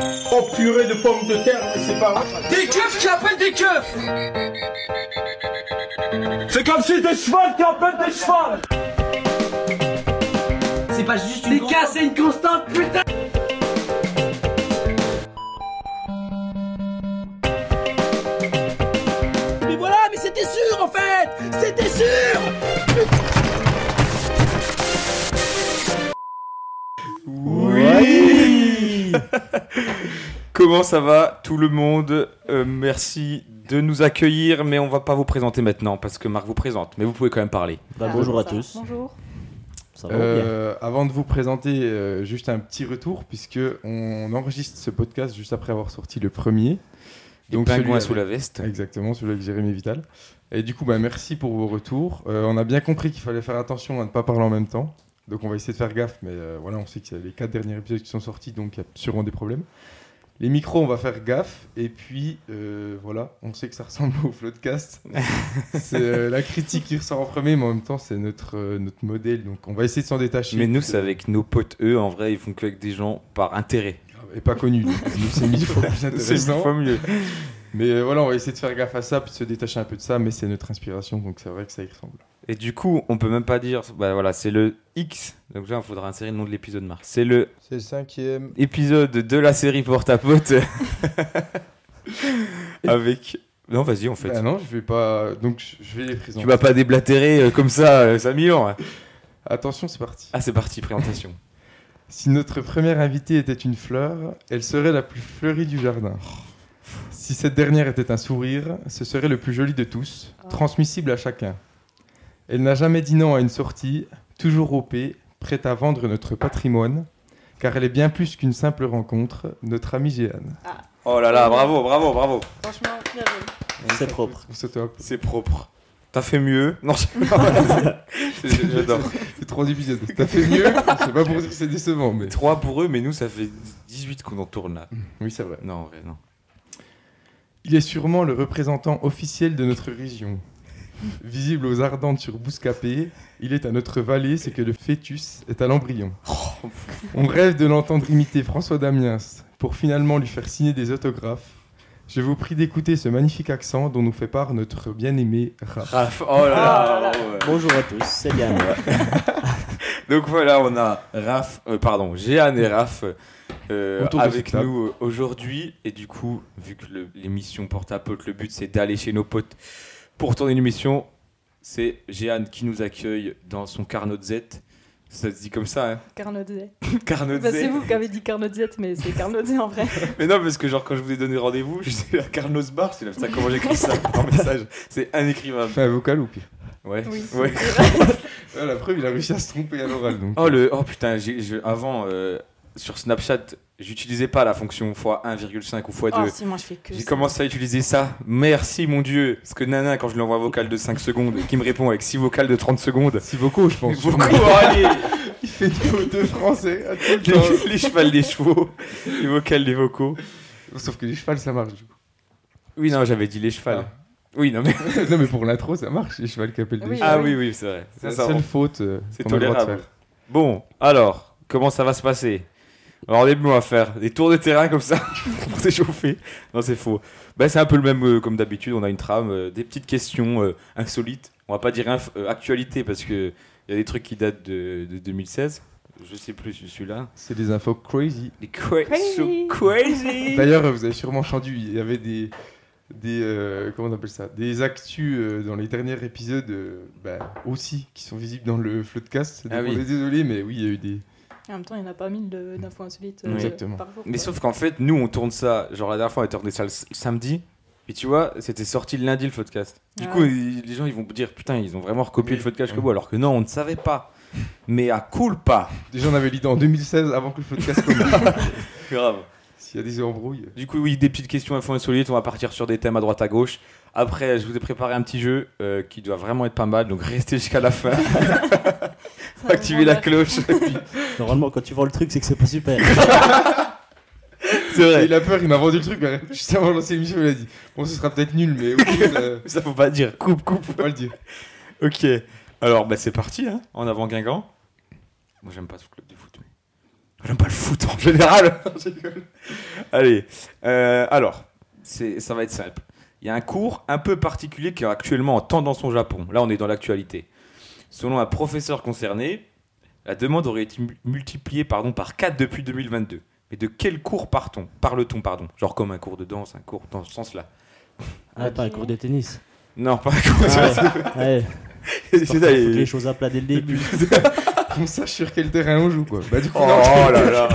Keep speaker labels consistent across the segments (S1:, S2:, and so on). S1: Oh purée de pommes de terre, mais c'est pas vrai.
S2: Des keufs qui appellent des keufs
S1: C'est comme si des chevals qui appellent des chevals
S2: C'est pas juste une constante. c'est une constante, putain Mais voilà, mais c'était sûr en fait C'était sûr
S3: Comment ça va tout le monde Euh, Merci de nous accueillir, mais on va pas vous présenter maintenant parce que Marc vous présente, mais vous pouvez quand même parler.
S4: Bah,
S5: Ah,
S4: bonjour à
S5: ça.
S4: tous.
S5: Bonjour.
S4: Ça va bien.
S6: Euh, avant de vous présenter euh, juste un petit retour, puisque on enregistre ce podcast juste après avoir sorti le premier.
S3: Donc pingouin
S6: celui
S3: sous la veste.
S6: Exactement, celui avec Jérémy Vital. Et du coup, bah, merci pour vos retours. Euh, on a bien compris qu'il fallait faire attention à ne pas parler en même temps. Donc on va essayer de faire gaffe, mais euh, voilà, on sait qu'il y a les quatre derniers épisodes qui sont sortis, donc il y a sûrement des problèmes. Les micros, on va faire gaffe. Et puis, euh, voilà, on sait que ça ressemble au Floodcast. c'est euh, la critique qui ressort en premier, mais en même temps, c'est notre, euh, notre modèle. Donc on va essayer de s'en détacher.
S3: Mais nous, c'est avec nos potes, eux, en vrai, ils font que avec des gens par intérêt.
S6: Ah, Et pas connu. donc c'est mille fois plus
S3: C'est
S6: intéressant.
S3: une fois mieux.
S6: Mais euh, voilà, on va essayer de faire gaffe à ça, puis de se détacher un peu de ça, mais c'est notre inspiration, donc c'est vrai que ça y ressemble.
S3: Et du coup, on peut même pas dire, bah voilà, c'est le X. Donc là, il faudra insérer le nom de l'épisode, Marc. C'est le
S7: C'est le cinquième.
S3: épisode de la série Porte à Pote. avec. Non, vas-y, en fait.
S6: Ah non, je vais pas. Donc je- je vais les présenter.
S3: tu vas pas déblatérer euh, comme ça, euh, ça a mis ans, hein.
S6: Attention, c'est parti.
S3: Ah, c'est parti, présentation.
S6: Si notre première invitée était une fleur, elle serait la plus fleurie du jardin. Si cette dernière était un sourire, ce serait le plus joli de tous,
S4: Ah.
S6: transmissible à chacun. Elle n'a jamais dit non à une sortie, toujours au P, prête à vendre notre patrimoine, car elle est bien plus qu'une simple rencontre, notre amie Géane.
S3: Oh là là, bravo, bravo, bravo.
S5: Franchement, bien joué.
S4: C'est propre.
S6: C'est top.
S3: C'est propre. T'as fait mieux. Non, c'est- C'est- j'adore.
S6: C'est trois épisodes. T'as fait mieux. C'est pas pour dire que c'est décevant, mais.
S3: 3 pour eux, mais nous, ça fait 18 qu'on en tourne là.
S6: Oui, c'est vrai.
S3: Non, en vrai, non.
S6: Il est sûrement le représentant officiel de notre région. Visible aux ardentes sur Bouscapé, il est à notre vallée ce que le fœtus est à l'embryon.
S3: Oh,
S6: On rêve de l'entendre imiter François Damiens pour finalement lui faire signer des autographes. Je vous prie d'écouter ce magnifique accent dont nous fait part notre bien-aimé Raph.
S3: Raph, oh là là. oh ouais.
S4: Bonjour à tous, c'est bien moi.
S3: Donc voilà, on a Raph, euh, pardon, Jeanne et Raph euh,
S6: Autour de
S3: avec
S6: cette table.
S3: nous euh, aujourd'hui. Et du coup, vu que le- l'émission porte à pote, le but c'est d'aller chez nos potes pour tourner une émission. C'est Jeanne qui nous accueille dans son Carnot Z. Ça se dit comme ça, hein
S5: Carnaudet.
S3: Carnot
S5: Bah,
S3: Z.
S5: c'est vous qui avez dit Carnaudet, mais c'est Carnaudet en vrai.
S3: Mais non, parce que genre quand je vous ai donné rendez-vous, j'étais à Carlos Bar, c'est comme ça comment j'écris ça en message. C'est inécrivable.
S6: Fait un vocal ou pire.
S3: Ouais.
S5: Oui.
S3: ouais.
S6: Ah, la preuve, il a réussi à se tromper à l'oral. donc.
S3: Oh le oh putain, j'ai- je- avant euh, sur Snapchat, j'utilisais pas la fonction x1,5 ou
S5: Oh,
S3: x2.
S5: si, moi je fais que
S3: j'ai
S5: ça.
S3: commencé à utiliser ça. Merci mon dieu, parce que Nana quand je lui envoie un vocal de 5 secondes, qui me répond avec 6 vocales de 30 secondes.
S6: Si vocaux, je pense.
S3: Beaucoup, allez,
S6: Il fait des mots de français à tout le temps.
S3: les, les chevals, les chevaux, les vocales, les vocaux.
S6: Sauf que les chevals, ça marche. du coup.
S3: Oui, non, j'avais dit les chevals. Ah. Oui, non, mais.
S6: non, mais pour l'intro, ça marche. Les chevals qui appellent des
S5: Oui.
S3: Ah oui, oui, c'est vrai.
S6: C'est la
S3: Ça, ça,
S6: seule
S3: on-
S6: faute. euh,
S3: C'est
S6: qu'on a le droit de
S3: tolérable.
S6: faire.
S3: Bon, alors, comment ça va se passer Alors, au début, on va faire des tours de terrain comme ça pour s'échauffer. Non, c'est faux. Ben, c'est un peu le même euh, comme d'habitude. On a une trame, euh, des petites questions euh, insolites. On va pas dire inf- euh, actualité parce que il y a des trucs qui datent de, de 2016. Je sais plus celui-là.
S6: C'est des infos crazy.
S3: Les cra- so
S5: Crazy.
S3: crazy.
S6: D'ailleurs, euh, vous avez sûrement entendu, il y avait des. des euh, comment on appelle ça Des actus euh, dans les derniers épisodes euh, bah, aussi qui sont visibles dans le floodcast.
S3: Ah
S6: Donc,
S3: oui.
S6: on est désolé, mais oui, il y a eu des.
S5: En même temps, il n'y en a pas mille de- d'infos insolites euh,
S3: Oui.
S6: Exactement.
S5: par jour.
S3: Mais
S5: quoi.
S3: sauf qu'en fait, nous, on tourne ça. Genre, la dernière fois, on a tourné ça le s- samedi. Et tu vois, c'était sorti le lundi le podcast. Du
S5: Ah
S3: coup,
S5: ouais.
S3: ils- les gens, ils vont dire Putain, ils ont vraiment recopié
S6: Oui.
S3: le podcast que vous, alors que non, on ne savait pas. Mais à cool pas.
S6: Déjà, on avait l'idée en 2016 avant que le floodcast commence.
S3: Grave.
S6: S'il y a des embrouilles.
S3: Du coup, oui, des petites questions info insolites. On va partir sur des thèmes à droite à gauche. Après, je vous ai préparé un petit jeu euh, qui doit vraiment être pas mal. Donc, restez jusqu'à la fin.
S5: Ça va
S3: Activez la
S5: vraiment
S3: cloche.
S4: Normalement, quand tu vends le truc, c'est que c'est pas super.
S3: C'est
S6: Et
S3: vrai.
S6: il a peur, il m'a vendu le truc. mais Juste avant de lancer l'émission, il a dit Bon, ce sera peut-être nul, mais ok, euh,
S3: Ça faut pas dire. Coupe, coupe.
S6: faut pas le dire.
S3: Ok. Alors, bah, c'est parti, hein. En avant Guingamp. Moi, j'aime pas ce club de foot. mais- J'aime pas le foot en général. Je rigole. Allez, euh, alors, c'est- ça va être simple. Il y a un cours un peu particulier qui est actuellement en tendance au Japon. Là, on est dans l'actualité. Selon un professeur concerné, la demande aurait été mu- multipliée pardon, par 4 depuis 2022. Mais de quel cours part-on Parle-t-on, pardon Genre comme un cours de danse, un cours dans ce sens-là.
S4: Ah, pas un cours de tennis.
S3: Non, pas un cours
S4: Ah,
S3: de danse.
S4: ouais. Ouais.
S3: C'est
S4: Faut
S3: ça,
S4: foutre
S3: il-
S4: les choses à plat dès le début.
S6: Qu'on sache sur quel terrain on joue, quoi. Bah, du coup,
S3: Oh
S6: non, je-
S3: là là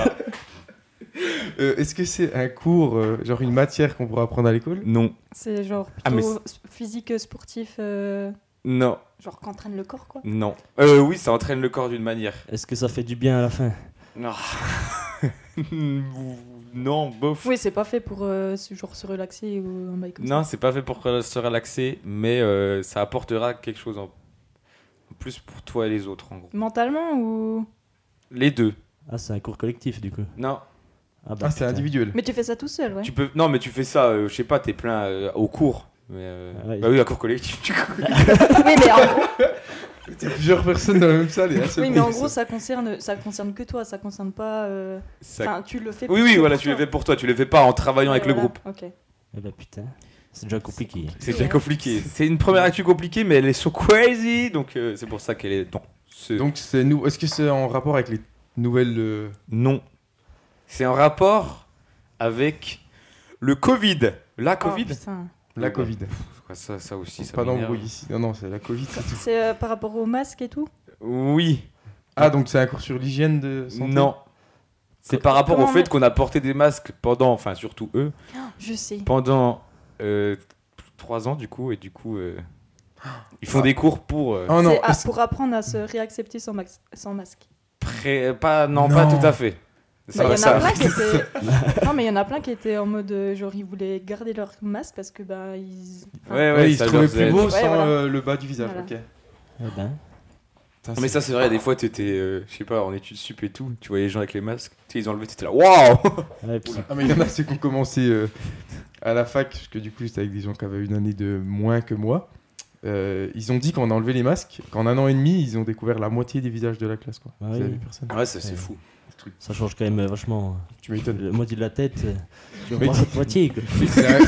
S6: Euh, Est-ce que c'est un cours, euh, genre une matière qu'on pourra apprendre à l'école
S3: Non,
S5: C'est genre plutôt
S3: Ah, mais
S5: s- physique, euh, sportif, euh,
S3: non,
S5: genre qu'entraîne le corps, quoi.
S3: non. Euh, oui, ça entraîne le corps d'une manière.
S4: Est-ce que ça fait du bien à la fin
S3: Non. non, bof.
S5: Oui, c'est pas fait pour euh, se- genre se relaxer ou un bail comme
S3: Non,
S5: ça.
S3: c'est pas fait pour euh, se relaxer, mais euh, ça apportera quelque chose en en plus pour toi et les autres, en gros.
S5: Mentalement ou.
S3: Les deux.
S4: Ah, c'est un cours collectif du coup.
S3: Non,
S4: bah,
S6: Ah, c'est
S4: putain.
S6: individuel.
S5: Mais tu fais ça tout seul, ouais.
S3: tu peux. Non, mais tu fais ça. euh, je sais pas, t'es plein euh, au cours. Mais euh,
S4: Ah ouais.
S3: Bah oui, à cours collectif.
S5: Ah,
S3: Du coup.
S5: Oui, mais en gros,
S6: Il y a plusieurs personnes dans la même salle et un seul
S5: oui, mais en
S6: cours.
S5: gros, ça concerne, ça concerne que toi, ça concerne pas. euh,
S3: Ça-
S5: Enfin, tu le fais.
S3: Oui,
S5: que
S3: oui,
S5: pour
S3: voilà,
S5: toi.
S3: tu les fais pour toi. Tu les fais pas en travaillant avec
S5: Ouais,
S3: le
S5: voilà,
S3: groupe.
S5: Ok.
S4: Eh bah, putain, c'est déjà compliqué. hein.
S3: C'est déjà compliqué. C'est une première actu compliquée, mais elle est so crazy. Donc euh, c'est pour ça qu'elle est. Non. C'est-
S6: Donc, c'est nous. Est-ce que c'est en rapport avec les nouvelles euh,
S3: Non. C'est en rapport avec le Covid. La
S5: Ah,
S3: Covid
S5: putain.
S6: la
S3: Ouais.
S6: Covid
S3: Ouais, Ah, ça, ça aussi, ça
S6: Pas
S3: m'énerve.
S6: d'embrouille ici. Non, non, c'est la Covid. c'est tout.
S5: C'est euh, par rapport au masque et tout
S3: Oui,
S6: Ah, donc c'est un cours sur l'hygiène de santé
S3: non. C'est par rapport au
S5: Comment
S3: fait
S5: on-
S3: qu'on a porté des masques pendant, enfin surtout eux,
S5: Je sais.
S3: pendant euh, trois ans du coup, et du coup, euh, ils font des cours pour... euh,
S6: Oh non,
S5: C'est à-
S6: est-ce-
S5: pour apprendre à se réaccepter sans, max- sans masque.
S3: pré- pas, non, pas
S6: Non.
S3: tout à fait.
S5: Bah,
S3: Ça
S5: Il
S3: va,
S5: y en
S3: ça
S5: a
S3: va.
S5: plein qui étaient. Non, mais il y en a plein qui étaient en mode euh, genre ils voulaient garder leur masque parce que bah ils. enfin,
S3: Ouais,
S6: ouais,
S3: ouais,
S6: il se
S3: ça
S6: trouvait
S3: leur
S6: plus
S3: aide.
S6: beau
S5: Ouais,
S6: sans
S5: voilà.
S6: euh, le bas du visage.
S5: Voilà.
S6: ok.
S4: Eh ben,
S6: Putain,
S3: Mais
S6: c'est-
S3: ça c'est vrai, des fois t'étais, euh, je sais pas, en études sup et tout, tu voyais les gens avec les masques, tu sais, ils enlevaient, t'étais là, waouh
S4: ouais, putain.
S6: Ah, mais il y en a, ceux qui ont commencé euh, à la fac, parce que du coup, c'était avec des gens qui avaient une année de moins que moi. Euh, ils ont dit qu'on a enlevé les masques, qu'en un an et demi, ils ont découvert la moitié des visages de la classe. Quoi.
S4: Ah
S6: Vous
S4: oui.
S6: avez vu personne.
S3: Ouais, ça c'est
S4: Ouais.
S3: fou.
S4: ça change quand même euh, vachement.
S6: Tu m'étonnes.
S4: Le moitié de la tête, euh, tu
S6: Mais
S4: vois cette moitié. quoi.
S6: C'est un-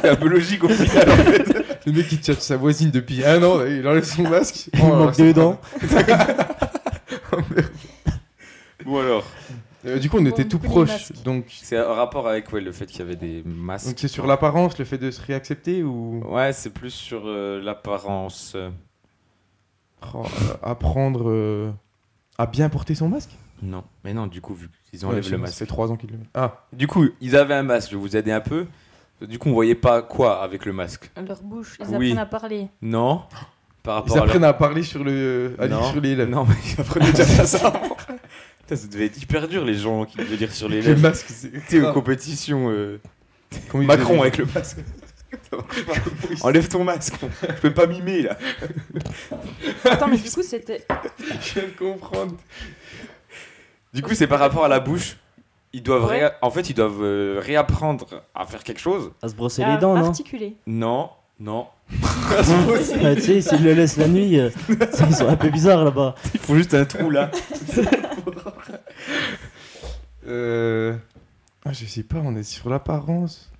S3: C'est un peu logique au final. en fait.
S6: le mec qui tchatche sa voisine depuis un an, il enlève son masque. Oh,
S4: Il manque deux dents.
S3: Bon alors,
S6: Euh, du coup, on était
S5: Bon,
S6: tout
S5: beaucoup de
S6: proches.
S5: masques.
S6: Donc,
S3: c'est en rapport avec ouais, le fait qu'il y avait des masques.
S6: donc c'est sur l'apparence, le fait de se réaccepter ou
S3: Ouais, c'est plus sur euh, l'apparence. euh,
S6: Oh, euh, apprendre euh, à bien porter son masque
S3: Non, mais non, du coup, vu qu'ils
S6: Ouais,
S3: enlèvent
S6: je sais
S3: le
S6: pas, Ça fait
S3: masque.
S6: trois ans qu'ils le mettent. Ah,
S3: Du coup, ils avaient un masque, je vais vous aider un peu. Du coup, on voyait pas quoi avec le masque.
S5: Leur bouche, ils
S3: Oui.
S5: apprennent à parler.
S3: Non Par rapport à
S6: ils
S3: leur-
S6: apprennent à parler sur le, à lire
S3: Non.
S6: sur les lèvres.
S3: Non, mais ils apprenaient déjà pas ça. Putain, ça devait être hyper dur, les gens qui devaient lire sur les
S6: Le
S3: lèvres.
S6: masque, c'est
S3: T'es aux compétitions euh,
S6: Comment il
S3: Macron
S6: faisait
S3: avec le masque. Ça marche pas. Enlève ton masque, je peux pas mimer là.
S5: Attends, mais du coup c'était.
S6: Je viens de comprendre.
S3: Du coup, c'est par rapport à la bouche. Ils doivent
S5: Ouais.
S3: réa- En fait, ils doivent euh, réapprendre à faire quelque chose.
S4: À se brosser
S5: à
S4: les dents, non
S5: articuler.
S3: Non, non.
S4: Ouais, Tu sais, s'ils le laissent la nuit, euh, ils sont un peu bizarres là-bas.
S3: Ils font juste un trou là.
S6: Euh... Ah, je sais pas, on est sur l'apparence.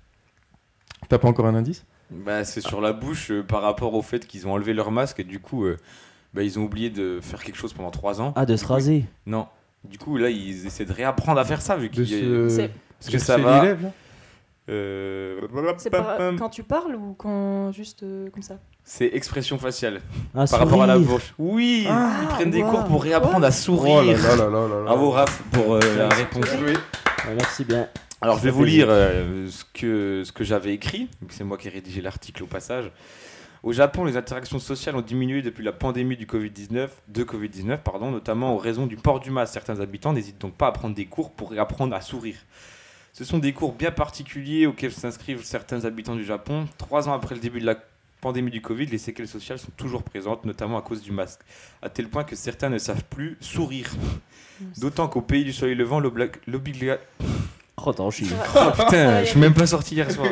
S6: T'as pas encore un indice
S3: Bah, c'est sur la bouche euh, par rapport au fait qu'ils ont enlevé leur masque et du coup, euh, bah, ils ont oublié de faire quelque chose pendant 3 ans.
S4: Ah, de se raser.
S3: Non. Du coup, là, ils essaient de réapprendre à faire ça vu
S6: De
S3: qu'il y a-
S6: ce-
S5: C'est-
S3: Parce que
S6: de
S3: ça
S6: ces
S3: va.
S6: élèves, là
S3: euh,
S5: C'est par- quand tu parles ou quand juste euh, comme ça
S3: C'est expression faciale
S4: Un
S3: par rapport à la
S4: sourire.
S3: bouche. Oui Ils prennent des
S5: wow.
S3: cours pour réapprendre à sourire.
S6: Oh là là là là là là.
S3: Bravo Raph pour euh, la
S4: Merci.
S3: réponse.
S6: Joué.
S4: Ouais, merci bien.
S3: Alors je vais
S4: Ça
S3: vous
S4: fait
S3: lire euh, ce que, ce que j'avais écrit, vu que c'est moi qui ai rédigé l'article au passage. Au Japon, les interactions sociales ont diminué depuis la pandémie du Covid-19, de Covid-19, pardon, notamment en raison du port du masque. Certains habitants n'hésitent donc pas à prendre des cours pour apprendre à sourire. Ce sont des cours bien particuliers auxquels s'inscrivent certains habitants du Japon. Trois ans après le début de la pandémie du Covid, les séquelles sociales sont toujours présentes, notamment à cause du masque, à tel point que certains ne savent plus sourire. D'autant qu'au pays du soleil levant, l'obla- l'obliga-
S4: Oh, t'en chies.
S3: Oh putain, je suis même pas sorti hier soir.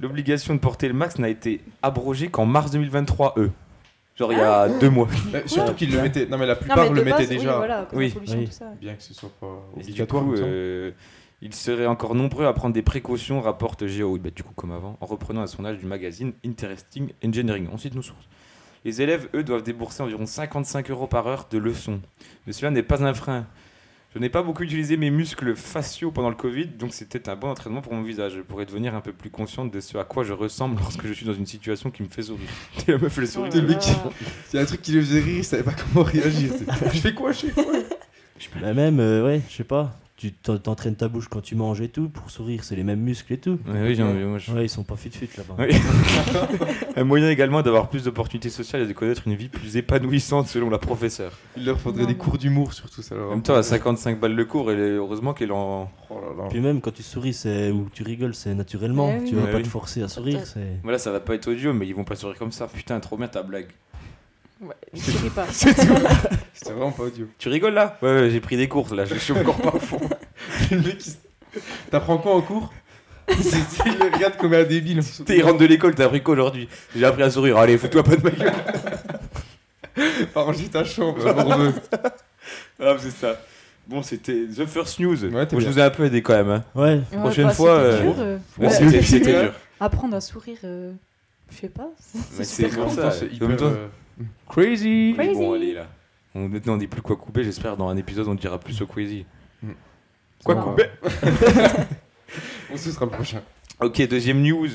S3: L'obligation de porter le max n'a été abrogée qu'en mars 2023, eux. E. Genre il y a deux mois.
S6: Euh, surtout qu'ils le mettaient. Non, mais la
S5: Non,
S6: plupart
S5: mais
S6: le
S5: de base,
S6: mettaient
S5: oui,
S6: déjà.
S5: voilà, comme
S3: Oui.
S5: solution,
S4: Oui.
S5: tout ça.
S6: Bien que ce soit pas
S3: Et du
S6: obligatoire.
S3: coup,
S6: il me semble.
S3: euh, il serait encore nombreux à prendre des précautions, rapporte Géo, bah, du coup comme avant, en reprenant un sondage du magazine Interesting Engineering. On cite nos sources. Les élèves, eux, doivent débourser environ 55 euros par heure de leçons. Mais cela n'est pas un frein. Je n'ai pas beaucoup utilisé mes muscles faciaux pendant le Covid, donc c'était un bon entraînement pour mon visage. Je pourrais devenir un peu plus consciente de ce à quoi je ressemble lorsque je suis dans une situation qui me fait sourire. Et la meuf, elle sourit.
S6: Le mec, il y a un truc qui le faisait rire, il savait pas comment réagir. C'est- je fais quoi Je fais quoi
S4: Bah même, euh, ouais, je sais pas. Tu t'en- t'entraînes ta bouche quand tu manges et tout. Pour sourire, c'est les mêmes muscles et tout.
S3: Ouais, oui, j'ai envie, moi, je-
S4: Ouais, ils sont pas fit-fit là-bas.
S3: Oui. un moyen également d'avoir plus d'opportunités sociales et de connaître une vie plus épanouissante selon la professeure.
S6: Il leur faudrait
S5: Non,
S6: des
S5: mais-
S6: cours d'humour sur tout ça.
S3: En
S6: alors.
S3: même temps, à 55 balles le cours, elle est- heureusement qu'elle en.
S6: Oh là là.
S4: Puis même quand tu souris c'est ou tu rigoles, c'est naturellement.
S5: Eh oui.
S4: Tu vas
S3: Eh
S4: pas
S3: oui.
S4: te forcer à sourire. C'est...
S3: Voilà, ça va pas être odieux, mais ils vont pas sourire comme ça. Putain, trop bien ta blague.
S5: Ouais, je ris pas.
S6: C'était vraiment pas audio.
S3: Tu rigoles là Ouais, ouais, j'ai pris des cours là, je suis encore pas au fond.
S6: Le mec, il s- t'apprends quoi en cours C'est- c'est- Il le regarde comme un débile.
S3: T'es, ils rentrent de l'école, t'as appris quoi aujourd'hui J'ai appris à sourire. Allez, fous-toi pas de ma gueule.
S6: Arrange ta chambre, on veut.
S3: Ah, c'est ça. Bon, c'était The First News.
S6: Ouais, t'es
S3: Bon, je
S6: bien.
S3: vous ai un peu aidé quand même. hein.
S4: Ouais.
S5: Ouais,
S3: Prochaine
S5: bah,
S3: fois,
S5: c'était
S3: euh,
S5: dur, euh,
S3: Ouais,
S5: Ouais.
S3: c'était, c'était dur.
S5: apprendre à sourire, euh, je sais pas. c'est-
S3: Mais
S5: c'est
S3: c'est
S5: super
S3: comme ça.
S5: grand.
S6: C'est
S3: En même
S6: hyper.
S3: temps,
S6: euh,
S3: Crazy.
S5: Crazy.
S3: Bon, allez là. On- maintenant, on dit plus quoi couper. J'espère dans un épisode, on dira plus au Crazy.
S6: Mm.
S3: Quoi
S5: Ça va.
S3: couper
S6: On se sera le prochain.
S3: Ok, deuxième news.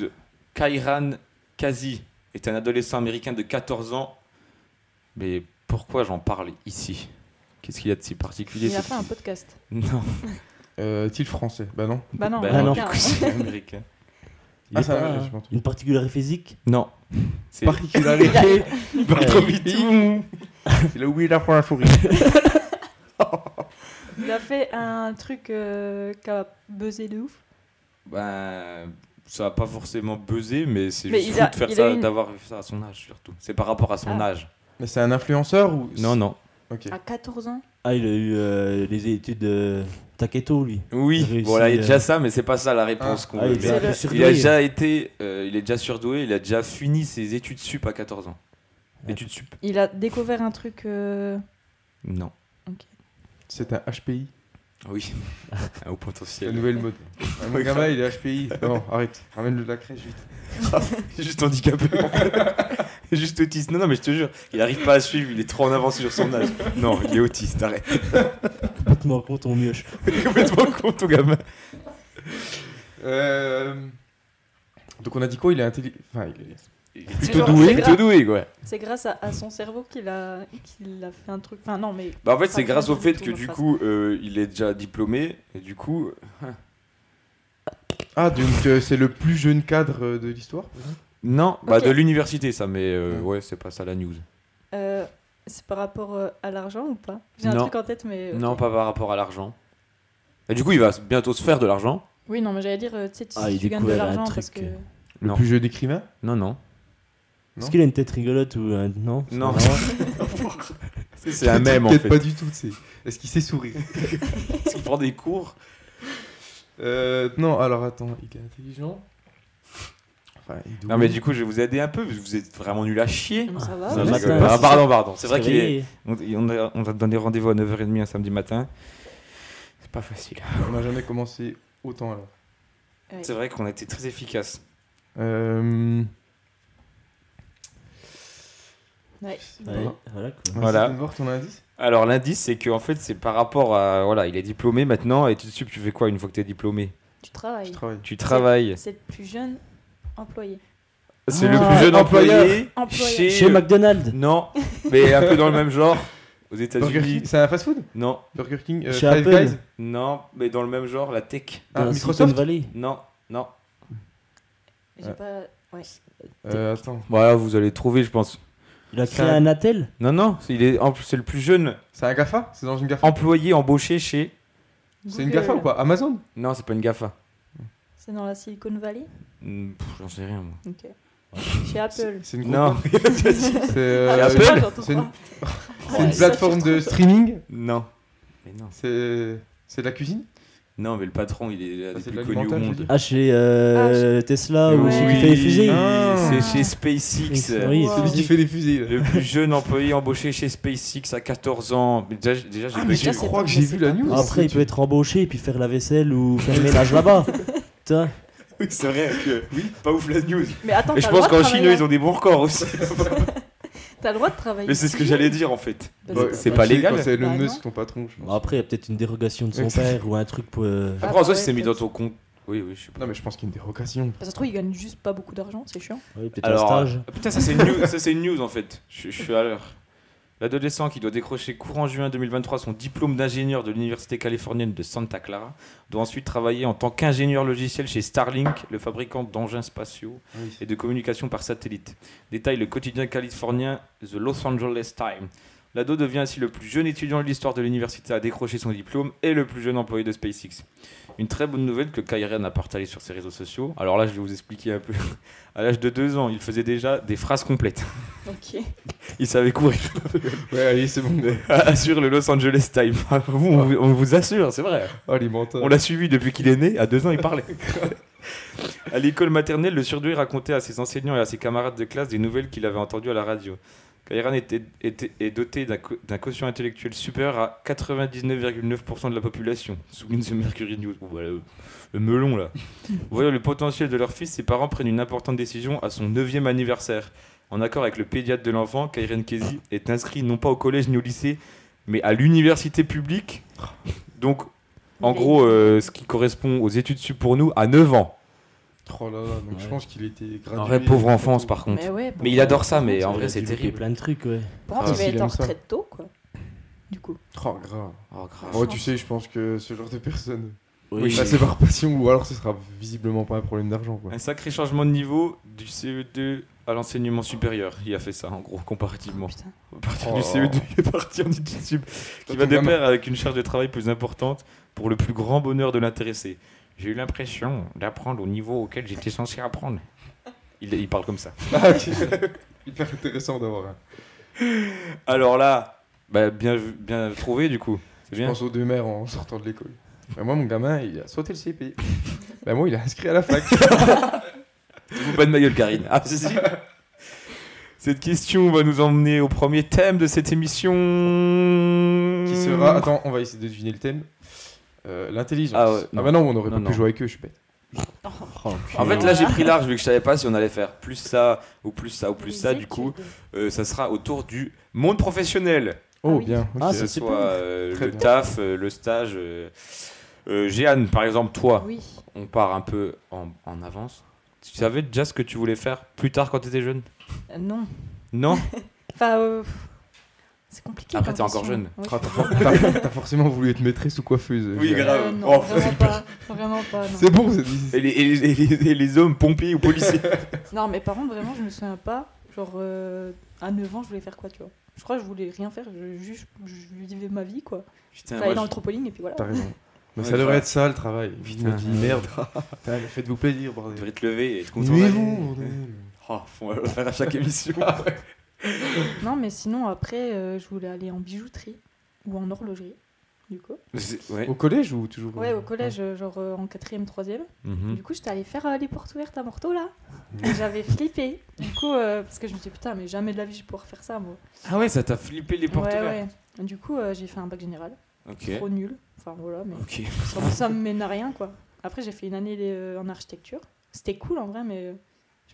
S3: Kairan Kazi est un adolescent américain de 14 ans. Mais pourquoi j'en parle ici Qu'est-ce qu'il y a de si particulier
S5: Il a
S3: ce
S5: fait un
S3: petit-
S5: podcast.
S3: Non,
S6: Euh, Est-il français Bah non.
S5: Bah non,
S3: Bah
S4: non,
S5: américain.
S3: du coup, c'est américain.
S4: Il
S6: Ah,
S4: est
S6: ça
S4: pas-
S6: va, j'ai pas entendu.
S4: Une particularité physique
S3: Non. C'est
S6: Particularité.
S3: Il parle trop vite.
S2: Eh,
S6: C'est là où il apprend la souris.
S5: Il a fait un truc euh, qui a buzzé de ouf.
S3: Bah, ça va pas forcément buzzer, mais c'est
S5: Mais
S3: juste
S5: il a-
S3: fou de faire
S5: il a
S3: ça,
S5: une-
S3: d'avoir fait ça à son âge surtout. C'est par rapport à son
S5: Ah.
S3: âge.
S6: Mais c'est un influenceur ou
S3: Non, non.
S6: Ok.
S5: À 14 ans.
S4: Ah, il a eu euh, les études de Taketo, lui.
S3: Oui,
S4: Réussi,
S3: bon là il y a
S4: euh,
S3: déjà ça, mais c'est pas ça la réponse qu'on
S4: Ah,
S3: veut.
S4: il, était
S3: Mais
S4: un peu
S5: le-
S4: surdoué.
S3: Il a déjà été, euh, il est déjà surdoué, il a déjà fini ses études sup à 14 ans.
S4: Ouais.
S3: Études sup
S5: Il a découvert un truc. euh,
S3: Non.
S6: C'est un HPI.
S3: Ah Oui. Au
S6: La
S3: potentiel.
S6: nouvelle mode. Ah, Mon gamin, il est HPI. Non, arrête. Ramène-le de la crèche vite.
S3: Juste handicapé. Juste autiste. Non, non, mais je te jure, il arrive pas à suivre, il est trop en avance sur son âge. Non, il est autiste, arrête.
S4: complètement con ton mioche.
S3: Il est complètement con ton gamin.
S6: Euh... Donc on a dit quoi Il est intelligent. Enfin, il est...
S5: C'est
S3: Plutôt
S5: genre- c'est
S3: doué. Plutôt
S5: grave.
S3: doué, quoi.
S5: C'est grâce à, à son cerveau qu'il a, qu'il a fait un truc. Enfin, non, mais.
S3: Bah en fait, c'est
S5: Pas
S3: grâce au
S5: du
S3: fait
S5: tout,
S3: que
S5: ma
S3: du
S5: phrase.
S3: coup, euh, il est déjà diplômé, et du coup,
S6: Ah, donc euh, c'est le plus jeune cadre euh, de l'histoire
S3: non, bah
S5: Ok.
S3: de l'université ça, mais euh,
S6: Mm.
S3: ouais, c'est pas ça la news.
S5: euh, c'est par rapport euh, à l'argent ou pas J'ai un
S3: Non.
S5: truc en tête, mais. euh,
S3: Non, pas par rapport à l'argent. Et du coup, il va bientôt se faire de l'argent.
S5: Oui, non, mais j'allais dire, euh, tu sais, tu-
S4: Ah,
S5: si
S4: il
S5: tu gagnes de
S4: découvre un
S5: l'argent
S4: truc,
S5: parce que.
S4: euh,
S6: Le
S3: Non.
S6: plus jeune écrivain
S3: Non, non.
S6: Non.
S4: Est-ce qu'il a une tête rigolote ou euh, non c'est
S3: Non.
S4: marrant.
S3: C'est un même en
S6: Peut-être
S3: fait.
S6: pas du tout, c'est. Est-ce qu'il sait sourire
S3: Parce qu'il prend des cours.
S6: euh, Non, alors attends, il est intelligent. Enfin, il est
S3: Non, mais du coup, je vais vous aider un peu. parce que Vous êtes vraiment nul à chier.
S5: Ça va
S4: Ça va.
S5: ouais.
S3: Ah,
S4: matin,
S3: ah,
S4: c'est
S3: pardon, pardon. C'est vrai
S4: Se
S3: qu'il est.
S4: réveiller.
S3: On, on a, on a donné rendez-vous à 9h30 un samedi matin. C'est pas facile.
S6: On n'a jamais commencé autant alors.
S5: Ouais.
S3: C'est vrai qu'on a été très efficace.
S6: Euh...
S5: Ouais.
S4: Ouais, voilà quoi.
S3: Voilà.
S6: Voilà. voir ton indice
S3: Alors, l'indice, c'est qu'en fait, c'est par rapport à. Voilà, il est diplômé maintenant. Et tout de suite, tu fais quoi une fois que t'es diplômé
S5: Tu travailles.
S6: Je travaille.
S3: Tu travailles.
S5: C'est le plus jeune employé.
S3: C'est
S4: Ah,
S3: le plus jeune
S6: employeur.
S3: employé,
S5: Employeur.
S3: chez.
S4: Chez McDonald's.
S3: Non, mais un peu dans le même genre. Aux
S6: Burger
S3: États-Unis.
S6: King, c'est un fast-food
S3: Non,
S6: Burger King euh,
S4: Chez
S6: Five
S4: Apple.
S6: Guys
S3: non, mais dans le même genre, la tech.
S6: Ah,
S4: dans
S6: Microsoft
S4: Silicon Valley.
S3: Non, non.
S5: J'ai
S6: Ouais.
S5: pas. Ouais.
S6: Euh, attends,
S3: Voilà, vous allez trouver, je pense.
S4: Il a créé
S3: Ça-
S4: un attel
S3: Non, non, c'est- il est, en plus, c'est le plus jeune
S6: c'est un GAFA C'est dans une GAFA
S3: employé embauché chez.
S6: C'est
S5: Google.
S6: une
S3: hein,
S5: euh,
S6: GAFA ou pas Amazon
S3: Non, c'est pas une GAFA.
S5: C'est dans la Silicon Valley
S3: Hmm, pff, J'en sais rien, moi.
S5: Ok. Chez Apple.
S6: C'est une grosse
S3: Non,
S6: boîte. C'est
S5: Ah,
S6: euh,
S5: je sais
S3: Apple
S5: pas, j'entends
S6: C'est
S5: pas.
S6: une, c'est
S5: Ouais,
S6: une
S5: ça,
S6: plateforme
S5: tu te
S6: de
S5: trompes.
S6: streaming
S3: non. Mais non.
S6: C'est c'est de la cuisine
S3: Non, mais le patron, il est l'un
S6: Ah,
S3: des
S6: c'est
S3: plus
S6: de
S3: connus au
S6: l'alimental,
S3: monde.
S4: Ah, chez euh, Tesla
S3: Ah
S4: ou
S5: Ouais.
S4: celui qui fait les fusées
S6: Ah.
S3: C'est chez SpaceX.
S4: Oui,
S5: Wow.
S6: Celui qui fait les fusils. là.
S3: Le plus jeune employé embauché chez SpaceX à 14 ans. Ah, Mais déjà, déjà j'ai
S6: Ah, Mais
S3: bugué.
S6: je
S5: déjà, c'est
S6: crois
S5: pas-
S6: que j'ai
S5: mais
S6: vu
S5: c'est
S6: la
S5: pas
S6: news.
S5: possible.
S4: Après, il peut être embauché et puis faire la vaisselle ou faire le ménage là-bas. Putain.
S3: Oui, c'est vrai que pas ouf la news.
S5: Mais attends,
S3: Et je
S5: t'as le
S3: pense
S5: droit de
S3: qu'en Chine, eux,
S5: travailler
S3: ils ont des bons records aussi.
S5: à- T'as le droit de travailler.
S3: Mais c'est ce que j'allais dire en fait.
S5: Bah,
S6: Bah,
S3: C'est
S6: bah,
S3: pas
S6: tu sais,
S3: légal.
S6: quand C'est le
S5: Bah, non.
S6: Musk, ton patron. je
S4: Bon,
S6: pense.
S4: Après, il y a peut-être une dérogation de son
S6: Exact.
S4: père ou un truc pour. euh,
S5: Ah,
S3: Après, en soi,
S5: ouais,
S3: si c'est mis dans
S5: peut-être.
S3: ton compte. Oui, oui, je sais pas.
S6: Non, mais je pense qu'il y a une dérogation.
S5: Bah, ça se trouve, ils gagnent juste pas beaucoup d'argent, c'est chiant.
S4: ouais, peut-être
S3: Alors,
S4: un stage.
S3: euh, putain, ça c'est une news, ça, c'est une news en fait. Je, je suis à l'heure. L'adolescent qui doit décrocher courant juin 2023 son diplôme d'ingénieur de l'université californienne de Santa Clara doit ensuite travailler en tant qu'ingénieur logiciel chez Starlink, le fabricant d'engins spatiaux et de communication par satellite. Détaille le quotidien californien The Los Angeles Times. L'ado devient ainsi le plus jeune étudiant de l'histoire de l'université à décrocher son diplôme et le plus jeune employé de SpaceX. Une très bonne nouvelle que Kyrian a partagée sur ses réseaux sociaux. Alors là, je vais vous expliquer un peu. À l'âge de 2 ans, il faisait déjà des phrases complètes.
S5: Ok.
S3: Il savait courir.
S6: Ouais, allez, c'est bon.
S3: Assure le Los Angeles Times. Ah, Vous, on, vous- on vous assure, c'est vrai.
S6: Oh, les menteurs.
S3: On l'a suivi depuis qu'il est né. À 2 ans, il parlait. À l'école maternelle, le surdoué racontait à ses enseignants et à ses camarades de classe des nouvelles qu'il avait entendues à la radio. Kairan était, était- est doté d'un co- d'un quotient intellectuel supérieur à 99,9% de la population, souligne ce Mercury News. Bon, bah, le, le melon, là. Voyant le potentiel de leur fils, ses parents prennent une importante décision à son 9e anniversaire. En accord avec le pédiatre de l'enfant, Kairan Kezi est inscrit non pas au collège ni au lycée, mais à l'université publique. Donc, en
S5: Il est-
S3: gros, euh, ce qui correspond aux études sup pour nous à 9 ans.
S6: Oh là là, donc je
S4: Ouais.
S6: pense qu'il était gradué.
S3: En vrai, pauvre enfance, par contre.
S5: Mais ouais.
S3: Mais il adore ça, mais
S4: Ça,
S3: en
S4: il a
S3: vrai,
S4: dû
S3: c'est
S4: louper
S3: terrible.
S4: plein de trucs, ouais.
S5: Par
S3: Ah,
S5: contre, il va
S6: s'il
S5: être en
S6: aime ça.
S5: retraite tôt, quoi. Du coup.
S6: Oh, grave.
S3: Oh, grave.
S6: Oh, tu sais, je pense que ce genre de personne.
S3: Oui.
S6: Bah, c'est par passion ou alors ce sera visiblement pas un problème d'argent. quoi.
S3: Un sacré changement de niveau du CE2 à l'enseignement supérieur. Il a fait ça, en gros, comparativement.
S5: Ah, Putain.
S3: À partir
S6: Oh.
S3: du E CE2, il est parti en études sup, qui va
S6: Ton gamin.
S3: de pair avec une charge de travail plus importante pour le plus grand bonheur de l'intéressé. J'ai eu l'impression d'apprendre au niveau auquel j'étais censé apprendre. Il, il parle comme ça.
S6: Ah, ok. Hyper intéressant d'avoir un.
S3: Alors là, bah, bien, vu- bien trouvé du coup. C'est
S6: Je
S3: bien.
S6: pense aux deux mères en sortant de l'école. Bah, moi, mon gamin, il a sauté le CP. bah, moi, il a inscrit à la fac.
S3: Ou pas de ma gueule, Karine. Ah, si, si. Cette question va nous emmener au premier thème de cette émission.
S6: qui sera. Attends, on va essayer de deviner le thème. Euh, L'intelligence.
S3: Ah ouais, non.
S6: bah non, on aurait
S3: Non,
S6: pas
S3: non.
S6: pu jouer avec eux, je suis bête.
S4: Oh,
S3: En fait, là, j'ai pris large vu que je savais pas si on allait faire plus ça ou plus ça ou plus ça. Du coup, euh, ça sera autour du monde professionnel.
S6: Oh,
S5: oui.
S6: bien.
S4: Ah,
S6: ok.
S3: Que
S4: ça,
S3: ce
S4: c'est
S3: soit euh,
S6: Très
S3: le
S6: bien.
S3: taf, euh, le stage. euh, euh, Jeanne, par exemple, toi,
S5: Oui.
S3: on part un peu en, en avance. Tu savais déjà ce que tu voulais faire plus tard quand tu étais jeune
S5: Euh, non.
S3: Non
S5: Enfin, euh, pff, c'est compliqué.
S3: Après,
S5: comme
S3: t'es encore
S5: question.
S3: jeune.
S5: Oui.
S6: Ah, T'as for- t'as- t'as forcément voulu être maîtresse ou coiffeuse.
S3: Oui,
S6: je-
S3: grave.
S5: Euh, non,
S3: Oh,
S5: vraiment pas. Vraiment pas. Non.
S6: C'est bon, c'est
S3: et les, et les- et les- et les hommes pompiers ou policiers
S5: Non, mais par contre, vraiment, je me souviens pas. Genre, euh, à 9 ans, je voulais faire quoi, tu vois Je crois que je voulais rien faire. Je, juste, je vivais ma vie, quoi.
S3: Putain, moi,
S5: J'allais dans
S3: je-
S5: le trampoline et puis voilà.
S6: T'as raison. Mais
S3: Ouais,
S6: ça devrait
S3: grave.
S6: être ça le travail. Putain, dit merde. Putain, mais Faites-vous plaisir,
S3: Tu
S6: bordel.
S3: devrais te lever et être content.
S6: Muez-vous,
S3: d'aller-
S6: bordel.
S3: Oh, faut le faire à chaque émission.
S5: Non, mais sinon, après, euh, je voulais aller en bijouterie ou en horlogerie, du coup.
S3: C'est- ouais.
S6: Au collège ou toujours
S5: Ouais, au collège, euh, genre euh, en 4ème, 3ème.
S3: Mhm.
S5: Du coup, j'étais allée faire euh, les portes ouvertes à Morteau, là.
S3: Hmm.
S5: Et j'avais flippé. Du coup, euh, parce que je me suis dit, putain, mais jamais de la vie, je vais pouvoir faire ça, moi.
S3: Ah ouais, ça t'a flippé les portes
S5: ouais,
S3: ouvertes.
S5: ouais. Du coup, euh, j'ai fait un bac général.
S3: Ok.
S5: Trop nul. Enfin, voilà, mais
S3: Ok.
S5: ça, ça me mène à rien, quoi. Après, j'ai fait une année euh, en architecture. C'était cool, en vrai, mais euh,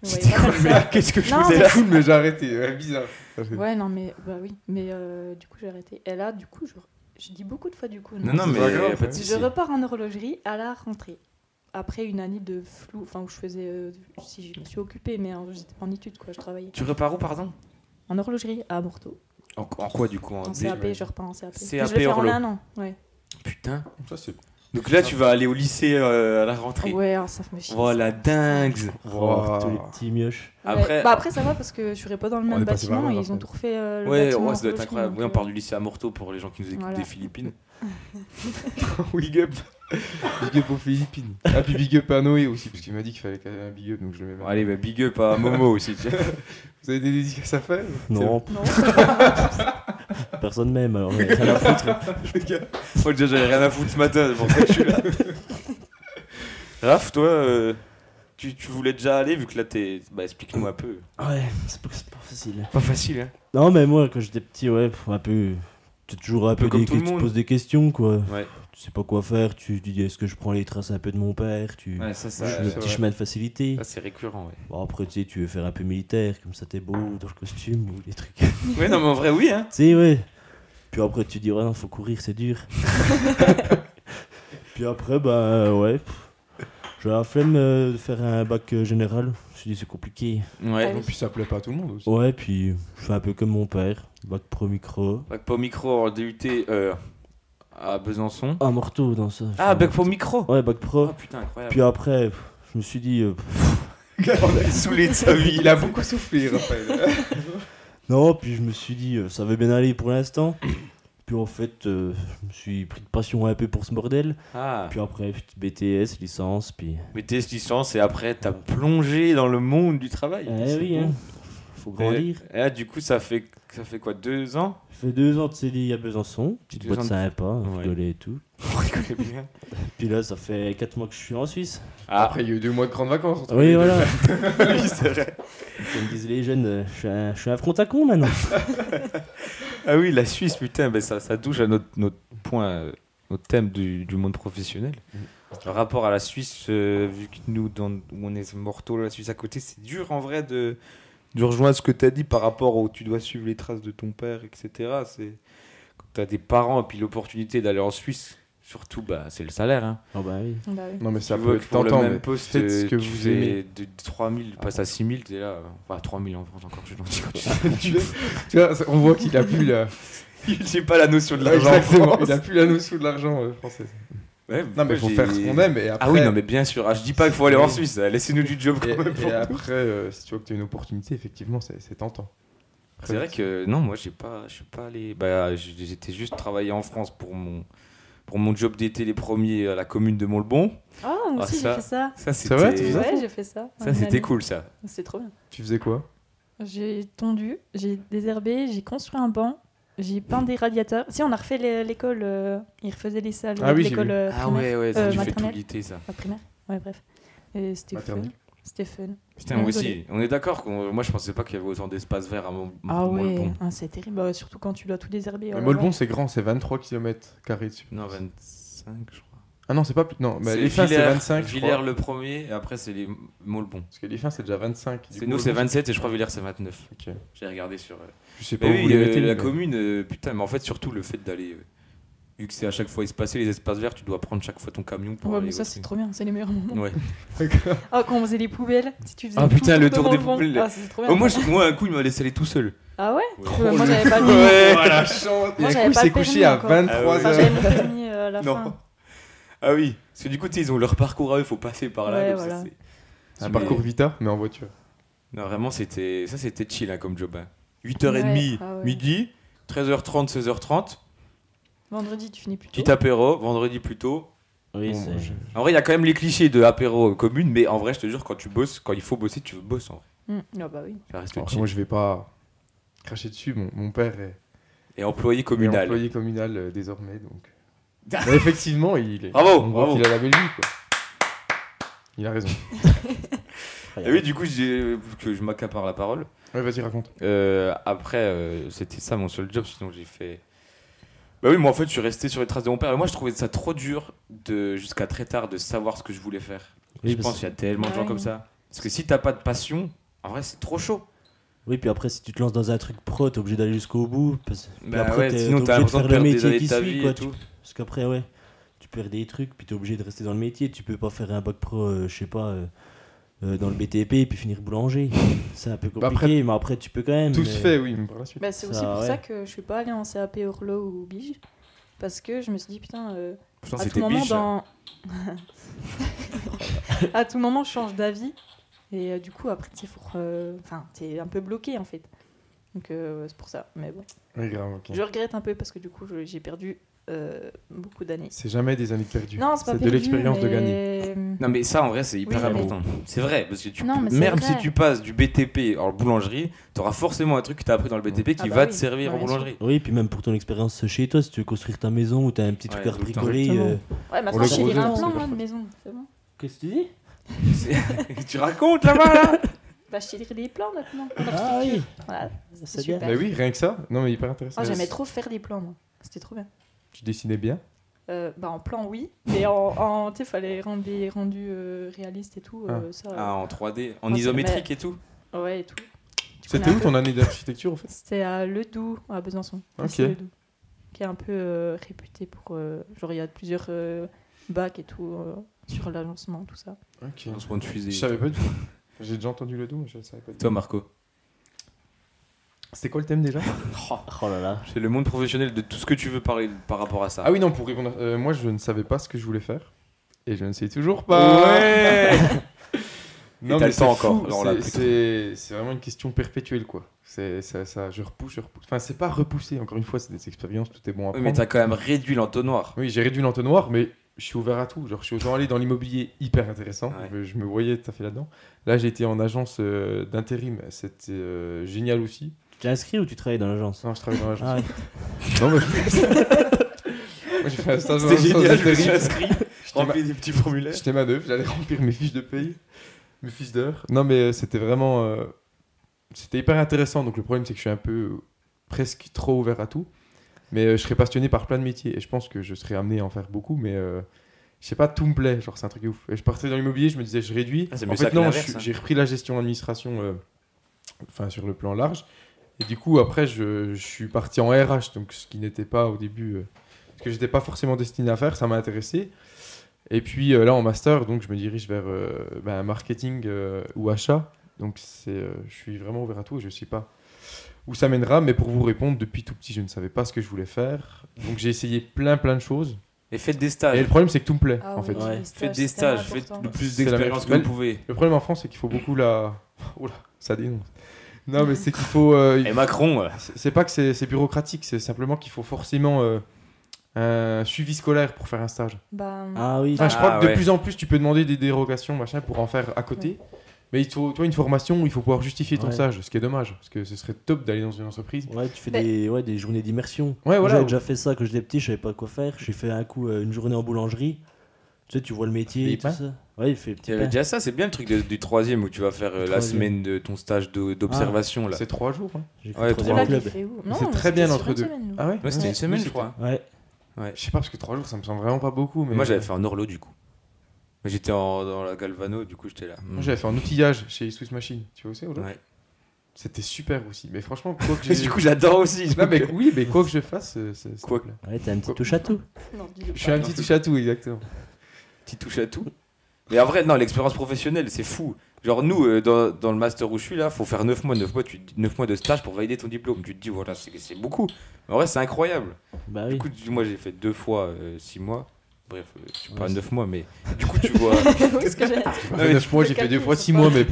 S5: je me voyais pas faire
S3: Mais
S5: ça.
S6: Ah,
S3: là, qu'est-ce que je
S5: Non,
S3: faisais
S5: mais-
S3: là
S6: C'est cool, mais j'ai arrêté. ouais, Bizarre.
S5: Ouais, non, mais bah oui. Mais euh, du coup, j'ai arrêté. Et là, du coup, je, je dis beaucoup de fois du coup.
S3: Non, non,
S6: C'est
S3: mais
S6: pas grave,
S3: y a pas de
S6: hein.
S3: souci.
S5: Je repars en horlogerie à la rentrée. Après une année de flou, enfin où je faisais, euh, si je me suis occupée, mais euh, j'étais pas en études quoi, je travaillais.
S3: Tu repars où, pardon
S5: En horlogerie à Morteau.
S3: en, en quoi du coup en
S5: En
S3: dé-
S5: CAP, je repars en CAP.
S3: CAP
S5: je vais faire en
S3: horlo.
S5: un an. Ouais.
S3: Putain.
S6: Ça, c'est.
S3: Donc là, tu vas aller au lycée euh, à la rentrée.
S5: Ouais, alors ça me chie.
S3: Voilà, dingue.
S4: Oh, tous les petits mioches.
S5: Ouais.
S3: Après-
S5: Bah après ça va parce que je serais pas dans le
S6: On
S5: même
S6: est passé par
S5: bâtiment
S6: là,
S5: et ils
S6: après.
S5: ont tout refait euh, le
S3: Ouais,
S5: bâtiment.
S3: ouais, ça doit être
S5: horlogerie,
S3: incroyable.
S5: donc,
S3: Oui, on
S5: euh,
S3: parle du lycée à Morteau pour les gens qui nous écoutent
S5: Voilà.
S3: des Philippines.
S6: Big up. Big up aux Philippines. Ah, puis big up à Noé aussi, parce qu'il m'a dit qu'il fallait qu'il y ait un big up, donc je le mets.
S3: Bon,
S6: maintenant.
S3: allez, bah, big up à Momo aussi. tiens.
S6: Vous avez des dédicaces à faire
S4: Non,
S5: Non,
S4: personne même, alors ouais, rien à foutre.
S3: Moi déjà j'avais rien à foutre ce matin, c'est pour ça que je suis là. Raph, toi, euh, tu, tu voulais déjà aller vu que là t'es. Bah explique-nous un peu.
S4: Ouais, c'est pas, c'est pas facile.
S3: Pas facile hein.
S4: Non, mais moi, quand j'étais petit, ouais, pff, un peu. T'es toujours un,
S3: peu
S4: peu,
S3: comme
S4: des-
S3: tout le
S4: tu te
S3: monde.
S4: poses des questions, quoi.
S3: Ouais.
S4: Tu sais pas quoi faire, tu tu dis est-ce que je prends les traces un peu de mon père, tu.
S3: Ouais ça, ça,
S4: Le
S3: euh,
S4: petit chemin de facilité.
S3: ça, c'est récurrent ouais.
S4: Bon, après, tu sais, tu veux faire un peu militaire, comme ça t'es beau dans le costume ou des trucs.
S3: Ouais non mais en vrai oui hein.
S4: Tu sais, ouais. Puis après, tu dis, ouais, non, faut courir, c'est dur. Puis après, bah, ouais. pff, J'ai la flemme euh, de faire un bac euh, général. Je me suis dit, c'est compliqué.
S3: Ouais.
S5: oui.
S6: Et puis ça plaît pas à tout le monde aussi.
S4: Ouais, puis je fais un peu comme mon père. Bac pro micro.
S3: Bac pour micro en DUT euh, à Besançon.
S4: Ah, morteau dans ça.
S3: Ah bac pour micro
S4: Ouais, bac
S3: Oh
S4: pro.
S3: putain incroyable.
S4: Puis après, pff, je me suis dit, euh, pff,
S3: Saoulé de sa vie.
S6: Il a beaucoup soufflé, Raphaël.
S4: non, puis je me suis dit, euh, ça va bien aller pour l'instant. Puis en fait, euh, je me suis pris de passion un peu pour ce bordel.
S3: Ah
S4: Puis après, BTS, licence, puis.
S3: mais t'es licence et après t'as plongé dans le monde du travail.
S4: Eh
S3: C'est
S4: oui,
S3: bon.
S4: hein. Faut grandir.
S3: Et là, du coup, ça fait, ça fait quoi Deux ans
S4: Je fais deux ans de CDI à Besançon, petite
S3: Deux ans
S4: boîte
S3: de-
S4: sympa,
S3: Ouais.
S4: on rigolait et tout. Puis là, ça fait quatre mois que je suis en Suisse.
S3: Ah,
S6: Après, il y a eu deux mois de grandes vacances. entre les
S4: Oui,
S6: deux.
S4: voilà.
S3: oui, c'est vrai.
S4: Comme disent les jeunes, euh, je suis un, je suis un frontacon maintenant.
S3: Ah oui, la Suisse, putain, ben ça, ça touche à notre, notre point, euh, notre thème du, du monde professionnel. Le rapport à la Suisse, euh, vu que nous, dans, où on est mortaux, la Suisse à côté, c'est dur en vrai de, de rejoindre ce que tu as dit par rapport au tu dois suivre les traces de ton père, etc. C'est, quand tu as des parents et puis l'opportunité d'aller en Suisse, surtout, bah, c'est le salaire. Hein.
S4: Ah bah oui.
S5: Bah oui.
S6: Non, mais ça
S3: tu vois
S6: peut
S3: que
S6: être
S3: pour
S6: tentant.
S3: le même
S6: mais
S3: poste,
S6: faites ce
S3: euh,
S6: que
S3: tu
S6: vous
S3: fais
S6: aimez.
S3: de 3000, tu passes à 6000, t'es là. euh, Enfin, 3000 en France encore, je suis gentil.
S6: Tu vois, on voit qu'il a plus la.
S3: J'ai pas la notion de l'argent.
S6: Exactement. Il a plus la notion de l'argent euh, français. Non, mais faut faire ce qu'on aime et après.
S3: Ah oui, non, mais bien sûr. Ah, je dis pas qu'il faut aller en Suisse, euh, laissez-nous du job
S6: Et,
S3: quand même.
S6: et
S3: pour-
S6: après, euh, si tu vois que tu as une opportunité, effectivement, c'est c'est tentant.
S3: C'est vrai que non, moi j'ai pas, je suis pas allé. Bah, j'ai- j'étais juste travaillé en France pour mon, pour mon job d'été les premiers à la commune de Montbon.
S5: Ah, moi
S3: Ah,
S5: aussi,
S3: ça.
S5: j'ai fait ça.
S3: Ça
S6: C'est vrai, tu
S3: c'était,
S6: faisais
S5: Ouais, j'ai fait ça.
S3: ça c'était cool ça.
S5: C'est trop bien.
S6: Tu faisais quoi
S5: J'ai tondu, j'ai désherbé, j'ai construit un banc, j'ai peint des radiateurs. Si, on a refait l'é- l'école, euh, ils refaisaient les salles
S6: Ah oui,
S5: de
S6: j'ai
S5: l'école
S6: vu.
S5: euh,
S3: Ah
S5: primaire.
S3: ouais, ouais, ça,
S5: Euh,
S3: tu fais tout
S5: maternelle.
S3: l'été ça.
S5: Enfin, primaire, ouais, bref. Et c'était fun.
S6: Maternelle.
S5: C'était fun.
S3: Putain,
S5: On
S3: moi
S5: rigolait.
S3: aussi, on est d'accord. qu'on- Moi je pensais pas qu'il y avait autant d'espace vert à Mont-
S5: Ah
S3: Montbon.
S5: ouais, ah, c'est terrible, bah, surtout quand tu dois tout désherber. oh
S6: Le
S5: là
S6: Molbon,
S5: là.
S6: c'est grand, c'est 23 km carrés dessus.
S3: Non, 25, je crois.
S6: Ah non, c'est pas plus. Non, mais les fins, c'est 25. je crois.
S3: Villers le premier, et après c'est les Molbon.
S6: Parce que les fins, c'est déjà 25. Du
S3: C'est
S6: coup,
S3: nous, c'est
S6: Molbon,
S3: 27 et je crois Villers c'est 29.
S6: Ok.
S3: J'ai regardé sur. euh,
S6: Je sais pas
S3: Bah
S6: où
S3: oui,
S6: vous les
S3: euh,
S6: mettez.
S3: la
S6: mais-
S3: commune, euh, putain, mais en fait, surtout le fait d'aller. euh, vu que c'est à chaque fois espacé, les espaces verts, tu dois prendre chaque fois ton camion pour
S5: Ouais,
S3: aller.
S5: mais ça
S3: au
S5: c'est
S3: truc.
S5: trop bien, c'est les meilleurs moments.
S3: Ouais.
S5: Ah, quand on faisait les poubelles, si tu faisais
S3: Ah,
S5: tout
S3: putain, le tour
S5: devant
S3: des
S5: le banc.
S3: poubelles.
S5: Ah, c'est trop bien.
S3: Oh, moi, je- moi, un coup, il m'a laissé aller tout seul.
S5: Ah ouais,
S3: Oh,
S5: Euh, Moi
S3: le-
S5: j'avais pas le
S3: Ouais.
S6: Oh, la chance
S5: Moi,
S6: Et du
S5: j'avais
S6: coup, il
S5: pas
S6: s'est
S5: le permis
S6: couché à
S5: encore.
S6: 23
S5: Enfin,
S3: Ah
S6: h
S5: j'avais mon permis euh, à la
S3: Non.
S5: fin.
S3: Ah oui, parce que du coup, tu sais, ils ont leur parcours à eux, faut passer par là.
S5: Ouais,
S3: comme ça,
S5: voilà.
S3: c'est-
S6: Un
S3: Mais-
S6: parcours Vita, mais en voiture.
S3: Non, vraiment, c'était ça, c'était chill hein, comme job. hein. 8h30,
S5: Ouais, ah ouais.
S3: midi, 13h30, 16h30,
S5: Vendredi, tu finis plus tôt.
S3: petit apéro, vendredi plus tôt.
S4: Oui,
S6: Bon, moi,
S4: c'est.
S3: En vrai, il y a quand même les clichés de apéro euh, commune, mais en vrai, je te jure, quand tu bosses, quand il faut bosser, tu bosses en vrai.
S5: Hmm, Ah bah oui.
S3: Ça reste
S6: Alors,
S3: chill.
S6: moi, je vais pas cracher dessus. Mon, mon père est
S3: Et employé
S6: est
S3: communal.
S6: employé communal euh, désormais, donc. Mais effectivement, il est.
S3: Bravo,
S6: on voit
S3: bravo.
S6: qu'il a la belle vie, quoi. Il a raison.
S3: Et oui, du coup, j'ai- que je m'accapare la parole.
S6: Ouais, vas-y, raconte.
S3: Euh, après, euh, c'était ça mon seul job, sinon j'ai fait. Bah oui, moi en fait, je suis resté sur les traces de mon père. Et moi, je trouvais ça trop dur de jusqu'à très tard de savoir ce que je voulais faire.
S4: Oui,
S3: je
S4: parce-
S3: pense qu'il y a tellement de
S5: Ah
S3: gens
S5: oui.
S3: comme ça. Parce que si t'as pas de passion, en vrai, c'est trop chaud.
S4: Oui, puis après, si tu te lances dans un truc pro, t'es obligé d'aller jusqu'au bout. Parce, puis
S3: Bah
S4: après,
S3: ouais,
S4: t'es-
S3: sinon
S4: t'es
S3: t'as l'impression
S4: obligé de
S3: de
S4: faire le
S3: perdre des
S4: métier
S3: années
S4: qui
S3: de ta
S4: suit,
S3: vie
S4: quoi.
S3: et tout.
S4: Parce qu'après, ouais, tu perds des trucs, puis t'es obligé de rester dans le métier. Tu peux pas faire un bac pro, euh, je sais pas, euh, euh, dans le BTP et puis finir boulanger. C'est un peu compliqué,
S6: Bah après,
S4: mais après, tu peux quand même.
S6: Tout
S4: mais-
S6: se fait, oui, mais par la suite.
S5: Bah, c'est
S4: Ça,
S5: aussi pour
S4: ouais.
S5: ça que je suis pas allée en CAP Orlo ou Bige. Parce que je me suis dit, putain, euh,
S3: Putain,
S5: à tout
S3: c'était
S5: moment,
S4: hein.
S3: biche.
S5: dans.
S6: hein.
S5: à tout moment, je change d'avis. Et euh, du coup, après, tu sais, faut re- Enfin, t'es un peu bloqué en fait. Donc, euh, c'est pour ça. Mais bon.
S6: Oui, grave, ok.
S5: Je regrette un peu parce que du coup, je- j'ai perdu euh, beaucoup d'années.
S6: C'est jamais des années perdues.
S5: Non, c'est pas
S6: de
S5: perdu,
S6: l'expérience de
S5: mais-
S6: gagner.
S3: Non, mais ça, en vrai, c'est hyper
S5: Oui, mais-
S3: important. C'est vrai, parce que tu
S7: Non, mais c'est
S3: même
S7: vrai.
S3: si tu passes du BTP en boulangerie, t'auras forcément un truc que t'as appris dans le BTP qui
S5: Ah bah
S3: va
S5: oui,
S3: te servir
S5: bah
S3: en
S5: bien
S3: boulangerie.
S4: Oui, puis même pour ton expérience chez toi, si tu veux construire ta maison ou t'as un petit truc
S3: Ouais,
S4: à
S3: donc t'as-
S4: rebricoler.
S5: Exactement.
S4: euh,
S5: Ouais,
S6: On
S5: maintenant
S6: le
S5: j'ai
S6: propose,
S5: un
S6: c'est
S5: plan là,
S6: parfait.
S5: de maison, c'est bon.
S4: Qu'est-ce que tu dis
S3: C'est- tu racontes là-bas là
S5: Bah, je t'ai des plans maintenant.
S4: Ah oui,
S5: Voilà.
S4: c'est
S5: super.
S4: bien.
S6: Mais Bah oui, rien que ça. Non, mais hyper intéressant.
S5: bah Oh, J'aimais trop faire des plans, moi. C'était trop bien.
S6: Tu dessinais bien.
S5: Euh, bah, en plan, oui. Mais en. en tu sais, fallait rendre des rendus euh, réalistes et tout. euh, ça,
S3: Ah, en 3D, en
S5: Non, c'est-
S3: isométrique et tout.
S5: euh, ouais, et tout. Tu
S6: C'était
S5: connais un
S6: où
S5: peu
S6: ton année d'architecture en fait
S5: C'était à Ledoux, à Besançon.
S6: Ok.
S5: Lycée Ledoux, qui est un peu euh, réputé pour. euh, genre, il y a plusieurs euh, bacs et tout euh, sur l'agencement, tout ça.
S6: Ok.
S3: On se prend de
S6: Je
S3: fusée.
S6: savais pas du tout. J'ai déjà entendu le dos, mais je ne savais pas du tout.
S3: Toi, Marco,
S6: C'était quoi le thème déjà
S4: Oh là là.
S3: c'est le monde professionnel de tout ce que tu veux parler par rapport à ça.
S6: Ah oui, non, pour répondre. à- euh, moi, je ne savais pas ce que je voulais faire. Et je ne sais toujours pas.
S3: Ouais
S6: Non,
S3: Et t'as
S6: mais
S3: le temps
S6: c'est fou,
S3: encore, alors là,
S6: c'est-
S3: plutôt.
S6: C'est c'est vraiment une question perpétuelle, quoi. C'est ça, ça, je repousse, je repousse. Enfin, c'est pas repousser. Encore une fois, c'est des expériences, tout est bon à
S3: Oui,
S6: prendre.
S3: mais t'as quand même réduit l'entonnoir.
S6: Oui, j'ai réduit l'entonnoir, mais je suis ouvert à tout. Genre, je suis autant allé dans l'immobilier, hyper intéressant.
S3: Ouais.
S6: Je, je me voyais tout à fait là-dedans. Là, j'ai été en agence euh, d'intérim. C'était euh, génial aussi.
S4: Tu t'es inscrit ou tu travailles dans l'agence
S6: Non, je travaille dans l'agence.
S4: Ah ouais.
S6: Non, mais Moi, j'ai fait un stage dans
S3: C'était
S6: l'agence
S3: génial, je me suis
S6: d'intérim.
S3: inscrit,
S6: J'étais ma-
S3: rempli des petits formulaires.
S6: J'étais ma meuf, j'allais remplir mes fiches de paye, mes fiches d'heures. Non, mais euh, c'était vraiment. euh, c'était hyper intéressant. Donc, le problème, c'est que je suis un peu euh, presque trop ouvert à tout. Mais euh, je serais passionné par plein de métiers. Et je pense que je serais amené à en faire beaucoup. Mais euh, je sais pas, tout me plaît. Genre, c'est un truc de ouf. Et je partais dans l'immobilier, je me disais, je réduis.
S3: Ah, c'est
S6: en
S3: mieux
S6: fait,
S3: ça que
S6: non,
S3: l'inverse,
S6: je suis-
S3: hein.
S6: j'ai repris la gestion administration, euh, enfin, sur le plan large. Et du coup, après, je, je suis parti en RH. Donc, ce qui n'était pas au début. euh, ce que j'étais pas forcément destiné à faire, ça m'a intéressé. Et puis euh, là, en master, donc je me dirige vers euh, ben, marketing euh, ou achat. Donc c'est, euh, je suis vraiment ouvert à tout et je sais pas où ça mènera. Mais pour vous répondre, depuis tout petit, je ne savais pas ce que je voulais faire. Donc j'ai essayé plein plein de choses.
S3: Et faites des
S6: Et
S3: stages.
S6: le problème, c'est que tout me plaît,
S5: Ah
S6: en
S5: oui,
S6: fait.
S4: Ouais.
S5: les
S3: Faites
S5: c'est
S3: des stages,
S5: tellement
S3: faites
S5: important.
S3: le plus
S6: C'est la meilleure
S3: d'expérience que
S6: chose.
S3: vous pouvez.
S6: Le problème en France, c'est qu'il faut beaucoup la... Oula, ça dénonce. Non, mais c'est qu'il faut... euh, il-
S3: Et Macron, euh,
S6: c'est c'est pas que c'est c'est bureaucratique, c'est simplement qu'il faut forcément euh, un suivi scolaire pour faire un stage.
S5: Bah,
S4: Ah oui.
S6: Enfin, je
S3: Ah,
S6: crois que
S3: ouais.
S6: de plus en plus, tu peux demander des dérogations machin, pour en faire à côté. Mais il te faut, toi, une formation où il faut pouvoir justifier ton
S4: Ouais.
S6: stage, ce qui est dommage, parce que ce serait top d'aller dans une entreprise.
S4: Ouais, tu fais
S5: Mais-
S4: des, ouais, des journées d'immersion.
S6: Ouais,
S4: Moi,
S6: voilà.
S4: J'avais déjà fait ça quand j'étais petit, je savais pas quoi faire. J'ai fait un coup euh, une journée en boulangerie. Tu sais, tu vois le métier
S6: Des
S4: et tout
S6: pains
S4: ça. Ouais, il fait petit
S3: tu avais
S4: pain.
S3: déjà ça, c'est bien le truc de- du troisième où tu vas faire euh, la
S4: Troisième.
S3: semaine de ton stage de- d'observation là.
S6: C'est trois jours. hein.
S4: J'ai fait
S3: Ouais,
S4: le troisième
S3: trois.
S5: là,
S4: club.
S5: tu fais où
S6: c'est
S5: mais
S6: très
S5: c'était
S6: bien
S5: sur
S6: entre
S5: une
S6: deux.
S5: semaine, nous.
S6: Ah ouais
S3: Ouais, c'était
S6: Ouais.
S3: une semaine, je
S6: C'était-
S3: crois.
S4: Ouais.
S6: Je sais pas, parce que trois jours, ça me semble vraiment pas beaucoup. Mais...
S3: Moi, j'avais fait en Orlo du coup. Moi, J'étais en- dans la Galvano, du coup, j'étais là.
S6: Moi, j'avais fait un outillage chez Swiss Machine. Tu vois où c'est, Ola
S3: Ouais.
S6: C'était super aussi. Mais franchement, quoi que
S3: Et
S6: j'ai-
S3: du coup, j'adore aussi. euh,
S6: Non, mais oui, mais quoi que je fasse, euh, c'est.
S3: Quoi
S6: que.
S4: Ouais, t'as un petit
S6: euh, Quoi-
S4: touche à tout.
S5: Non, dis-le
S6: Je
S5: pas.
S6: suis un petit touche à tout, exactement.
S3: Petit touche à tout. Mais en vrai, non, l'expérience professionnelle, c'est fou. Genre, nous, euh, dans, dans le master où je suis là, faut faire 9 mois, 9 mois, tu, 9 mois de stage pour valider ton diplôme. Tu te dis, voilà, c'est c'est beaucoup. Mais en vrai, c'est incroyable.
S4: Bah
S3: Du
S4: oui.
S3: coup, tu- moi, j'ai fait deux fois 6 mois. Bref, euh, je sais pas
S4: Ouais,
S3: 9 mois, mais du coup, tu vois.
S5: Oui, ce que j'ai-
S6: J'ai
S3: mais
S6: fait 9 mois,
S5: les
S6: j'ai fait
S5: calculs
S6: deux fois
S5: sont
S6: 6
S5: pas-
S6: mois, mais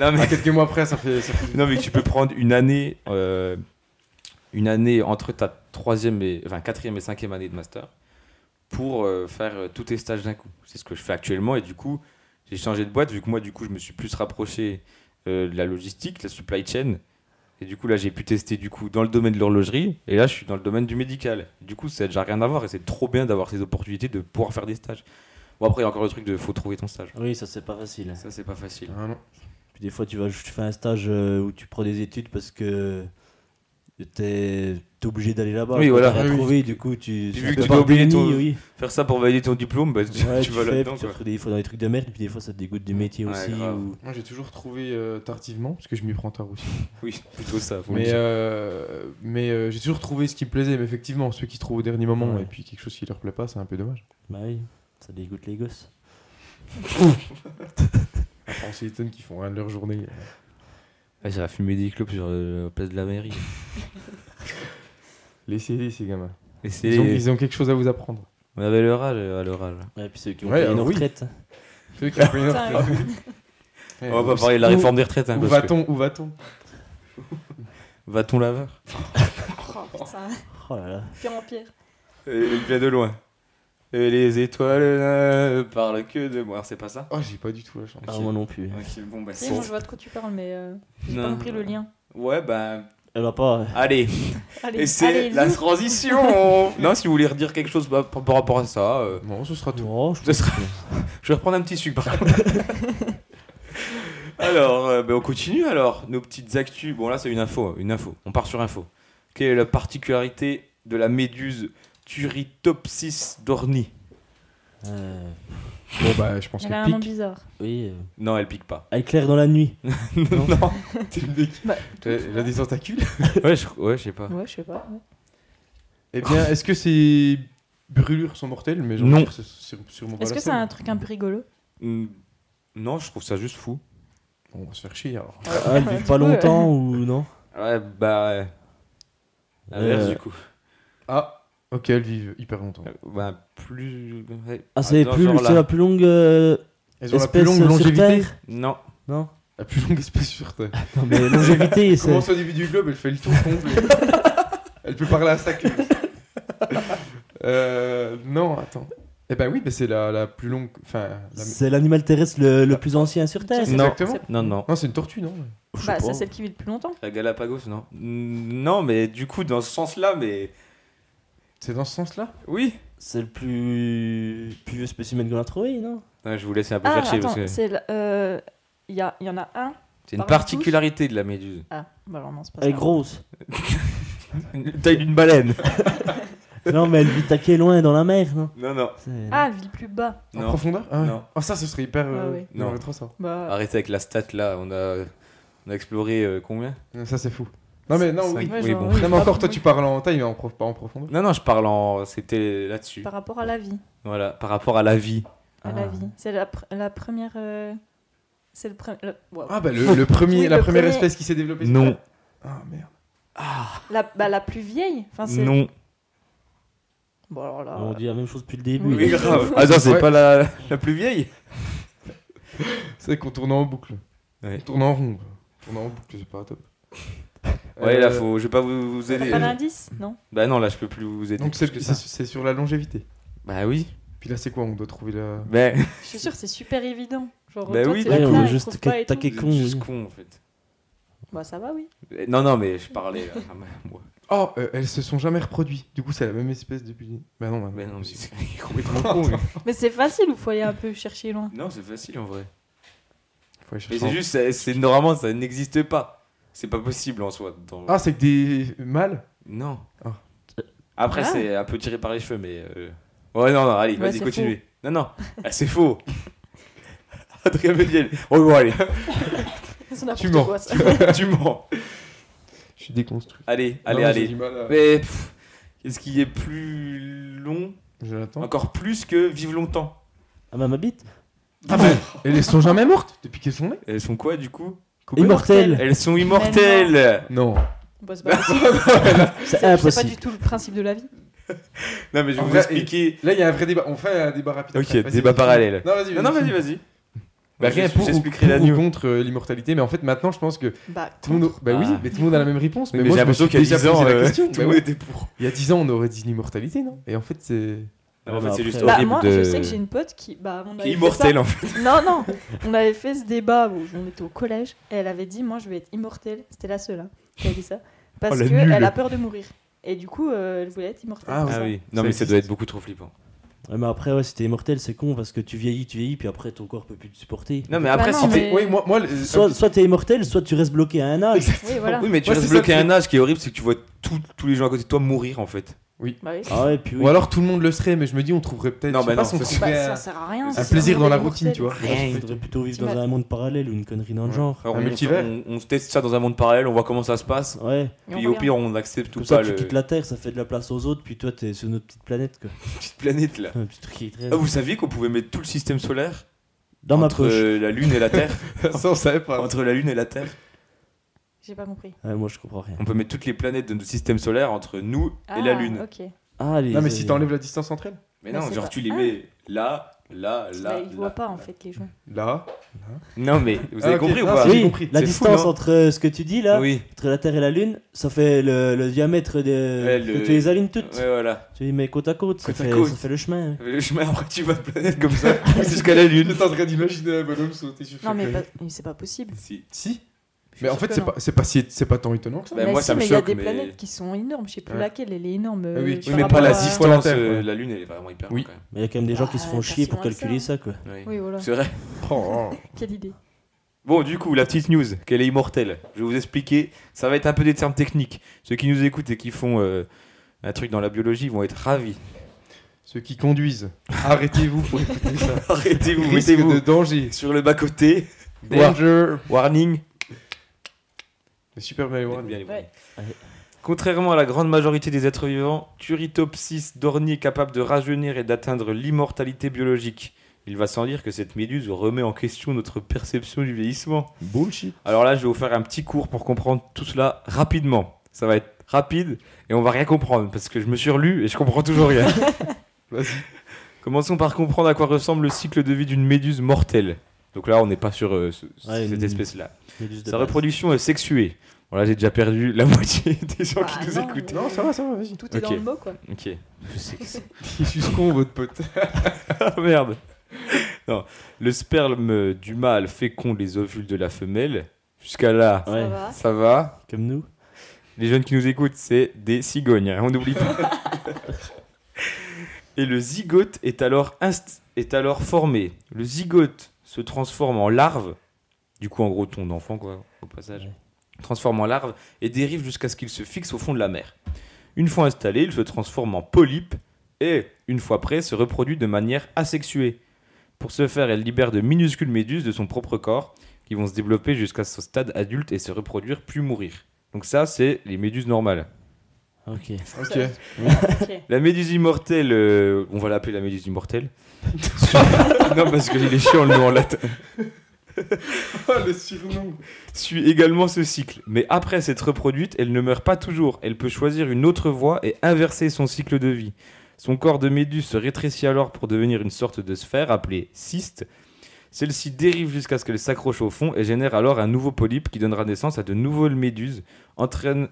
S3: non, mais
S6: à quelques mois après, ça fait. ça fait-
S3: Non, mais tu peux prendre une année, euh, une année entre ta troisième et, enfin, quatrième et cinquième année de master pour euh, faire euh, tous tes stages d'un coup. C'est ce que je fais actuellement et du coup, j'ai changé de boîte vu que moi, du coup, je me suis plus rapproché euh, de la logistique, de la supply chain. Et du coup, là, j'ai pu tester du coup dans le domaine de l'horlogerie et là, je suis dans le domaine du médical. Du coup, ça n'a déjà rien à voir et c'est trop bien d'avoir ces opportunités de pouvoir faire des stages. Bon, après, il y a encore le truc de faut trouver ton stage.
S4: Oui, ça c'est pas facile.
S3: Ça, c'est pas facile.
S6: Ah non.
S4: Puis des fois, tu vas juste faire un stage euh, où tu prends des études parce que t'es t'es obligé d'aller là-bas.
S3: Oui,
S4: quoi,
S3: voilà.
S4: t'as rien
S6: Oui, oui.
S4: trouvé, du coup, tu.
S3: Puis
S4: c'est
S3: vu
S4: un
S3: que
S4: peu
S3: tu
S4: par
S3: dois oublier
S4: déni,
S3: ton-
S4: Oui.
S3: Faire ça pour valider ton diplôme, bah, tu,
S4: Ouais,
S3: tu
S4: tu,
S3: vas
S4: fais,
S3: là-dedans.
S4: puis tu te
S3: quoi.
S4: retrouves des fois dans des trucs de merde, puis des fois ça te dégoûte du métier
S3: Ouais,
S4: aussi.
S3: grave.
S4: ou-
S6: Moi, j'ai toujours trouvé euh, tardivement, parce que je m'y prends tard aussi.
S3: Oui, plutôt ça. faut le
S6: Mais,
S3: dire.
S6: euh, mais euh, j'ai toujours trouvé ce qui me plaisait, mais effectivement, ceux qui trouvent au dernier moment
S4: Ouais.
S6: et puis quelque chose qui leur plaît pas, c'est un peu dommage.
S4: Bah oui, ça dégoûte les gosses.
S6: Après, on s'étonne qu'ils font rien de leur journée.
S3: Ah, ça va fumer des clopes sur euh, la place de la mairie.
S6: Laissez-les, ces gamins.
S3: Et c'est-
S6: Ils ont, ils ont quelque chose à vous apprendre.
S3: On avait le rage euh, à l'oral.
S4: Ouais, puis ceux qui ont
S6: Ouais,
S4: payé une
S3: ah
S6: euh, oui.
S4: retraite.
S6: Ceux qui ont pris leur
S5: Putain,
S6: place. Eh,
S3: On va
S6: où-
S3: pas parler de la
S6: où-
S3: réforme des retraites. hein,
S6: Où
S3: parce que-
S6: va-t-on Où va-t-on
S3: Va-t-on laveur
S5: oh, putain,
S4: Oh là là.
S5: pire en pire.
S3: Elle elle Euh, vient de loin. Et les étoiles ne parlent que de moi. Alors, C'est pas ça
S6: Oh, j'ai pas du tout la chance.
S4: Ah, moi non plus.
S3: Ok, bon, bah,
S5: Si, moi je vois de quoi tu parles, mais euh, j'ai pas
S3: Non.
S5: compris le lien.
S3: Ouais, bah,
S4: Elle va pas. euh,
S3: allez.
S5: Allez,
S3: Et c'est
S5: allez,
S3: la
S5: Lou.
S3: transition Non, si vous voulez redire quelque chose par, par rapport à ça, euh,
S6: Bon, ce sera tout.
S4: oh, je
S3: Ce sera- je vais reprendre un petit sucre par contre. alors, euh, ben, on continue alors. Nos petites actus. Bon, là, c'est une info. Une info. On part sur info. Quelle est la particularité de la méduse Turritopsis dorni
S4: Euh,
S6: Bon, bah, je pense
S5: Elle a
S6: qu'elle
S5: un nom
S6: pique.
S5: bizarre.
S4: oui. euh,
S3: Non, elle pique pas.
S4: Elle claire dans la nuit.
S3: non.
S5: Bah,
S6: Elle elle a des tentacules.
S3: Ouais, je, ouais, je sais pas.
S5: Ouais, je sais pas. ouais.
S6: Eh bien, est-ce que ces brûlures sont mortelles Mais j'en
S3: Non.
S6: pense que c'est c'est sûrement pas
S5: Est-ce
S6: la
S5: que c'est un
S6: seule.
S5: truc un peu rigolo
S3: Mm, Non, je trouve ça juste fou.
S6: On va se faire chier alors.
S4: Ah, elle vit pas longtemps ou non
S3: Ouais, bah. ouais. L'inverse,
S4: Euh,
S3: du coup.
S6: Ah, ok, elles vivent hyper longtemps.
S3: Bah, plus. ouais.
S4: Ah, c'est
S3: Attends,
S4: plus,
S3: genre
S4: c'est
S3: là.
S4: la plus longue euh,
S6: Elles ont la plus
S4: espèce
S6: longue
S4: euh, sur
S6: longévité.
S4: Terre
S3: Non.
S4: Non
S6: La plus longue espèce sur Terre.
S4: Non, mais longévité, c'est.
S6: commence au début du globe, elle fait le tour complet. elle peut parler à sa queue. Euh, non, attends. Eh ben oui, mais c'est la, la plus longue. Enfin, la-
S4: C'est l'animal terrestre le, le plus ancien sur Terre.
S5: C'est-
S3: Non.
S6: Exactement.
S5: c'est-
S3: Non, non.
S6: Non, Ah, c'est une tortue, non
S4: Je
S5: Bah,
S4: sais
S5: c'est
S4: pas.
S5: celle qui vit le plus longtemps.
S3: La Galapagos, non. Mm, Non, mais du coup, dans ce sens-là, mais.
S6: C'est dans ce sens-là
S3: Oui.
S4: C'est le plus... plus vieux spécimen qu'on a trouvé, non
S3: Ouais, je vous laisse un peu
S5: Ah,
S3: chercher
S5: attends,
S3: parce que c'est
S5: c'est la- euh, il y, a- il y en a un.
S3: une
S5: pardon,
S3: particularité de la méduse.
S5: Ah, bah alors non, c'est pas
S4: Elle est
S5: ça.
S4: grosse.
S3: Une taille d'une baleine.
S4: non, mais elle vit taquer loin dans la mer, non
S3: Non, non.
S4: C'est-
S5: Ah, elle vit plus bas.
S6: En
S3: Non.
S6: profondeur Ah ouais.
S3: Non.
S6: Ah, ça, ce serait hyper. euh,
S5: Ah ouais.
S6: Non,
S3: Non.
S6: trop ça.
S5: Bah,
S3: Arrêtez avec la stat là. On a, on a exploré euh, combien
S6: Non, Ça, c'est fou. Non, mais non,
S3: Cinq.
S6: oui.
S5: ouais,
S3: oui,
S5: genre,
S3: bon.
S5: Ah oui,
S6: Non, mais encore,
S5: par-
S6: toi, tu parles en taille, mais en prof- pas en profondeur.
S3: Non, non, je parle en. C'était là-dessus.
S5: Par rapport à la vie.
S3: Voilà, par rapport à la vie.
S5: À la
S4: Ah.
S5: vie. C'est la, pr- la première. euh, C'est le premier. le- wow.
S6: Ah, bah, le, le premier,
S5: Oui,
S6: la
S5: le
S6: première
S5: premier.
S6: espèce qui s'est développée. sur
S3: Non,
S6: Terre. Ah, merde.
S5: La, bah, la plus vieille. Enfin, c'est-
S3: Ah, non.
S5: Bon, alors là.
S4: On dit la même chose depuis le début.
S5: Oui,
S3: Mais
S5: Oui,
S3: grave. Ah, ça, c'est
S6: Ouais.
S3: pas la, la plus vieille
S6: C'est vrai qu'on tourne en boucle.
S3: Ouais.
S6: On tourne en rond. On tourne en boucle, c'est pas top.
S3: Ouais,
S6: Euh,
S3: là, faut, je vais pas vous, vous
S5: T'as
S3: aider.
S5: pas d'indice Non
S3: Bah non, là, je peux plus vous aider.
S6: Donc,
S3: plus
S6: c'est
S3: que
S6: c'est- c'est sur la longévité.
S3: Bah oui.
S6: Puis là, c'est quoi On doit trouver la.
S3: Bah,
S5: Je suis sûre, c'est super évident. Genre,
S3: Bah
S5: toi,
S3: oui,
S5: t'es
S3: Ouais,
S5: là,
S3: on
S5: elle
S3: a
S4: juste
S5: trouve pas et
S4: taqué.
S5: tout.
S4: T'es con,
S3: juste
S4: oui.
S3: con hein. en fait.
S5: Bah, ça va, oui.
S3: Eh, Non, non, mais je parlais. là. Ah, bah, moi.
S6: Oh, euh, elles se sont jamais reproduites. Du coup, c'est la même espèce depuis. Bah non, bah,
S3: Bah non, mais
S6: c'est
S3: c'est
S6: complètement con. lui.
S5: Mais c'est facile ou faut aller un peu chercher loin
S3: Non, c'est facile en vrai.
S6: Faut aller chercher
S3: Mais
S6: en-
S3: c'est juste, c'est- c'est normalement, ça n'existe pas. C'est pas possible en soi. dans-
S6: Ah, c'est que des mâles
S3: Non.
S6: Ah.
S3: Après,
S5: Ah.
S3: c'est un peu tiré par les cheveux, mais. euh, Ouais, non, non, allez,
S5: Ouais,
S3: vas-y,
S5: c'est
S3: continuez. Non, non, Ah, c'est faux. Adrien Méniel. Oh, bon, allez,
S5: C'est
S6: Tu mens.
S5: n'importe quoi, ça.
S3: tu mens.
S6: Je suis déconstruit.
S3: Allez, allez,
S6: Non, j'ai
S3: allez.
S6: du mal à-
S3: Mais. pff, Est-ce qu'il est plus long
S6: Jonathan.
S3: Encore plus que Vive longtemps.
S4: Ah, bah, ma bite
S6: Ah, bah, elles sont jamais mortes depuis qu'elles sont nées.
S3: Elles sont quoi du coup
S4: Immortelle
S3: Elles sont immortelles
S6: Non.
S5: Bah, c'est pas possible.
S6: Ah,
S4: C'est
S5: C'est c'est pas du
S4: impossible.
S5: tout le principe de la vie.
S3: Non, mais je vais
S6: En
S3: vous
S6: vrai,
S3: expliquer.
S6: Là, il y a un vrai débat. On fait un débat rapide.
S3: Ok,
S6: après. Vas-y,
S3: débat
S6: vas-y.
S3: parallèle.
S6: Non, vas-y.
S3: Non, non, vas-y, vas-y.
S6: Bah,
S3: Je-
S6: rien pour ou,
S3: j'expliquerai la
S6: pour ou
S3: news.
S6: contre euh, l'immortalité, mais en fait maintenant je pense que
S5: Bah,
S6: tout le monde, bah oui,
S3: Ah.
S6: mais tout le monde a la même réponse.
S3: Mais,
S6: moi,
S3: j'ai
S6: je me suis
S3: l'impression qu'il y a
S6: déjà
S3: 10 ans,
S6: posé la
S3: euh,
S6: question.
S3: tout
S6: Bah
S3: le monde
S6: ouais.
S3: était pour.
S6: Il y a 10 ans on aurait dit l'immortalité, non Et en fait c'est
S3: Non, en fait, c'est juste
S4: Bah,
S5: Bah,
S3: horrible
S5: moi,
S3: de...
S5: je sais que j'ai une pote qui. Bah, on
S3: qui
S5: avait
S3: est
S5: fait
S3: immortelle, en fait.
S5: ça- Non, non. On avait fait ce débat où on était au collège et elle avait dit Moi, je vais être immortelle. C'était la seule hein, qui a dit ça. Parce
S3: Oh, la
S5: que
S3: nulle.
S5: qu'elle a peur de mourir. Et du coup, euh, elle voulait être immortelle.
S6: Ah,
S5: c'est ça.
S3: oui, non mais ça doit être beaucoup trop flippant.
S4: Ouais, mais après, ouais, si t'es immortel, c'est con parce que tu vieillis, tu vieillis, puis après ton corps peut plus te supporter.
S3: Non mais après,
S5: non,
S3: si
S5: mais-
S3: t'es...
S6: Oui, moi, moi le-
S4: Soit, soit t'es immortel, soit tu restes bloqué à un âge.
S5: Oui, voilà.
S3: Oui mais tu
S6: Moi,
S3: restes
S6: c'est ça
S3: bloqué
S6: le
S3: à
S6: truc.
S3: un âge qui est horrible, c'est que tu vois tout- tous les gens à côté de toi mourir en fait.
S5: Bah oui.
S4: Ah ouais, puis oui.
S6: ou alors tout le monde le serait, mais je me dis on trouverait peut-être.
S3: Non,
S6: je sais
S3: bah
S6: pas
S3: non,
S6: si on
S3: ça, c'est-
S5: Bah,
S6: trouverait
S5: ça
S6: un-
S5: sert à rien.
S6: un
S5: si
S6: plaisir
S5: on
S6: dans
S5: est
S6: la
S5: immortel.
S6: routine, tu vois.
S4: Ouais, je voudrais plutôt vivre dans
S5: T'imagines-
S4: un monde parallèle ou une connerie dans le genre.
S3: Alors,
S6: Un
S3: on,
S6: multivers.
S3: on- on teste ça dans un monde parallèle, on voit comment ça se passe.
S4: Ouais,
S5: Et on
S3: Puis au
S5: revient.
S3: pire, on accepte Ah tout
S4: comme ça
S3: pas
S4: tu
S3: le
S4: quittes la Terre, ça fait de la place aux autres, puis toi t'es sur notre petite planète quoi.
S3: petite planète là.
S4: Un petit truc qui est très-
S3: Ah, vous saviez qu'on pouvait mettre tout le système solaire
S4: Dans ma
S3: entre
S4: poche.
S3: euh, la Lune et la Terre
S6: Ça on savait pas.
S3: Entre la Lune et la Terre
S5: J'ai pas compris.
S4: Ouais, moi je comprends rien.
S3: On peut mettre toutes les planètes de notre système solaire entre nous et
S5: Ah,
S3: la Lune.
S5: Ok.
S4: Ah, les,
S6: Non mais
S4: euh,
S6: si t'enlèves la distance entre elles.
S3: Mais
S5: Bah,
S3: non,
S5: c'est
S3: genre
S5: pas-
S3: tu les
S5: Ah.
S3: mets là, là, là,
S5: Bah, ils
S3: là.
S5: voient pas en fait les gens.
S6: Là.
S3: Non, mais vous avez
S6: Ah, ok.
S3: compris ou
S6: Non,
S3: pas
S6: j'ai
S4: oui,
S6: compris.
S4: la
S3: C'est fou,
S4: distance
S3: non
S4: entre euh, ce que tu dis là,
S3: Oui.
S4: entre la Terre et la Lune, ça fait le, le diamètre de.
S3: Ouais, le-
S4: que tu les alignes toutes.
S3: Ouais, voilà.
S4: Tu les mets côte à côte, ça,
S3: Côte à
S4: fait,
S3: côte.
S4: ça fait le chemin. hein.
S3: Le chemin, après, tu vas de planète comme ça jusqu'à la
S6: Il
S3: Lune.
S6: est en train d'imaginer un bonhomme sauter sur
S5: Non mais,
S6: quelqu'un.
S5: pas- mais c'est pas possible.
S3: Si.
S6: Si.
S5: Je suis
S6: Mais en
S5: sûre
S6: fait,
S5: que
S6: c'est
S5: non.
S6: pas, c'est pas, si- c'est pas tant étonnant que ça.
S3: Bah,
S5: Bah
S3: moi,
S5: si,
S3: ça me
S5: mais il y a
S3: choque,
S5: des
S3: mais-
S5: planètes qui sont énormes. Je sais plus
S6: Ouais.
S5: laquelle, elle est énorme.
S6: Ah oui,
S5: euh,
S6: oui,
S5: par
S3: Oui, mais
S5: rapport
S3: pas la
S5: à-
S6: distance.
S3: distance.
S6: Terre,
S3: euh,
S6: ouais.
S3: La Lune, elle est vraiment hyper
S6: Oui.
S3: loin, quand
S4: Mais il y a quand même des gens qui se
S5: Bah,
S4: font
S5: pas
S4: chier
S5: si
S4: pour
S5: loin que
S4: calculer Ah, ça, quoi.
S3: même.
S5: Oui, voilà.
S3: C'est vrai.
S6: Oh, oh.
S5: Quelle idée.
S3: Bon, du coup, la petite news, qu'elle est immortelle. Je vais vous expliquer. Ça va être un peu des termes techniques. Ceux qui nous écoutent et qui font euh, un truc dans la biologie vont être ravis.
S6: Ceux qui conduisent, arrêtez-vous pour écouter ça.
S3: Arrêtez-vous,
S6: Risque
S3: mettez-vous
S6: de danger.
S3: sur le bas-côté.
S6: Danger.
S3: Warning.
S6: Mais Super Mario World.
S3: Bien, bien, bien.
S5: Ouais.
S3: Contrairement à la grande majorité des êtres vivants, Turritopsis dorni est capable de rajeunir et d'atteindre l'immortalité biologique. Il va sans dire que cette méduse remet en question notre perception du vieillissement.
S6: Bullshit.
S3: Alors là, je vais vous faire un petit cours pour comprendre tout cela rapidement. Ça va être rapide et on va rien comprendre parce que je me suis relu et je comprends toujours rien.
S6: Vas-y.
S3: Commençons par comprendre à quoi ressemble le cycle de vie d'une méduse mortelle. Donc là, on n'est pas sur euh, ce-
S4: Ouais,
S3: cette
S4: une-
S3: espèce-là.
S4: Mais juste de
S3: Sa
S4: base.
S3: reproduction est sexuée. Bon là, j'ai déjà perdu la moitié des gens
S5: Bah,
S3: qui nous
S5: non,
S3: écoutent.
S5: mais-
S6: Non, ça va, ça va, vas-y.
S5: Tout est dans
S3: Ok.
S5: le mot quoi.
S3: Ok.
S6: Il est juste con, votre pote.
S3: Ah, merde. Non. Le sperme du mâle féconde les ovules de la femelle. Jusqu'à là,
S5: Ça
S4: Ouais,
S5: va.
S3: ça va.
S4: comme nous.
S3: Les jeunes qui nous écoutent, c'est des cigognes, hein, on n'oublie pas. Et le zygote est alors, inst- est alors formé. Le zygote se transforme en larve, du coup en gros ton d'enfant quoi, au passage, transforme en larve et dérive jusqu'à ce qu'il se fixe au fond de la mer. Une fois installé, il se transforme en polype et, une fois prêt, se reproduit de manière asexuée. Pour ce faire, elle libère de minuscules méduses de son propre corps qui vont se développer jusqu'à ce stade adulte et se reproduire puis mourir. Donc ça, c'est les méduses normales.
S4: Ok.
S6: Ok.
S3: La méduse immortelle, euh, on va l'appeler la méduse immortelle. non, parce que il est chiant le nom en latin.
S6: Ah, le surnom.
S3: Suit également ce cycle. Mais après s'être reproduite, elle ne meurt pas toujours. Elle peut choisir une autre voie et inverser son cycle de vie. Son corps de méduse se rétrécit alors pour devenir une sorte de sphère appelée cyste. Celle-ci dérive jusqu'à ce qu'elle s'accroche au fond et génère alors un nouveau polype qui donnera naissance à de nouvelles méduses, entraîne-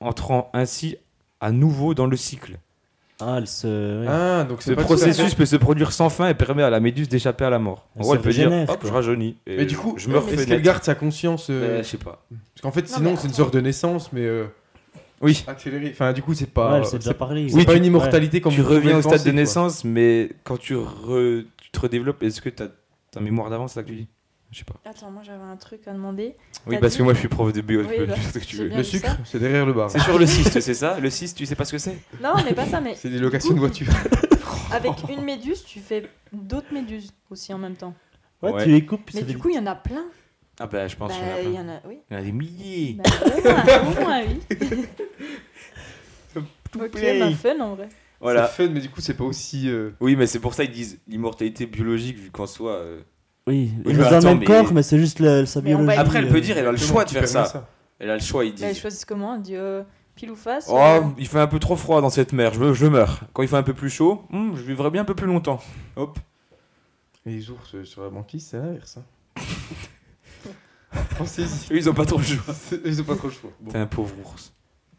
S3: entrant ainsi à nouveau dans le cycle.
S4: Ah, elle se. ouais.
S6: Ah, donc c'est
S3: Ce
S6: pas tout à
S3: processus
S6: fait-
S3: peut se produire sans fin et permet à la méduse d'échapper à la mort. En
S4: Elle
S3: gros,
S4: se
S3: elle peut dire
S4: régénère,
S3: Hop,
S4: quoi.
S3: je rajeunis. Et
S6: Mais du coup,
S3: je me refais
S6: est-ce qu'elle
S3: naître.
S6: garde sa conscience euh,
S3: Euh, Je sais pas.
S6: Parce qu'en fait,
S5: Non,
S6: sinon,
S5: mais
S6: c'est une
S5: attends.
S6: sorte de naissance, mais euh,
S3: Oui,
S6: accélérée. Enfin, du coup, c'est
S4: Ouais,
S6: pas.
S4: elle s'est déjà
S6: c'est
S4: parlé.
S6: c'est
S4: ouais.
S6: pas une
S4: Ouais.
S6: immortalité comme
S3: tu
S6: vous pouvez
S3: reviens
S6: le
S3: au stade
S6: penser,
S3: de
S6: quoi.
S3: naissance, mais quand tu, re- tu te redéveloppes, est-ce que t'as ta mémoire d'avance là que tu dis Je sais pas.
S5: Attends, moi j'avais un truc à demander.
S3: Oui,
S5: T'as
S3: parce
S5: dit-
S3: que moi je suis prof de bio,
S5: Oui,
S3: tu peux
S5: bah,
S3: dire ce que tu
S5: j'ai
S3: veux.
S5: bien
S6: Le
S5: vu ça.
S6: sucre, c'est derrière le bar.
S3: C'est sur le cyste, c'est ça Le cyste, tu sais pas ce que c'est
S5: Non, mais pas ça, mais
S6: C'est des locations de voitures.
S5: avec une méduse, tu fais d'autres méduses aussi en même temps.
S4: Ouais,
S3: Ouais.
S4: tu les coupes, puis
S5: Mais
S4: ça fait
S5: du coup, il y en a plein.
S3: Ah bah je pense
S5: Bah,
S3: qu'il y en a
S5: il
S3: plein.
S5: y en a, oui.
S3: Il y en a des milliers.
S5: Bah, au moins, au moins, oui. ok,
S3: play.
S5: bah, fun en vrai.
S3: Voilà.
S6: C'est fun, mais du coup, c'est pas aussi. euh,
S3: Oui, mais c'est pour ça qu'ils disent l'immortalité biologique, vu qu'en soi. euh,
S4: Oui,
S3: Oui,
S4: ils
S3: mais
S4: ont
S3: attends,
S4: dans le même
S3: mais-
S4: corps, mais c'est juste la, sa
S5: Mais on va-
S4: biologie.
S3: Après, elle peut
S4: euh,
S3: dire, elle a le
S6: exactement,
S3: choix de
S6: qui
S3: faire
S6: permet
S3: ça. Elle a le choix, ils
S5: Bah, ils
S3: disent.
S5: choisissent comment On dit euh, pile ou face
S3: Oh,
S5: euh,
S3: il fait un peu trop froid dans cette mer, je, veux- je meurs. Quand il fait un peu plus chaud, hmm, je vivrai bien un peu plus longtemps. Hop.
S6: Et les ours euh, sur la banquise, c'est l'inverse. hein. Pensez-y.
S3: Eux, ils ont pas trop le choix.
S6: C'est- Ils ont pas trop le choix. Bon,
S3: T'es un pauvre ours.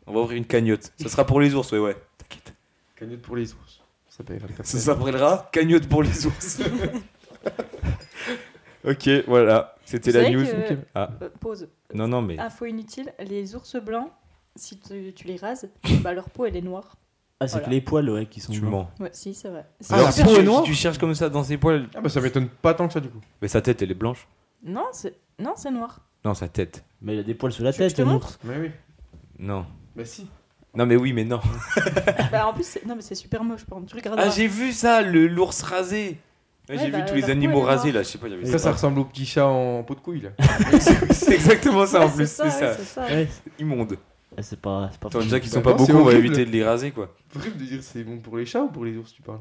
S3: On va ouvrir une cagnotte. Ça sera pour les ours, ouais, ouais. T'inquiète.
S6: cagnotte pour les ours. Ça payera le
S3: Ça
S6: café.
S3: s'appellera cagnotte pour les ours. ok, voilà. C'était
S5: Vous
S3: la
S5: savez
S3: news.
S5: que- Ah.
S3: Ok. Ah,
S5: euh, Pause.
S3: non, non, mais.
S5: Info inutile les ours blancs, si tu, tu les rases, bah, leur peau elle est noire.
S4: Ah, c'est que
S5: Voilà.
S4: les poils, ouais, qui sont.
S3: Tu
S4: blancs.
S3: mens.
S5: Ouais, si, c'est vrai. C'est
S6: Ah, la
S3: Alors, si
S5: super-
S6: peau
S3: tu,
S6: est
S3: si
S6: noire
S3: tu cherches comme ça dans ses poils.
S6: Ah bah ça m'étonne pas tant que ça du coup.
S3: Mais sa tête, elle est blanche.
S5: Non, c'est non, c'est noir.
S3: Non, sa tête.
S4: Mais il a des poils sur la
S5: Tu veux que
S4: tête,
S5: je te
S4: un
S5: montre
S4: ours.
S6: Mais oui.
S3: Non.
S6: Bah si.
S3: Non, mais oui, mais non.
S5: bah, en plus, c'est- non, mais c'est super moche. Par contre, tu regardes.
S3: Ah, j'ai vu ça, le l'ours rasé. Ouais,
S5: Ouais,
S3: j'ai
S5: bah,
S3: vu tous les
S5: leur
S3: animaux
S5: peau, elle est
S3: rasés
S5: noire.
S3: là, je sais pas, il y avait
S6: Ça, ça ressemble au petit chat en peau de couille là.
S3: C'est exactement ça en
S5: Ouais,
S3: plus, c'est
S5: ouais,
S3: ça.
S5: c'est ça.
S4: Ouais,
S3: Immonde.
S4: Ah, c'est pas. c'est pas
S3: Attends, déjà qu'ils sont
S6: Bah
S3: pas
S6: non, c'est
S3: beaucoup, on va
S6: horrible.
S3: éviter de les raser quoi.
S6: Horrible de dire c'est bon pour les chats ou pour les ours tu parles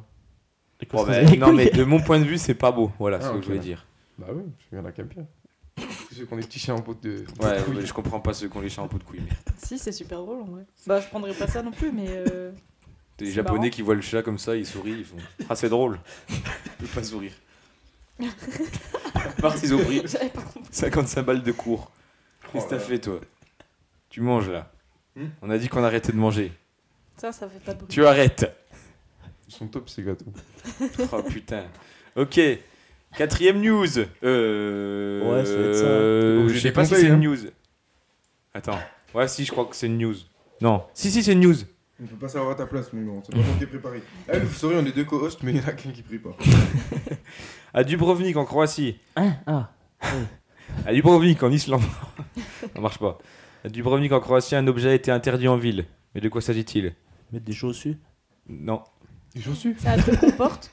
S4: D'accord,
S3: Bon,
S4: c'est-
S3: bah, non, mais de mon point de vue, c'est pas beau. Voilà
S6: Ah,
S3: ce que
S6: ok,
S3: je voulais
S6: ouais.
S3: dire.
S6: Bah oui, je viens d'un campier. Ceux qui ont des petits chats en peau de, peau
S3: Ouais,
S6: de couille.
S3: ouais, je comprends pas ceux qui ont les chats en peau de couille. mais-
S5: Si, c'est super drôle en vrai. Bah, je prendrais pas ça non plus, mais. euh,
S3: Des
S5: C'est
S3: japonais
S5: marrant.
S3: qui voient le chat comme ça, ils sourient, ils font Ah, c'est drôle. Ils peuvent pas sourire. À part s'ils ont pris
S5: J'avais pas compris.
S3: 55 balles de cours. Qu'est-ce que t'as fait, toi Tu manges là.
S6: Hmm
S3: On a dit qu'on arrêtait de manger.
S5: Ça, ça fait pas de bruit.
S3: Tu arrêtes.
S6: Ils sont top ces gâteaux.
S3: Oh putain. Ok. Quatrième news. Euh...
S4: Ouais, ça va être ça.
S3: euh,
S6: Obligé
S3: je sais
S6: de
S3: pas si
S6: conseils,
S3: c'est
S6: hein.
S3: une news. Attends. Ouais, si, je crois que c'est une news. Non. Si, si, c'est une news.
S6: On ne peut pas savoir à ta place, mon grand. C'est pas moi qui ai préparé. Eh, vous saurez, on est deux co-hosts, mais il y en a qu'un qui prie pas.
S3: À Dubrovnik, en Croatie.
S4: Hein Ah
S3: À Dubrovnik, en Islande. Ça marche pas. À Dubrovnik, en Croatie, un objet a été interdit en ville. Mais de quoi s'agit-il
S4: Mettre des chaussures
S3: Non.
S6: Des chaussures
S5: C'est un truc qu'on porte.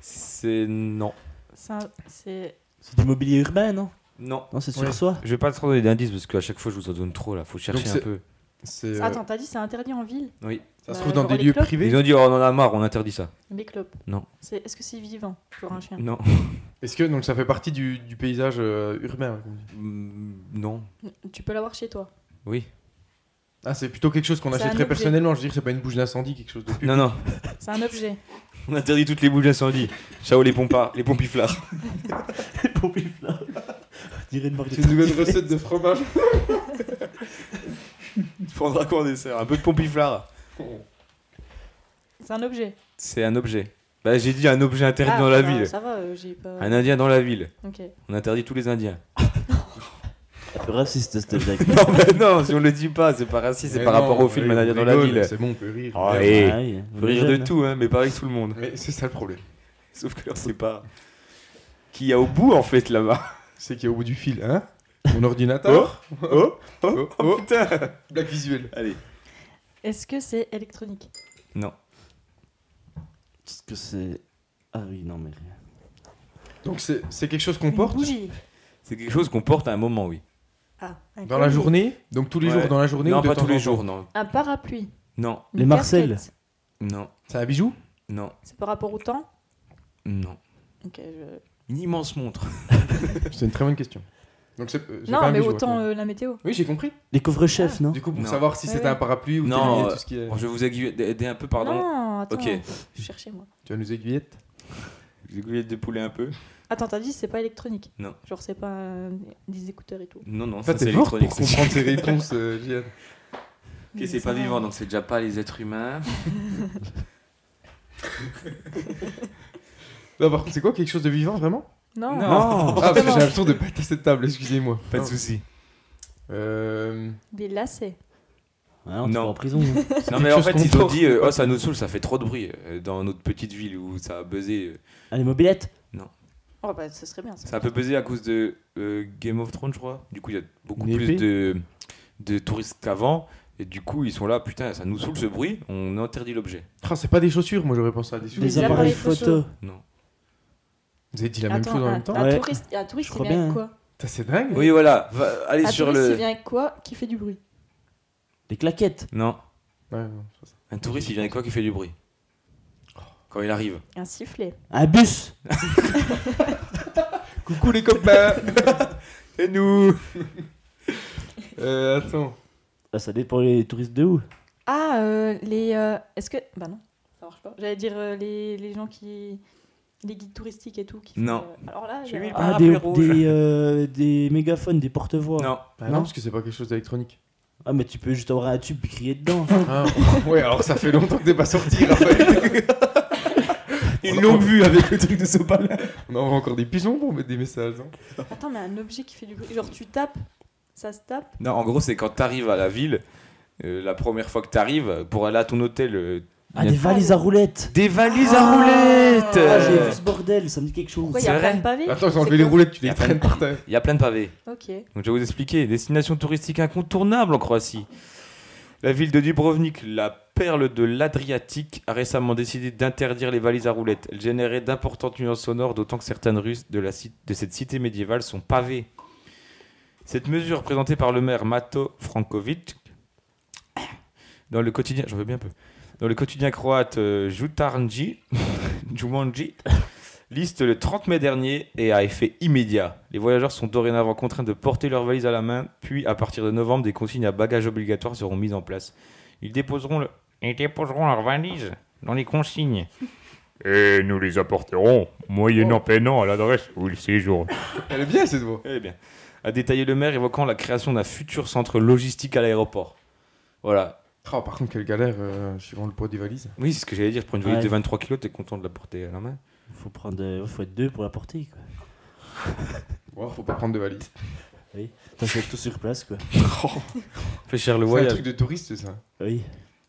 S3: C'est. Non.
S5: C'est un- C'est.
S4: C'est du mobilier urbain, non
S3: Non.
S4: Non, c'est sur
S6: Ouais.
S4: soi.
S3: Je vais pas trop donner d'indices parce qu'à chaque fois je vous en donne trop là. Faut chercher
S6: Donc,
S3: un
S6: c'est-
S3: peu.
S6: C'est. euh,
S5: Attends, t'as dit c'est interdit en ville
S3: Oui.
S6: Ça se
S5: euh,
S6: trouve dans
S5: genre
S6: des
S5: les
S6: lieux
S5: clubs
S6: privés
S3: Ils ont dit oh, on en a marre, on interdit ça.
S5: Les clopes
S3: Non.
S5: C'est- Est-ce que c'est vivant pour un chien
S3: Non.
S6: Est-ce que donc ça fait partie du, du paysage euh, urbain comme on dit
S3: Mm, Non.
S5: Tu peux l'avoir chez toi.
S3: Oui.
S6: Ah, c'est plutôt quelque chose qu'on
S5: C'est un
S6: achèterait
S5: objet.
S6: personnellement. Je veux dire, c'est pas une bouche d'incendie, quelque chose de plus.
S3: Non, non.
S5: C'est un objet.
S3: On interdit toutes les boules d'incendie. Ciao les pompards, les pompiflards.
S4: Pour vivre là. On dirait une marque de
S6: C'est une nouvelle recette de fromage.
S3: Tu prendras quoi en dessert Un peu de pompiflard.
S5: C'est un objet.
S3: C'est un objet. Bah j'ai dit un objet interdit
S5: Ah,
S3: dans la
S5: bah,
S3: ville.
S5: Ça va, euh, j'ai pas.
S3: Un indien dans la ville.
S5: Ok.
S3: On interdit tous les indiens.
S4: Un peu raciste, cette blague.
S3: non, mais non, si on le dit pas, c'est pas raciste, c'est
S6: Mais
S3: par
S6: non,
S3: rapport au
S6: allez,
S3: film
S6: on
S3: Un indien dans la
S6: rigole,
S3: ville.
S6: C'est bon, on peut rire.
S3: Ah,
S6: Mais-
S3: et-
S4: Ah oui, on
S3: Faut
S4: est
S3: rire de
S4: jeune, hein.
S3: tout, hein, mais pas avec tout le monde.
S6: Mais c'est ça le problème.
S3: Sauf que on sait pas qui y a au bout en fait là-bas.
S6: C'est qu'il y a au bout du fil, hein Mon ordinateur
S3: Oh,
S6: Oh,
S3: oh
S6: oh,
S3: putain
S6: blague visuelle.
S3: Allez.
S5: Est-ce que c'est électronique
S4: Qu'est-ce que c'est Ah oui, non, mais rien.
S6: Donc c'est c'est quelque chose qu'on
S5: Une
S6: porte
S5: bougie.
S3: C'est quelque chose qu'on porte à un moment, oui.
S5: Ah, un
S6: dans la
S5: collier.
S6: journée Donc tous les
S3: Ouais.
S6: jours dans la journée
S3: Non,
S6: ou de
S3: pas
S6: temps
S3: tous les
S6: en temps
S3: jours, non.
S5: Un parapluie.
S3: Non,
S5: Une
S4: Les Marcel.
S5: casquette.
S3: non,
S6: C'est un bijou
S3: non,
S5: C'est par rapport au temps
S3: non.
S5: Ok. je-
S3: Une immense montre.
S6: C'est une très bonne question. Donc c'est euh, c'est pas
S5: Non,
S6: un
S5: mais
S6: bijou,
S5: autant
S6: hein.
S5: euh, la météo.
S6: Oui, j'ai compris.
S4: Les coffres chefs, non
S6: Du coup, pour
S3: Non.
S6: savoir si
S5: Ouais,
S6: c'était
S5: ouais.
S6: un parapluie ou
S3: Non,
S6: t'aiguiller,
S3: euh,
S6: tout ce qui est...
S3: Bon, je vais vous aiguiller- aider un peu, pardon.
S5: Non, attends.
S3: Ok.
S5: Je cherchais moi.
S6: Tu vas nous aiguiller
S3: J'ai oublié de poulet un peu.
S5: Attends, t'as dit c'est pas électronique
S3: Non.
S5: Genre c'est pas euh, des écouteurs et tout.
S3: Non, non,
S6: En
S3: ça
S6: fait,
S3: c'est
S6: t'es fort
S3: électronique.
S6: pour
S3: c'est-
S6: comprendre tes réponses, euh, Gian.
S3: Ok, c'est
S5: Ça
S3: pas
S5: va.
S3: vivant, donc c'est déjà pas les êtres humains.
S6: Là, par contre, c'est quoi quelque chose de vivant, vraiment
S5: Oh. Non.
S3: Non.
S6: Ah, parce que j'ai l'impression de péter cette table, excusez-moi.
S3: Pas de soucis.
S6: Euh...
S5: Des lacets.
S4: Ah non, t'es
S3: Non.
S4: pas en prison. hein.
S3: Non,
S6: quelque
S3: mais en
S6: chose
S3: fait,
S6: qu'on
S3: ils ont
S6: porte.
S3: dit euh, Oh, ça nous saoule, ça fait trop de bruit euh, dans notre petite ville où ça a buzzé. euh.
S4: Ah, les mobilettes
S5: Oh bah ça serait bien.
S3: Ça a un peu buzzé à cause de euh, Game of Thrones, je crois. Du coup, il y a beaucoup
S6: Une
S3: plus
S6: épée
S3: de, de touristes qu'avant. Et du coup, ils sont là, putain, ça nous saoule ce bruit, on interdit l'objet.
S6: Ah, c'est pas des chaussures, moi j'aurais pensé à des
S5: Des
S4: Des
S6: chaussures.
S4: appareils
S5: appareils photo.
S4: photo.
S3: Non.
S6: Vous avez dit la même
S5: Attends,
S6: chose en
S5: un,
S6: même temps
S5: un
S4: Ouais.
S5: touriste, un touriste
S4: Je
S5: il
S4: crois
S5: vient
S4: bien.
S5: avec quoi
S6: Putain, C'est dingue
S3: Oui, voilà, va- allez
S5: Un
S3: sur
S5: touriste il
S3: le.
S5: vient avec quoi qui fait du bruit
S4: Les claquettes
S3: Non,
S6: Ouais, non, c'est pas ça.
S3: un touriste, il vient avec quoi qui fait du bruit
S6: Oh.
S3: Quand il arrive.
S5: Un sifflet.
S4: Un bus
S6: Coucou les copains
S3: Et nous
S6: Euh, attends.
S4: Ah, Ça dépend les touristes de où
S5: Ah euh, les euh, est-ce que bah non ça marche pas. J'allais dire euh, les, les gens qui les guides touristiques et tout qui font,
S3: Non.
S5: euh, alors là il y a-
S3: J'ai mis le
S4: Ah,
S3: parapluie
S4: des,
S3: rouge.
S4: des, euh, des mégaphones, des porte-voix.
S3: Non,
S6: Bah non, parce que c'est pas quelque chose d'électronique.
S4: Ah, mais tu peux juste avoir un tube et crier dedans.
S6: Ah, ouais, alors ça fait longtemps que t'es pas sorti, Raphaël.
S3: une longue vue avec le truc de Sopal.
S6: On envoie encore des pigeons pour mettre des messages. hein.
S5: Attends mais un objet qui fait du bruit genre tu tapes ça se tape
S3: Non, en gros, c'est quand t'arrives à la ville, euh, la première fois que t'arrives, pour aller à ton hôtel. euh,
S4: Ah,
S3: il y a-
S4: des valises à roulettes
S3: Des valises à
S5: Ah
S3: roulettes
S4: Ah,
S3: euh,
S4: j'ai vu ce bordel, ça me dit quelque chose.
S5: pourquoi il y a
S3: c'est
S5: plein
S3: vrai.
S5: de pavés
S6: Attends, j'ai
S5: C'est
S6: enlevé les
S5: quoi
S6: roulettes, tu
S3: Y a
S6: les
S3: pas
S6: traînes
S3: de-
S6: par terre.
S3: Il y a plein de pavés.
S5: ok
S3: Donc je vais vous expliquer. Destination touristique incontournable en Croatie. La ville de Dubrovnik, la perle de l'Adriatique, a récemment décidé d'interdire les valises à roulettes. Elles généraient d'importantes nuances sonores, d'autant que certaines rues de, la ci- de cette cité médiévale sont pavées. Cette mesure, présentée par le maire Mato Frankovic, dans le quotidien, j'en veux bien peu, dans le quotidien croate euh, Jutarnji, Jumanji, liste le 30 mai dernier et à effet immédiat. Les voyageurs sont dorénavant contraints de porter leurs valises à la main, puis à partir de novembre, des consignes à bagages obligatoires seront mises en place. Ils déposeront le-
S7: Ils déposeront leurs valises dans les consignes.
S8: Et nous les apporterons, moyennant peinant, à l'adresse où ils séjournent.
S6: Elle est bien cette voix.
S3: Oh. Eh bien. A détaillé le maire évoquant la création d'un futur centre logistique à l'aéroport. Voilà.
S6: Oh, par contre, quelle galère euh, suivant le poids des valises.
S3: Oui, c'est ce que j'allais dire. Pour une valise
S4: Ouais.
S3: de 23 kilos, t'es content de la porter à la main.
S4: Faut, prendre, euh, faut être deux pour la porter. Quoi.
S6: Ouah, faut pas prendre de valise.
S4: T'as fait tout sur place. quoi.
S3: Fait cher le
S6: C'est un
S3: voyage.
S6: truc de touriste ça.
S4: Oui.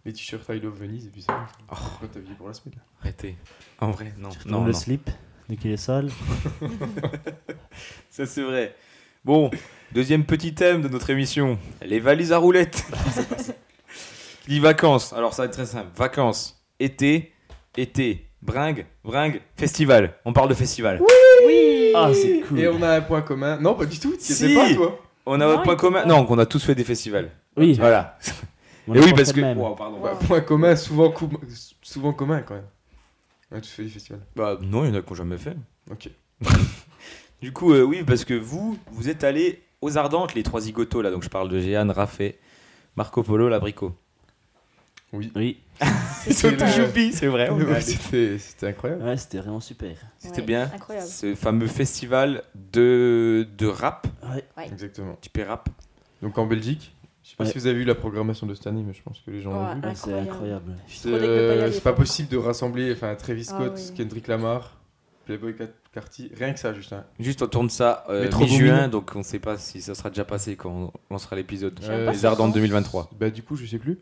S6: Les t-shirts I Love Venise et puis ça.
S3: Oh.
S6: Pourquoi t'as pour la semaine
S3: Arrêtez. En vrai, non.
S4: Tu
S3: Non,
S4: le
S3: non.
S4: slip, dès qu'il est sale.
S3: Ça, c'est vrai. Bon, deuxième petit thème de notre émission les valises à roulettes. Qui dit vacances. Alors, ça va être très simple. Vacances, été, été, bringue, bringue, festival. On parle de festival.
S5: Oui
S4: Ah, c'est cool.
S6: Et on a un point commun. Non, pas du tout. Tu sais
S3: Si.
S6: pas toi.
S3: On a un
S5: Non,
S3: point
S5: il-
S3: commun Non, qu'on a tous fait des festivals.
S4: Oui,
S3: Voilà.
S4: on
S3: Et
S4: a
S3: oui,
S4: pas
S3: parce
S4: fait
S3: que.
S4: le même.
S3: Wow, pardon.
S6: Bah, point commun, souvent, cou- souvent commun quand même. On a tous fait du festival.
S3: Bah, non, il y en a qui n'ont jamais fait.
S6: Ok.
S3: Du coup, euh, oui, parce que vous, vous êtes allés aux Ardentes, les trois zigotos, là. Donc, je parle de Géane, Raffet, Marco Polo, Labrico.
S6: Oui.
S4: Oui,
S3: Ils sont
S6: le-
S3: tous choupis, c'est vrai. on est
S6: Eh Ouais,
S3: allés.
S6: C'était c'était incroyable.
S4: ouais, c'était vraiment super.
S3: C'était bien.
S5: Incroyable.
S3: Ce fameux festival de, de rap,
S6: Exactement.
S3: typé rap.
S6: Donc en Belgique, je sais pas
S4: Ouais.
S6: si vous avez vu la programmation de cette année, mais je pense que les gens l'ont
S5: Ouais.
S6: vu.
S4: Ouais, C'est
S5: Incroyable.
S4: incroyable.
S5: Je suis
S6: Euh, C'est
S5: trop deg de pas y
S6: euh,
S5: aller,
S6: c'est pas
S5: par
S6: possible de rassembler enfin, Travis
S5: Ah
S6: Scott,
S5: oui.
S6: Kendrick Lamar, Playboy Cat- Carty, rien que ça, juste. hein.
S3: Juste, on tourne ça euh,
S6: Métro
S3: mi-juin,
S6: Boomin.
S3: donc on sait pas si ça sera déjà passé quand on lancera l'épisode.
S5: Je sais
S6: Euh,
S5: pas
S3: Les
S5: si
S3: Ardentes
S5: c'est-
S3: 2023.
S6: Bah, du coup, je sais plus.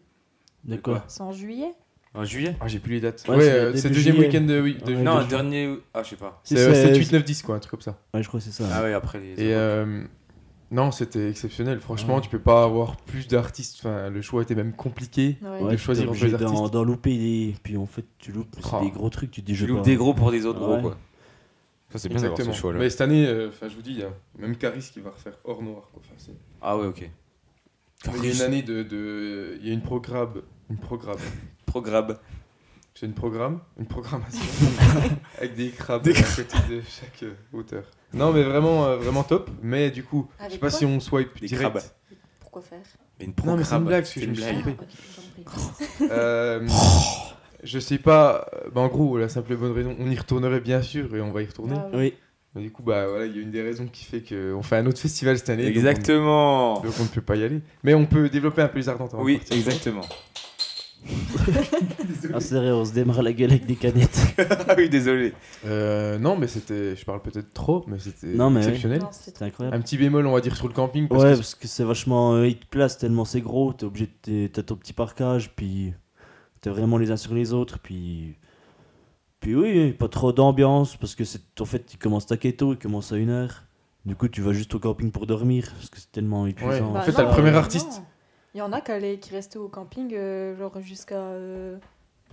S4: De quoi
S5: C'est en juillet
S3: En juillet
S6: Ah, j'ai plus les dates.
S4: Ouais,
S6: Ouais,
S4: c'est
S6: euh,
S4: début
S6: c'est le deuxième
S4: juillet.
S6: week-end de, oui, de-
S4: Ouais.
S6: de
S3: Non,
S6: juin.
S3: le dernier. Ah, je sais pas.
S6: C'est euh, 7, 8,
S4: c'est-
S6: 9, 10, quoi, un truc comme ça.
S4: Ouais, je crois que c'est ça.
S3: Ah oui, après les.
S6: Et euh, non, c'était exceptionnel. Franchement,
S4: Ouais.
S6: tu peux pas avoir plus d'artistes. Enfin, le choix était même compliqué.
S5: Ouais.
S6: de choisir
S4: t'es
S6: entre les
S4: obligé d'en-
S6: artistes.
S4: D'en louper des. Puis en fait, tu loupes c'est
S6: Oh.
S4: des gros trucs, tu te dis je
S3: Tu loupes
S4: pars.
S3: des gros pour des autres gros,
S4: Ouais.
S3: quoi. Ça, c'est bien d'avoir ce choix-là.
S6: Ah Mais cette année, euh, enfin, je vous dis, il y a même Caris qui va refaire hors noir. Quoi. Enfin, c'est-
S3: Ah, ouais, ok.
S6: il y a une année de, de- il y a une programme, une programme.
S3: Programme.
S6: C'est une programme, une programmation avec des crabes à côté de chaque euh, auteur. Non, mais vraiment, euh, vraiment top. Mais du coup, je sais
S5: Avec
S6: pas
S5: quoi
S6: si on swipe
S3: Des
S6: direct.
S3: crabes.
S5: Pourquoi faire
S3: Mais une
S6: Non, mais c'est une
S3: programme.
S6: blague, parce
S3: C'est
S6: que je
S3: une
S6: me suis
S3: blague.
S6: trompé.
S5: Ah, ok, j'en prie.
S6: Euh, je sais pas. euh, Bah, en gros, la simple et bonne raison, on y retournerait bien sûr et on va y retourner.
S5: Ah, ouais.
S4: Oui,
S6: Mais du coup, bah voilà, il y a une des raisons qui fait qu'on fait un autre festival cette année. donc on-
S3: Exactement.
S6: Donc on, ne peut pas y aller. Mais on peut développer un peu les ardentes. avant de
S3: Oui,
S6: partir.
S3: exactement.
S4: ah, c'est vrai, on se démarre la gueule avec des canettes.
S3: Ah oui, désolé.
S6: Euh, non, mais c'était. Je parle peut-être trop, mais c'était
S4: Non, mais
S6: exceptionnel.
S5: Non, c'est-
S4: C'est incroyable.
S6: Un petit bémol, on va dire, sur le camping. Ah, Parce
S4: Ouais,
S6: que
S4: parce que c'est vachement. euh, il te place tellement c'est gros, t'es obligé de. t'es- T'as ton petit parcage, puis. T'es vraiment les uns sur les autres, puis. Puis oui, pas trop d'ambiance, parce que c'est. En fait, il commence tôt, il commence à une heure. Du coup, tu vas juste au camping pour dormir, parce que c'est tellement épuisant.
S6: En
S5: Bah
S6: fait, t'as le
S5: non,
S6: premier
S5: non.
S6: artiste.
S5: Il y en a qui, allaient, qui restaient au camping euh, genre jusqu'à euh,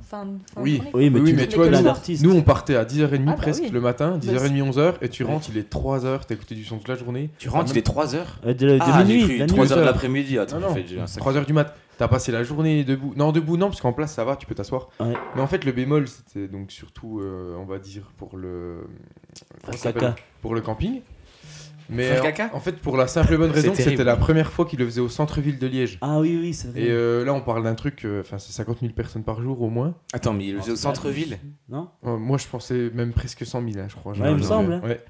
S5: fin, fin
S6: Oui.
S5: de journée.
S4: Oui, mais
S6: Oui,
S4: tu
S6: mais
S4: loupes
S6: tu vois,
S4: plein
S6: nous-
S4: d'artistes.
S6: Nous, on partait à 10h30
S5: Ah, bah
S6: presque
S5: oui.
S6: le matin, 10h30, 11h, et tu
S5: Ouais.
S6: rentres, il est 3h, t'as écouté du son toute la journée.
S3: Tu rentres, il est 3h
S4: Euh, de, de
S3: Ah, j'ai
S4: minuit,
S3: cru
S4: la nuit.
S3: 3h de
S6: heures.
S3: l'après-midi. Attends,
S6: Non, non.
S3: j'ai fait un sacré-
S6: 3h du mat, t'as passé la journée debout. Non, debout, non, parce qu'en place, ça va, tu peux t'asseoir.
S4: Ouais.
S6: Mais en fait, le bémol, c'était donc surtout, euh, on va dire, pour le. comment ça
S4: caca.
S6: s'appelle Pour le camping. Mais
S3: Faire
S6: en-
S3: caca
S6: en, fait, pour la simple et bonne
S3: C'est
S6: raison, que c'était
S3: terrible.
S6: la première fois qu'il le faisait au centre-ville de Liège.
S4: Ah oui, oui, c'est vrai.
S6: Et euh, là, on parle d'un truc, euh, enfin, c'est 50 000 personnes par jour au moins.
S3: Attends, mais il est au centre-ville.
S4: Non
S6: Euh, moi, je pensais même presque 100 000, hein, je crois.
S4: Ouais, il me
S6: mais-
S4: semble, hein.
S6: ouais.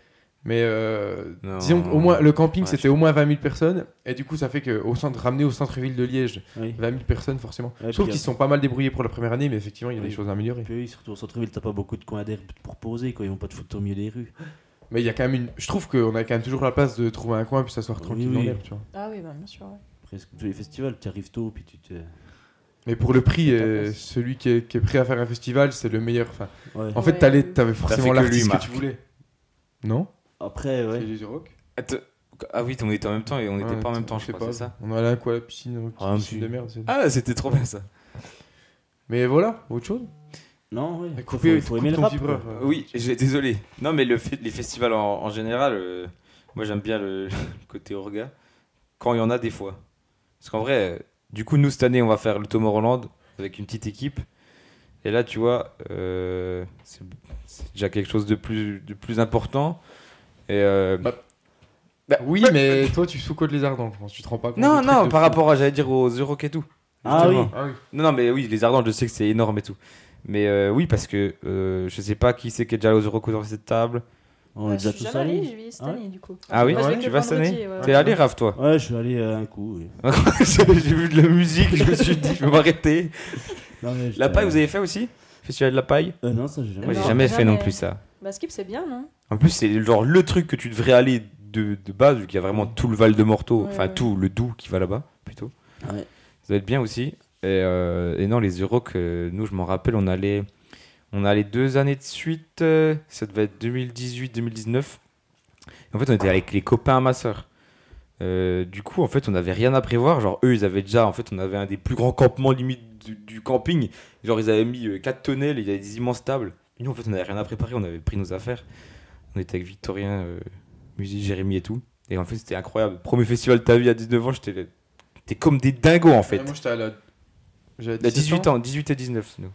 S6: Mais euh,
S3: Non.
S6: disons qu'au moins, le camping,
S3: Ouais,
S6: c'était au moins 20 000 personnes. Et du coup, ça fait que au centre, ramener au centre-ville de Liège,
S4: Oui.
S6: 20 000 personnes, forcément.
S4: Ouais,
S6: je trouve
S4: puis,
S6: qu'ils se sont pas mal débrouillés pour la première année, mais effectivement, il y a des
S4: Oui.
S6: choses à améliorer.
S4: Puis oui, surtout au centre-ville, t'as pas beaucoup de coins d'herbe pour poser, quoi. Ils vont pas te foutre au milieu des rues.
S6: Mais il y a quand même une. Je trouve qu'on a quand même toujours la place de trouver un coin puis s'asseoir
S4: Oui,
S6: tranquille dans
S4: oui.
S6: l'herbe, tu vois.
S5: Ah oui, bah, bien sûr. ouais.
S4: Presque tous les festivals, tu arrives tôt, puis tu te.
S6: Mais pour le prix,
S4: C'est
S6: euh,
S4: ta place.
S6: celui qui est, qui est prêt à faire un festival, c'est le meilleur. Enfin,
S4: Ouais.
S6: en fait,
S5: Ouais.
S6: t'allais- t'avais
S3: fait
S6: forcément
S3: que lui,
S6: l'artiste que,
S3: Marc.
S6: tu voulais. Non
S4: Après, ouais.
S6: C'est du rock
S3: Attends, Ah oui, on était en même temps et on n'était pas en même temps, je crois, c'est ça
S6: On allait à quoi la piscine,
S3: Ah,
S6: piscine
S3: si.
S6: de merde. c'est-
S3: Ah, c'était trop bien ça.
S6: Mais voilà, autre chose.
S4: Non, ouais. faut,
S6: Couper, tu
S4: faut
S6: coupes
S4: aimer le
S6: ton
S4: rap.
S6: vibreur,
S4: quoi.
S6: euh.
S3: Oui, j'ai- désolé. Non, mais le fait- les festivals en, en général, euh, moi j'aime bien le, le côté orga quand il y en a des fois. Parce qu'en vrai, euh, du coup, nous cette année, on va faire le Tomorrowland avec une petite équipe. Et là, tu vois, euh, c'est c'est déjà quelque chose de plus, de plus important. Et euh,
S6: Bah, Oui, mais toi, tu sous-codes les ardents, je pense. Tu te rends pas compte.
S3: non,
S6: du truc
S3: non,
S6: de
S3: par
S6: fou.
S3: rapport à, j'allais dire, aux Euroc et tout.
S4: Ah oui.
S3: Justement.
S6: Ah oui.
S3: Non, non, mais oui, les Ardentes, je sais que c'est énorme et tout. Mais euh, oui, parce que euh, je sais pas qui c'est qui est déjà aux Eurocoups sur cette table.
S4: On
S5: Ouais,
S4: est déjà
S5: je suis
S4: tous
S5: jamais allée,
S4: allés.
S5: je vais cette
S4: Ah ouais.
S5: année du coup.
S3: Ah oui,
S5: Moi, je
S6: ouais,
S5: vais que
S3: tu
S5: le
S3: vas cette
S5: vendredi,
S3: année
S5: ouais.
S3: T'es allé, Raph, toi
S4: Ouais, je suis allé euh, un coup. Oui.
S3: J'ai vu de la musique, je me suis dit, je vais m'arrêter.
S4: Non, mais
S3: La
S4: j'étais-
S3: paille, vous avez fait aussi Festival de la paille
S4: Euh, non, ça j'ai jamais.
S3: Moi, j'ai
S5: Non,
S3: jamais fait non
S5: jamais.
S3: plus ça.
S5: Bah, Skip, c'est bien, non
S3: En plus, c'est genre le truc que tu devrais aller de, de base, vu qu'il y a vraiment tout le Val de Morteau,
S5: Ouais,
S3: enfin
S5: ouais.
S3: tout le Doubs qui va là-bas, plutôt.
S4: Ouais.
S3: Ça va être bien aussi. Et, euh, et non, les Euroc, euh, nous, je m'en rappelle, on allait, on allait deux années de suite, euh, ça devait être 2018-2019. En fait, on était avec les copains à ma soeur. du coup, en fait, on n'avait rien à prévoir. Genre, eux, ils avaient déjà. En fait, on avait un des plus grands campements limite du, du camping. Genre, ils avaient mis 4 tonnelles, il y avait des immenses tables. Et nous, en fait, on n'avait rien à préparer, on avait pris nos affaires. On était avec Victorien, euh, Musique, Jérémy et tout. Et en fait, c'était incroyable. Premier festival de ta vie à 19 ans, j'étais là- t'es comme des dingos en fait.
S6: Moi, j'étais à la. J'avais
S3: À 18 ans, 18 et 19, nous.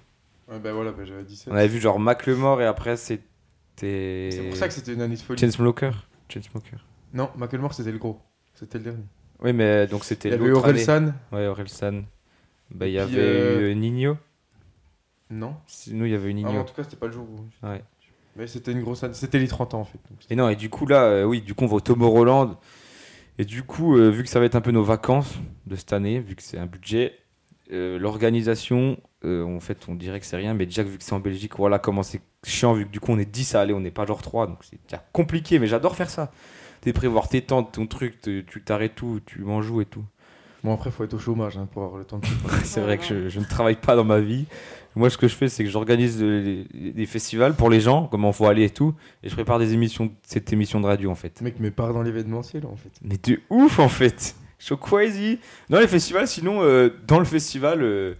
S6: Ouais, bah voilà, bah, j'avais 17.
S3: On avait vu genre Macklemore et après, c'était.
S6: C'est pour ça que c'était une année de folie.
S3: Chainsmoker. Chainsmoker.
S6: Non, Macklemore, c'était le gros. C'était le dernier.
S3: Oui, mais euh, donc
S6: Il y
S3: c'était
S6: avait
S3: l'autre année.
S6: Orelsan.
S3: Ouais, Orelsan. Bah, il y
S6: Et
S3: avait
S6: puis, euh,
S3: eu Nino.
S6: Non.
S3: Nous, il y avait eu
S6: Ah,
S3: Nino.
S6: mais en tout cas, c'était pas le jour où.
S3: Ouais.
S6: Mais c'était une grosse année. C'était les 30 ans, en fait. Donc, c'était-
S3: Et non, et du coup, là, euh, oui, du coup, on va au Tomorrowland. Et du coup, euh, vu que ça va être un peu nos vacances de cette année, vu que c'est un budget, euh, l'organisation, euh, en fait, on dirait que c'est rien, mais déjà, vu que c'est en Belgique, voilà comment c'est chiant, vu que du coup, on est 10 à aller, on n'est pas genre 3, donc c'est déjà compliqué, mais j'adore faire ça. T'es prévoir tes tentes, ton truc, te- tu t'arrêtes tout, tu m'en joues et tout.
S6: Bon, après, faut être au chômage hein, pour avoir le temps de.
S3: C'est vrai que je, je ne travaille pas dans ma vie. Moi, ce que je fais, c'est que j'organise des des festivals pour les gens, comment faut aller et tout, et je prépare des émissions, cette émission de radio en fait.
S6: Mec, mais part dans l'événementiel, en fait.
S3: Mais de ouf en fait So crazy Dans les festivals, sinon, euh, dans le festival, euh,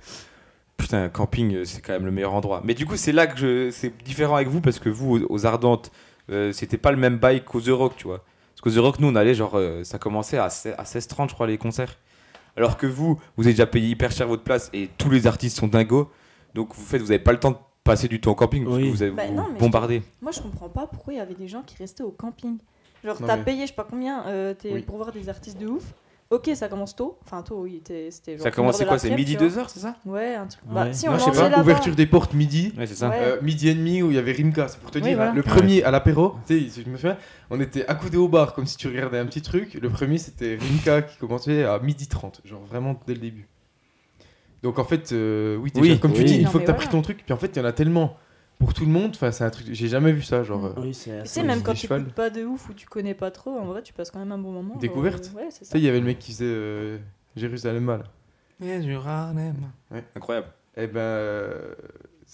S3: putain, camping, euh, c'est quand même le meilleur endroit. Mais du coup, c'est là que je, c'est différent avec vous parce que vous, aux- aux Ardentes, euh, c'était pas le même bail qu'aux The Rock, tu vois. Parce qu'aux The Rock, nous, on allait genre, euh, ça commençait à, 16 à 16h30, je crois, les concerts. Alors que vous, vous avez déjà payé hyper cher votre place et tous les artistes sont dingos. Donc, vous faites, vous avez pas le temps de passer du temps au camping parce
S4: Oui.
S3: que vous avez
S5: Bah,
S3: vous
S5: non, mais je-
S3: bombardé.
S5: Moi, je comprends pas pourquoi il y avait des gens qui restaient au camping. Genre,
S6: Non,
S5: t'as
S6: mais-
S5: payé, je sais pas combien, euh, t'es-
S6: Oui.
S5: pour voir des artistes de ouf. Ok, ça commence tôt. Enfin, tôt, oui, t'es- c'était genre.
S3: Ça commençait
S5: une heure de
S3: quoi C'est
S5: l'après-midi,
S3: midi
S5: tu vois.
S3: 2h, c'est ça
S5: Ouais, un truc.
S4: Ouais.
S5: Bah, si, on
S6: Moi, je sais
S5: mangeait
S6: pas,
S5: là-bas.
S6: ouverture des portes midi.
S3: Ouais, c'est ça.
S5: Ouais.
S6: Euh, midi et demi où il y avait Rimka, c'est pour te
S5: Oui,
S6: dire. hein.
S5: voilà.
S6: Le premier à l'apéro, tu sais, si je me souviens, on était accoudés au bar comme si tu regardais un petit truc. Le premier c'était Rimka qui commençait à midi 30, genre vraiment dès le début. Donc en fait, euh, oui, déjà,
S3: Oui,
S6: comme tu
S4: oui.
S6: dis, une
S5: Non,
S6: fois
S5: mais
S6: que t'as
S5: voilà.
S6: pris ton truc, puis en fait il y en a tellement pour tout le monde, enfin c'est un truc, j'ai jamais vu ça, genre. euh,
S4: Oui, c'est
S5: Tu
S4: assez.
S5: sais, même quand
S6: des
S5: tu
S6: chevals.
S5: pas de ouf ou tu connais pas trop, en vrai, tu passes quand même un bon moment. genre,
S6: Découverte.
S5: euh, ouais, c'est
S6: Tu
S5: ça.
S6: sais, il y avait le mec qui faisait euh, Jérusalem mal.
S3: Incroyable.
S6: Et ben. euh,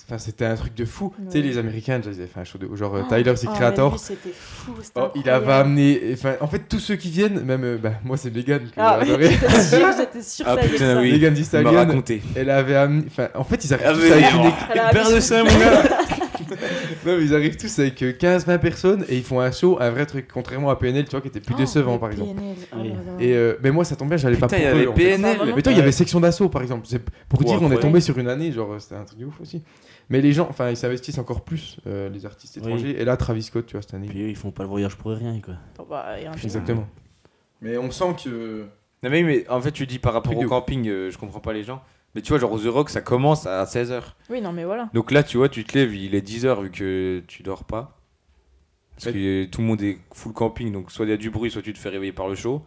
S6: Enfin, c'était un truc de fou. Tu sais,
S5: Ouais.
S6: les Américains, déjà, ils avaient fait un show de. Genre, euh,
S5: Oh,
S6: Tyler, c'est
S5: oh, mais
S6: créateur.
S5: lui, C'était fou, c'était
S6: Oh, il
S5: incroyable.
S6: avait amené. Enfin, en fait, tous ceux qui viennent, même euh, bah, moi, c'est Megan que
S5: Ah,
S6: j'ai adoré.
S5: j'étais sûre, j'étais sûre
S3: Ah,
S5: que ça allait
S3: putain,
S5: être ça.
S3: oui.
S6: Megan Thee
S3: Ça m'a
S6: Stallion,
S3: raconté.
S6: elle avait amené. Enfin, en fait, ils arrivent
S3: Ah,
S6: tous
S3: mais
S6: avec
S3: alors.
S6: une équipe.
S5: Elle a
S3: Une paire de
S5: habillé-
S3: seins, mon gars.
S6: Non, mais ils arrivent tous avec euh, 15-20 personnes et ils font un show, un vrai truc, contrairement à PNL, tu vois, qui était plus
S5: Oh,
S6: décevant,
S5: le
S6: par exemple.
S5: PNL, oh là
S4: Oui.
S5: là.
S6: Et euh, mais moi, ça tombe bien, j'allais pas
S3: Putain, il
S6: pour
S3: y avait
S6: eux, en fait.
S3: PNL.
S5: Ah,
S6: Mais toi, il y avait section d'assaut, par exemple. C'est pour
S3: Ouah,
S6: dire, on est
S3: incroyable.
S6: tombé sur une année, genre, c'était un truc de ouf aussi. Mais les gens, enfin, ils s'investissent encore plus, euh, les artistes
S4: Oui.
S6: étrangers. Et là, Travis Scott, tu vois, cette année.
S4: Puis eux, ils font pas le voyage pour rien, quoi.
S5: Oh, bah, il y a un truc.
S6: Exactement. Mais on sent que.
S3: Non mais, oui, mais en fait tu dis par rapport
S6: Truc de
S3: au
S6: ouf.
S3: camping, euh, je comprends pas les gens. Mais tu vois genre au The Rock ça commence à 16h.
S5: Oui, non, mais voilà.
S3: Donc là tu vois tu te lèves, il est 10h vu que tu dors pas. Parce que euh, tout le monde est full camping donc soit il y a du bruit soit tu te fais réveiller par le chaud.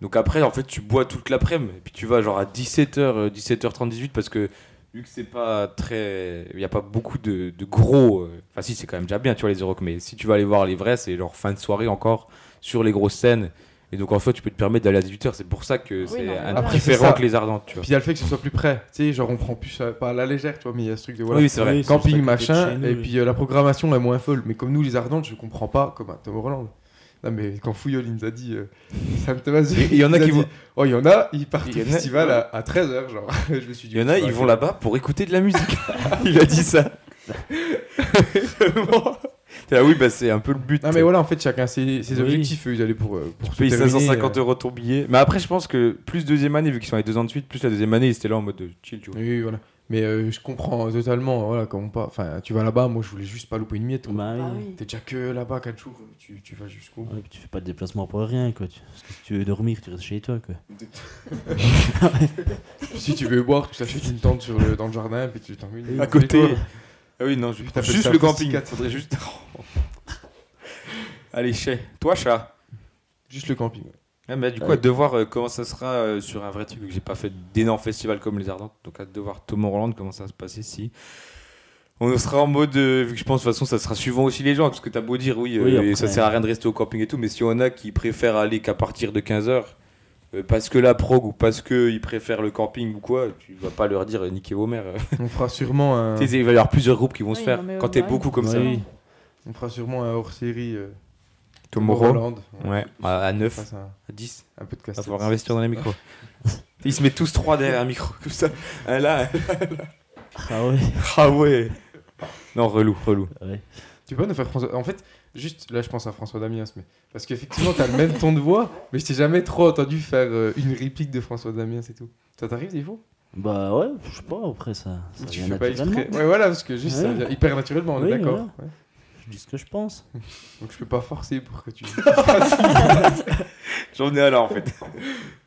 S3: Donc après en fait tu bois toute l'après-midi et puis tu vas genre à euh, 17h, 17h30, 18 parce que vu que c'est pas très... Il n'y a pas beaucoup de, de gros... euh, Enfin si c'est quand même déjà bien tu vois les The Rock mais si tu vas aller voir les vrais c'est genre fin de soirée encore sur les grosses scènes. Et donc en fait tu peux te permettre d'aller à 18h c'est pour ça que c'est
S5: non, mais
S3: un
S5: voilà.
S6: Après, c'est
S3: différent
S6: ça.
S3: que les Ardentes tu vois.
S6: Puis il y a le fait que ce soit plus près. Tu sais, genre on prend plus ça- pas à la légère, tu vois, mais il y a ce truc de voilà.
S3: Oui, c'est vrai.
S4: Oui, juste
S6: Camping,
S4: à côté de
S6: machin,
S4: chez nous,
S6: et
S4: oui.
S6: puis euh, la programmation est moins folle. Mais comme nous, les Ardentes, je comprends pas, comme à Tom Holland. Non, mais quand Fouillol, il nous a dit. euh, Sam Thomas,
S3: Il y en a
S6: nous
S3: qui
S6: dit,
S3: vont-
S6: Oh, il y en a, ils partent au
S3: Il y en a-
S6: festival à, 13h, genre. je me suis dit,
S3: Il y en a,
S6: tu vas
S3: ils vont
S6: faire-
S3: là-bas pour écouter de la musique. Il a dit ça. Vraiment. T'es là, oui, bah c'est un peu le but.
S6: Non, mais voilà, en fait, chacun ses, ses
S4: Oui.
S6: objectifs, eux, ils allaient pour. euh, pour
S3: Tu
S6: se
S3: payes
S6: terminer,
S3: 550
S6: euh,
S3: euros ton billet. Mais après, je pense que plus deuxième année, vu qu'ils sont les deux ans de suite, plus la deuxième année, ils étaient là en mode euh, chill, tu vois.
S6: Oui, voilà. Mais euh, je comprends totalement, voilà, comment pas. Enfin, tu vas là-bas, moi, je voulais juste pas louper une miette. quoi.
S4: Bah,
S5: Ah
S4: oui.
S5: oui.
S6: T'es déjà que là-bas, 4 jours, tu, tu vas jusqu'où
S4: Ouais, puis tu fais pas de déplacement pour rien, quoi. Tu- parce que si tu veux dormir, tu restes chez toi, quoi.
S6: Ah si tu veux boire, tu t'achètes une tente sur le, dans le jardin, puis tu t'en mets une.
S3: À côté. Ah oui, non, je
S6: Putain,
S3: juste
S6: ça
S3: le
S6: un
S3: camping.
S6: festival.
S3: Faudrait juste. Allez, chez. Toi, chat.
S6: Juste le camping. ouais.
S3: Ah, bah, du coup,
S6: Ouais.
S3: à devoir euh, comment ça sera euh, sur un vrai truc, vu que j'ai pas fait d'énormes festivals comme les Ardentes. Donc, à devoir Tomorrowland, comment ça va se passer si. On sera en mode, euh, vu que je pense de toute façon ça sera suivant aussi les gens, parce que t'as beau dire oui, euh,
S4: Oui,
S3: et ça
S4: après.
S3: sert à rien de rester au camping et tout, mais si on a qui préfèrent aller qu'à partir de 15h, parce que la prog ou parce qu'ils préfèrent le camping ou quoi, tu vas pas leur dire euh, niquez vos mères.
S6: On fera sûrement un,
S3: Tu sais, il va y avoir plusieurs groupes qui vont se
S5: Oui,
S3: faire
S5: non, mais,
S3: quand t'es
S5: ouais.
S3: beaucoup comme ça.
S4: Oui.
S6: on fera sûrement un hors série. Euh,
S3: Tomorrow.
S6: Tomorrowland.
S3: Ouais, à, à 9,
S6: Face à un,
S3: à 10.
S6: un podcast.
S3: Il faut investir dans les micros. Ils se mettent tous trois derrière un micro, comme ça. Un là, un-
S4: Ah ouais.
S3: ah ouais. Non, relou, relou.
S6: Tu peux nous faire François. En fait, juste là, je pense à François Damiens, mais parce qu'effectivement, t'as le même ton de voix, mais je t'ai jamais trop entendu faire euh, une réplique de François Damiens et tout. Ça t'arrive des fois
S4: Bah ouais, je sais pas, après ça. ça
S6: Tu
S4: vient
S6: fais pas
S4: naturellement.
S6: exprès. Ouais, voilà, parce que juste ça
S4: Ouais.
S6: vient hyper naturellement, on est
S4: Oui,
S6: d'accord.
S4: voilà.
S6: Ouais.
S4: Je dis ce que je pense.
S6: Donc je peux pas forcer pour que tu.
S3: J'en ai à là, en fait.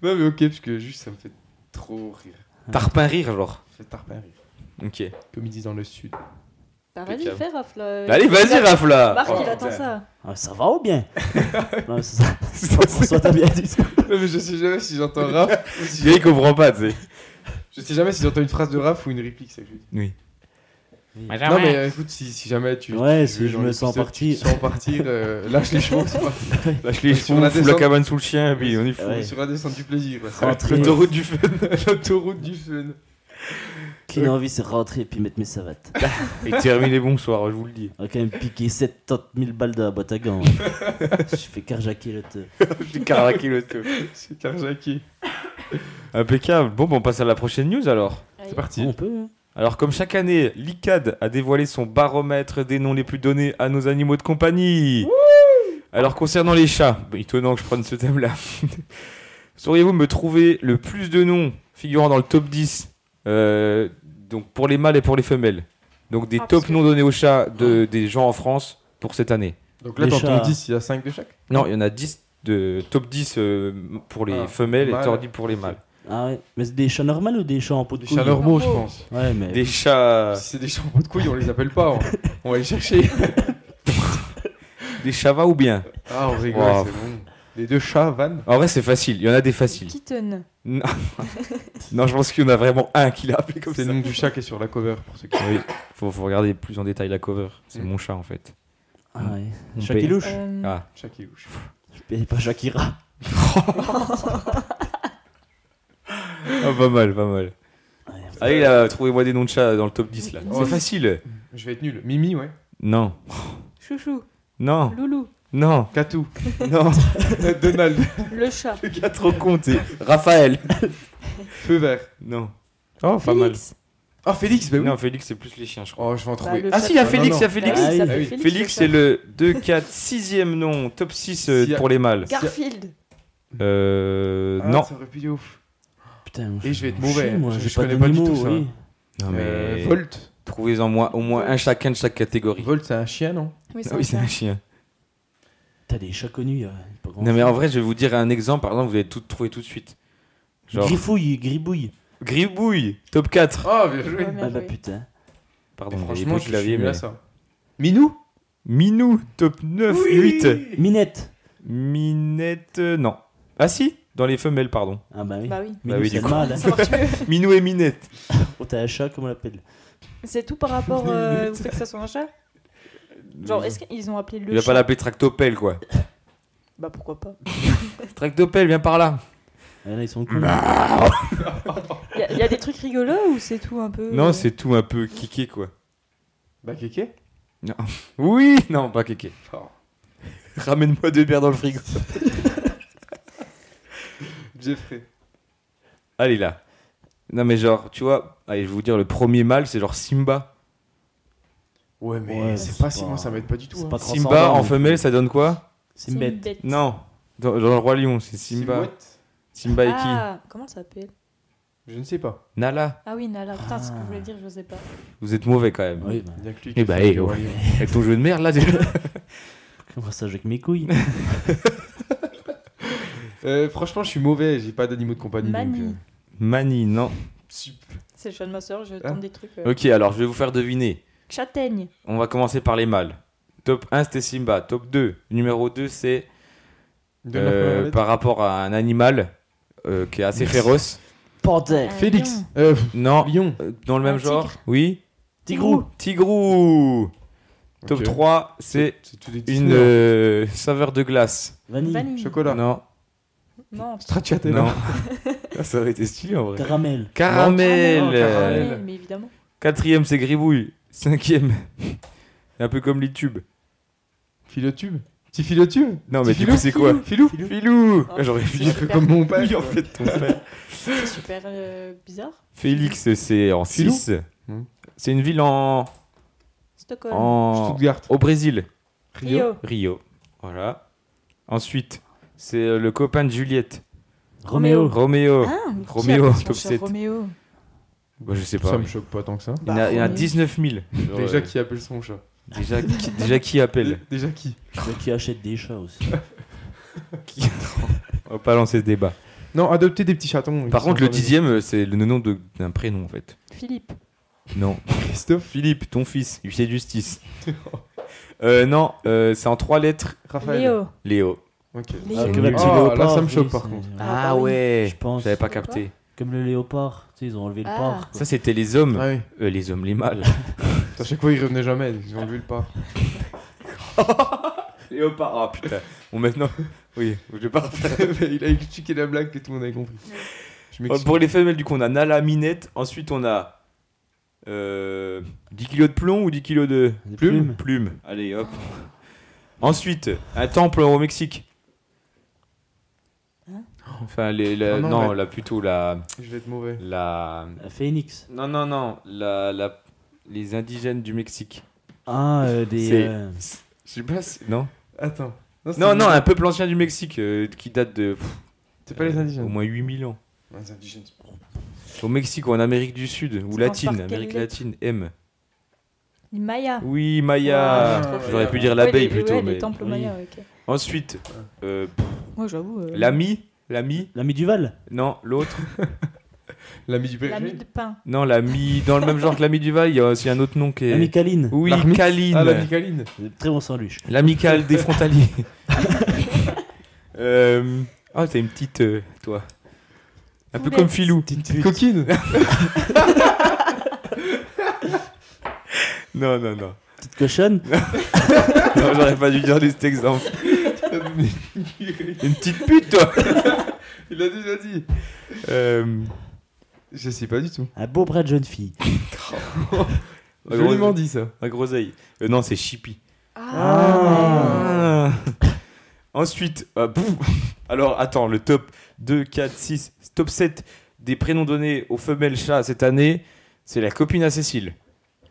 S6: non, mais ok, parce que juste ça me fait trop rire.
S3: Tarpin rire, genre.
S6: Ça fait tarpin rire.
S3: Ok.
S6: Comme ils disent dans le sud.
S5: T'as rien dit faire, Bah, Raph,
S6: Bah,
S5: là.
S3: Allez, vas-y, Raph, là
S5: Marc,
S6: Oh,
S5: il attend
S6: putain.
S5: ça.
S4: Ah, ça va ou bien Non, c'est ça. François, t'as bien dit ça.
S6: non, mais je sais jamais si j'entends Raph. ou si-
S3: Il comprend pas, tu sais.
S6: Je sais jamais si j'entends une phrase de Raph ou une réplique, ça que je dis.
S7: Mais
S6: Non, mais
S7: jamais.
S6: euh, écoute, si, si jamais tu.
S4: Ouais,
S6: tu
S4: si
S6: veux
S4: je
S6: dans
S4: me
S6: les
S4: sens
S6: épisodes,
S4: partir.
S6: Tu te sens partir, euh, lâche les chevaux, c'est parti.
S3: Lâche les
S6: Si
S3: chevaux,
S6: on a
S3: fout la
S6: descend-
S3: cabane sous le chien, et puis on y fout.
S4: Ouais.
S6: Sur la descente du plaisir. quoi. C'est
S4: Rentrer.
S3: L'autoroute du feu.
S6: L'autoroute du fun.
S4: Qui n'a envie, c'est rentrer et puis mettre mes savates.
S3: Et terminez bonsoir, je vous le dis.
S4: On va quand même piquer 70 000 balles de la boîte à gants. hein. je fais carjacker le te.
S3: J'ai caraqué le tout.
S6: C'est carjacké.
S3: Impeccable. Bon, bah, on passe à la prochaine news alors.
S6: C'est parti.
S4: On peut, hein
S3: Alors, comme chaque année, l'ICAD a dévoilé son baromètre des noms les plus donnés à nos animaux de compagnie. Alors, concernant les chats, bah, étonnant que je prenne ce thème-là. Sauriez-vous me trouver le plus de noms figurant dans le top 10 euh, donc pour les mâles et pour les femelles Donc, des
S5: Ah, parce
S3: top
S5: que-
S3: noms donnés aux chats de, des gens en France pour cette année.
S6: Donc là,
S4: Les
S6: t'en
S4: chats.
S6: tombes 10, il y a 5 de chaque
S3: Non, il y en a 10 de top 10 euh, pour les
S6: Ah,
S3: femelles et
S6: mâles.
S3: top 10 pour les mâles.
S4: Ah ouais. Mais c'est des chats normaux ou des chats en peau de
S6: Des
S4: couille
S6: chats normaux, je pense. Ah,
S4: Ouais, mais.
S3: Des chats,
S6: Si c'est des champons de couilles, on les appelle pas. On, on va les chercher.
S3: des chats va ou bien
S6: Ah, on rigole,
S3: Wow.
S6: c'est bon. Les deux chats, Van.
S3: En vrai, c'est facile. Il y en a des faciles.
S5: Kitten.
S3: Non. non, je pense qu'il y en a vraiment un qui l'a appelé comme
S6: C'est
S3: ça.
S6: le nom du chat qui est sur la cover pour ceux qui
S3: Oui, faut, faut regarder plus en détail la cover. C'est
S6: Mm.
S3: mon chat en fait.
S4: Ah ouais.
S3: On
S4: Chat
S3: paye.
S4: qui louche.
S5: Euh,
S3: Ah.
S6: Chat qui est louche.
S4: Et pas Shakira.
S3: Ah, pas mal, pas mal.
S4: Ouais.
S3: Allez là, trouvez-moi des noms de chats dans le top 10 là.
S6: Oh,
S3: C'est
S6: c'est-
S3: facile.
S6: Je vais être nul. Mimi, ouais.
S3: Non,
S5: Chouchou.
S6: Oh.
S3: non,
S5: Loulou.
S3: non,
S6: Catou.
S3: non.
S6: Donald.
S5: Le chat.
S3: Le gars trop con, t'es. Raphaël.
S6: Feu vert.
S3: Non.
S6: Oh,
S5: Félix.
S6: Ah, Félix, bah oui.
S3: Non, Félix, c'est plus les chiens, je crois.
S6: Oh, je vais en trouver.
S5: le
S3: Ah
S5: chat
S3: si, il y a
S6: non,
S3: Félix,
S6: non.
S3: il y a Félix.
S5: Bah oui, ça
S6: Ah
S5: fait
S6: oui.
S5: Félix,
S3: Félix, c'est
S5: chat.
S3: le 2, 4, 6ème nom, top 6 euh,
S6: Si,
S3: pour les mâles.
S5: Garfield.
S3: Euh.
S6: Ah,
S3: Non.
S6: Ça aurait pu être ouf.
S4: Putain, moi,
S6: Et je vais être
S4: suis
S6: mauvais,
S4: chier, moi,
S6: je-
S4: j'ai
S6: je
S4: pas
S6: connais pas du
S4: d'animaux,
S6: tout ça.
S4: oui.
S3: Non
S6: Euh,
S3: mais.
S6: Volt.
S3: Trouvez-en moins- au moins un chacun de chaque catégorie.
S6: Volt, c'est un chien, non
S5: Oui,
S3: Ah oui, c'est un chien.
S4: T'as des chats connus. euh, pas grand
S3: Non mais en
S4: chose.
S3: vrai, je vais vous dire un exemple, par exemple, vous allez tout trouver tout de suite. Genre
S4: Griffouille, gribouille.
S3: Gribouille, top 4.
S6: Oh, bien joué.
S5: Ouais, mais
S4: Ah bah
S5: oui.
S4: putain.
S3: Pardon,
S6: Franchement, je
S3: l'avais
S6: suis
S3: mais...
S6: à ça. Minou
S3: Minou, top 9, 8.
S4: Minette.
S3: Minette, euh, non. Ah si, dans les femelles, pardon.
S4: Ah bah oui.
S5: Bah oui.
S4: Minou,
S3: oui,
S4: c'est
S3: du
S4: le
S3: coup.
S4: mâle, hein.
S5: Ça marche mieux.
S3: Minou et Minette.
S4: Oh, t'as un chat, comment on l'appelle
S5: C'est tout par rapport euh, au fait que ça soit un chat Genre, est-ce qu'ils ont appelé
S3: Il
S5: le
S3: va
S5: chat
S3: pas l'appeler Tractopelle, quoi.
S5: Bah pourquoi pas
S3: Tractopelle, viens par là.
S4: Ah, Là, ils sont cons.
S3: Bah,
S5: Il y, a- y a des trucs rigolos ou c'est tout un peu. euh,
S3: Non, c'est tout un peu kické, quoi.
S6: Bah, Kéké
S3: Oui, non, pas kické.
S6: Oh.
S3: Ramène-moi deux bières dans le frigo.
S6: Jeffrey.
S3: Allez, là. Non mais genre, tu vois, allez, je vais vous dire, le premier mâle, c'est genre Simba.
S6: Ouais, mais
S4: Ouais,
S6: c'est
S4: c'est
S6: pas si.
S4: pas-
S6: Moi, ça m'aide pas du tout.
S4: C'est
S6: hein.
S4: pas
S3: Simba,
S4: transcendant,
S3: en
S4: mais-
S3: femelle, ça donne quoi
S4: C'est une bête.
S3: Non, dans, dans le Roi Lion, c'est Simba.
S6: Silhouette
S3: Simba et qui
S5: Ah, comment ça s'appelle
S6: Je ne sais pas.
S3: Nala.
S5: Ah oui, Nala. Putain, c'est ce que je
S4: Ah.
S5: voulais dire, je sais pas.
S3: Vous êtes mauvais quand même.
S4: Oui, bah,
S6: Il y a que lui
S3: Eh
S6: qui
S3: bah,
S6: fait
S3: eh,
S6: le
S3: ouais.
S6: royaume.
S3: Avec ton jeu de merde là déjà.
S4: comment ça joue avec mes couilles
S6: Euh, franchement, je suis mauvais, j'ai pas d'animaux de compagnie.
S5: Mani.
S6: donc, euh,
S3: Mani, non.
S5: C'est le chat de ma soeur, je tente des trucs. euh.
S3: Ah. Ok, alors je vais vous faire deviner.
S5: Châtaigne.
S3: On va commencer par les mâles. Top 1, c'était Simba. Top 2, numéro 2, c'est
S6: donne-leur
S3: euh,
S6: la lettre.
S3: par rapport à un animal euh, qui est assez féroce. Eh,
S4: Panthère.
S6: Félix. Euh, pff,
S3: Non,
S6: Lion.
S3: euh, dans le même
S5: Un
S3: genre. Oui.
S4: Tigrou.
S3: Tigrou. Top
S6: Ok.
S3: 3, c'est
S6: C'est tous des
S3: une
S6: Disney,
S3: euh, saveur de glace.
S4: Vanille.
S6: hein.
S5: Vanille.
S6: Chocolat.
S3: euh, Non,
S5: Non.
S6: Stracciatella.
S3: non. Ah, Ça aurait été stylé en vrai.
S4: Caramel.
S3: Caramel.
S5: Ah, non,
S6: caramel.
S5: caramel, Mais évidemment.
S3: Quatrième, c'est Gribouille. Cinquième, c'est un peu comme les tubes.
S6: Philotube. Petit philotube.
S3: Non, mais
S6: Petit
S3: du
S6: filou,
S3: coup, c'est quoi
S6: Filou.
S3: Filou
S6: Ah,
S5: Oh,
S3: J'aurais
S5: c'est
S3: pu
S6: Un
S3: dire
S6: peu comme mon père.
S3: oui, en fait, ton père.
S5: C'est super euh, bizarre.
S3: Félix, c'est en
S6: Filou
S3: 6.
S6: Hmm.
S3: C'est une ville en.
S5: Stockholm.
S3: en-
S6: Stuttgart.
S3: Au Brésil.
S5: Rio.
S3: Rio. Voilà. Ensuite, c'est euh, le copain de Juliette.
S6: Oh.
S4: Roméo.
S3: Roméo.
S5: Ah, mais qui
S3: Roméo,
S5: a fait son
S3: top
S5: chat
S3: sept.
S5: Roméo.
S3: Bah, je sais
S6: Ça
S3: pas.
S6: me choque pas tant que ça.
S3: Il y en a, il y en a
S5: Bah,
S3: 19 000. Genre,
S6: Déjà
S3: euh,
S6: qui appelle son chat.
S3: déjà, qui, déjà qui appelle
S6: Déjà qui
S4: Mais Bah, qui achète des chats aussi.
S3: On va pas lancer ce débat.
S6: Non, adopter des petits chatons.
S3: Par contre,
S6: Ils sont
S3: le
S6: pas les-
S3: dixième, euh, c'est le nom de- d'un prénom en fait.
S5: Philippe.
S3: Non.
S6: Christophe,
S3: Philippe, ton fils, lui fait justice. Euh, non, euh, c'est en trois lettres,
S6: Raphaël.
S5: Léo.
S3: Léo.
S6: Ok.
S5: Léo.
S4: Ah,
S3: C'est
S4: comme
S3: nul.
S4: le petit
S6: Ah, là,
S4: léopard,
S6: ça me
S4: oui,
S6: choque, par
S4: c'est-
S6: contre.
S5: Ah Ah oui.
S3: ouais.
S4: Je pense.
S3: Eh, J'avais pas
S5: C'est quoi
S3: capté.
S4: Comme le léopard. Tu sais, ils ont enlevé le
S5: Ah.
S4: porc. quoi.
S3: Ça, c'était les hommes.
S6: Ah oui.
S3: Euh, les hommes, les mâles.
S6: À chaque fois, il revenait jamais. Ils ont enlevé le pas.
S3: Léopard. Ah putain. Bon, maintenant. Oui, je vais pas refaire.
S6: il a expliqué la blague que tout le monde avait compris. Je
S3: Oh,
S6: m'excuse.
S3: Pour les femelles, du coup, on a Nala Minette. Ensuite, on a. euh, 10 kilos de plomb ou 10 kilos de.
S4: Des
S3: Plume
S4: plumes.
S3: Plume. Allez, hop. Ensuite, un temple au Mexique.
S5: Hein
S3: Enfin, les, la-
S6: Ah
S3: non,
S6: non, mais-
S3: là, plutôt la.
S6: Je vais être mauvais.
S3: la...
S4: Un phénix.
S3: Non, non, non. La, la... Les indigènes du Mexique.
S4: Ah, euh, des.
S3: C'est-
S4: euh,
S3: Je sais pas si. Non
S6: Attends. c'est
S3: Non, non, euh,
S6: mauvais.
S3: un peuple ancien du Mexique euh, qui date de. pff,
S6: C'est pas les
S3: euh, Au
S6: indigènes.
S3: moins 8000 ans.
S6: Les indigènes. c'est pas-
S3: Au Mexique ou en Amérique du Sud, ou
S5: commence
S3: latine,
S5: par quelle
S3: Amérique
S5: lettre
S3: latine, M.
S5: Maya.
S3: Oui, Maya.
S6: Ouais, ouais,
S3: J'aurais
S6: ouais.
S3: pu dire l'abeille
S5: Ouais, les-
S3: plutôt,
S5: ouais,
S3: mais.
S5: Les temples
S4: oui.
S5: Maya, ok.
S3: Ensuite, euh, pff,
S5: Moi, j'avoue. euh,
S3: l'ami, l'ami,
S4: L'ami Duval.
S3: non, l'autre,
S6: L'ami du
S5: L'ami
S6: père.
S5: de pain.
S3: non, l'ami, dans le même genre que l'ami du Val, il y a aussi un autre nom qui
S4: L'ami
S3: est.
S4: Caline.
S3: Oui,
S6: L'armix.
S3: Caline.
S6: Ah, l'ami Caline.
S4: Très bon sandwich.
S3: L'amicale des frontaliers. euh... Ah, t'as une petite, euh, toi. Un peu
S5: Poulette.
S3: comme Filou.
S6: Coquine.
S3: Non, non, non.
S4: Petite cochonne.
S3: Non, J'aurais pas dû dire cet exemple. Une petite pute, toi.
S6: il a déjà dit.
S3: Euh...
S6: Je sais pas du tout.
S4: Un beau bras de jeune fille.
S3: La,
S6: Joliment
S3: groseille.
S6: dit ça.
S3: la groseille. Euh, non, c'est Chippy.
S5: Ah,
S3: Ensuite, euh, pff, alors attends, le top 2, 4, 6, top 7 des prénoms donnés aux femelles chats cette année, c'est la copine à Cécile,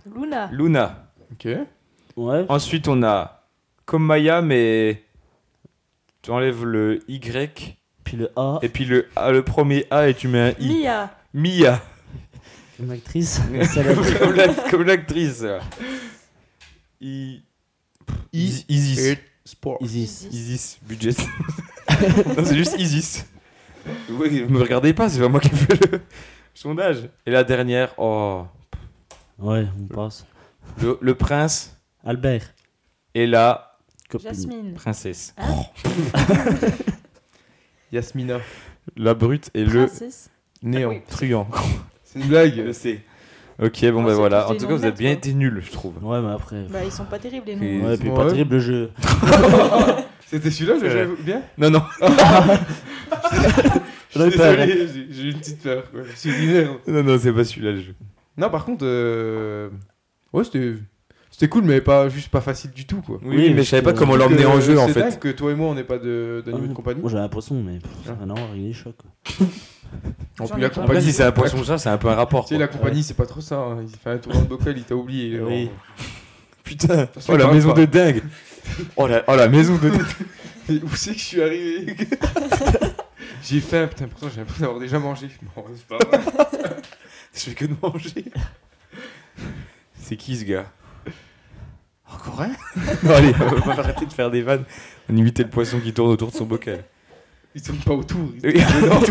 S5: ouais. Luna.
S3: Luna.
S6: Ok.
S4: Ouais.
S3: Ensuite, on a comme Maya, mais tu enlèves le Y
S4: Puis le A.
S3: et puis le, A- le premier A et tu mets un I.
S5: Mia.
S3: Mia,
S4: Une actrice.
S3: comme la- comme l'actrice. I. Is- Isis.
S6: Sport.
S4: Isis.
S3: Isis, budget. non, c'est juste Isis. Oui, me regardez pas, c'est pas moi qui ai fait le sondage. Et la dernière, oh.
S4: Ouais, on passe.
S3: Le, le prince
S4: Albert.
S3: et la
S4: Copine.
S5: Jasmine.
S3: princesse.
S6: Yasmina.
S3: La brute et le
S5: Princesse.
S6: Néant.
S3: truand.
S6: C'est une blague.
S3: Je sais. Ok, bon
S5: Non,
S3: bah
S5: c'est
S3: voilà.
S5: tous
S3: En
S5: des
S3: tout
S5: noms
S3: cas,
S5: de
S3: vous avez bien
S5: lettres,
S3: été nuls, je trouve.
S4: Ouais, mais après.
S5: Bah, ils sont pas terribles, les
S3: Et-
S5: noms.
S4: Ouais, puis pas
S6: Ouais.
S4: terrible le jeu.
S6: C'était celui-là, je
S3: Euh.
S6: jouais bien
S3: Non, non.
S6: Je
S4: J'en ai
S6: suis
S4: peur,
S6: désolé, j'ai- j'ai eu une petite peur. quoi. Je suis lunaire.
S3: Non, non, c'est pas celui-là le jeu.
S6: Non, par contre, euh... ouais, c'était... c'était cool, mais pas juste pas facile du tout, quoi.
S3: Oui,
S4: Oui,
S3: mais je
S4: parce
S3: savais pas
S4: que-
S3: comment
S6: Donc,
S3: l'emmener
S6: euh,
S3: en jeu en
S6: C'est
S3: fait.
S6: dingue que toi et moi, on n'est pas de-
S5: Ah,
S6: d'animaux de, compagnie.
S4: Moi j'avais l'impression, mais pff,
S6: Ah.
S4: rien à voir avec les chats quoi.
S6: En
S5: J'en
S6: plus,
S5: ai pas.
S6: la
S3: Après,
S6: compagnie,
S3: si c'est un poisson chat, c'est un peu un rapport.
S6: Tu sais,
S3: quoi.
S6: la compagnie, c'est pas trop ça. hein. Il fait un tournant de bocal, il t'a oublié.
S4: Oui.
S3: Putain,
S6: Ça,
S3: oh la
S6: parle
S3: maison
S6: pas.
S3: de dingue. Oh la, oh la maison de dingue.
S6: Mais où c'est que je suis arrivé J'ai faim, putain, pourtant j'ai l'impression d'avoir déjà mangé. Non, c'est pas vrai.
S3: Je fais que de manger. C'est qui ce gars Encore un Non, allez, on va pas arrêter de faire des vannes. On imitait le poisson qui tourne autour de son bocal.
S6: Ils tournent pas autour. Ils
S3: Oui, non,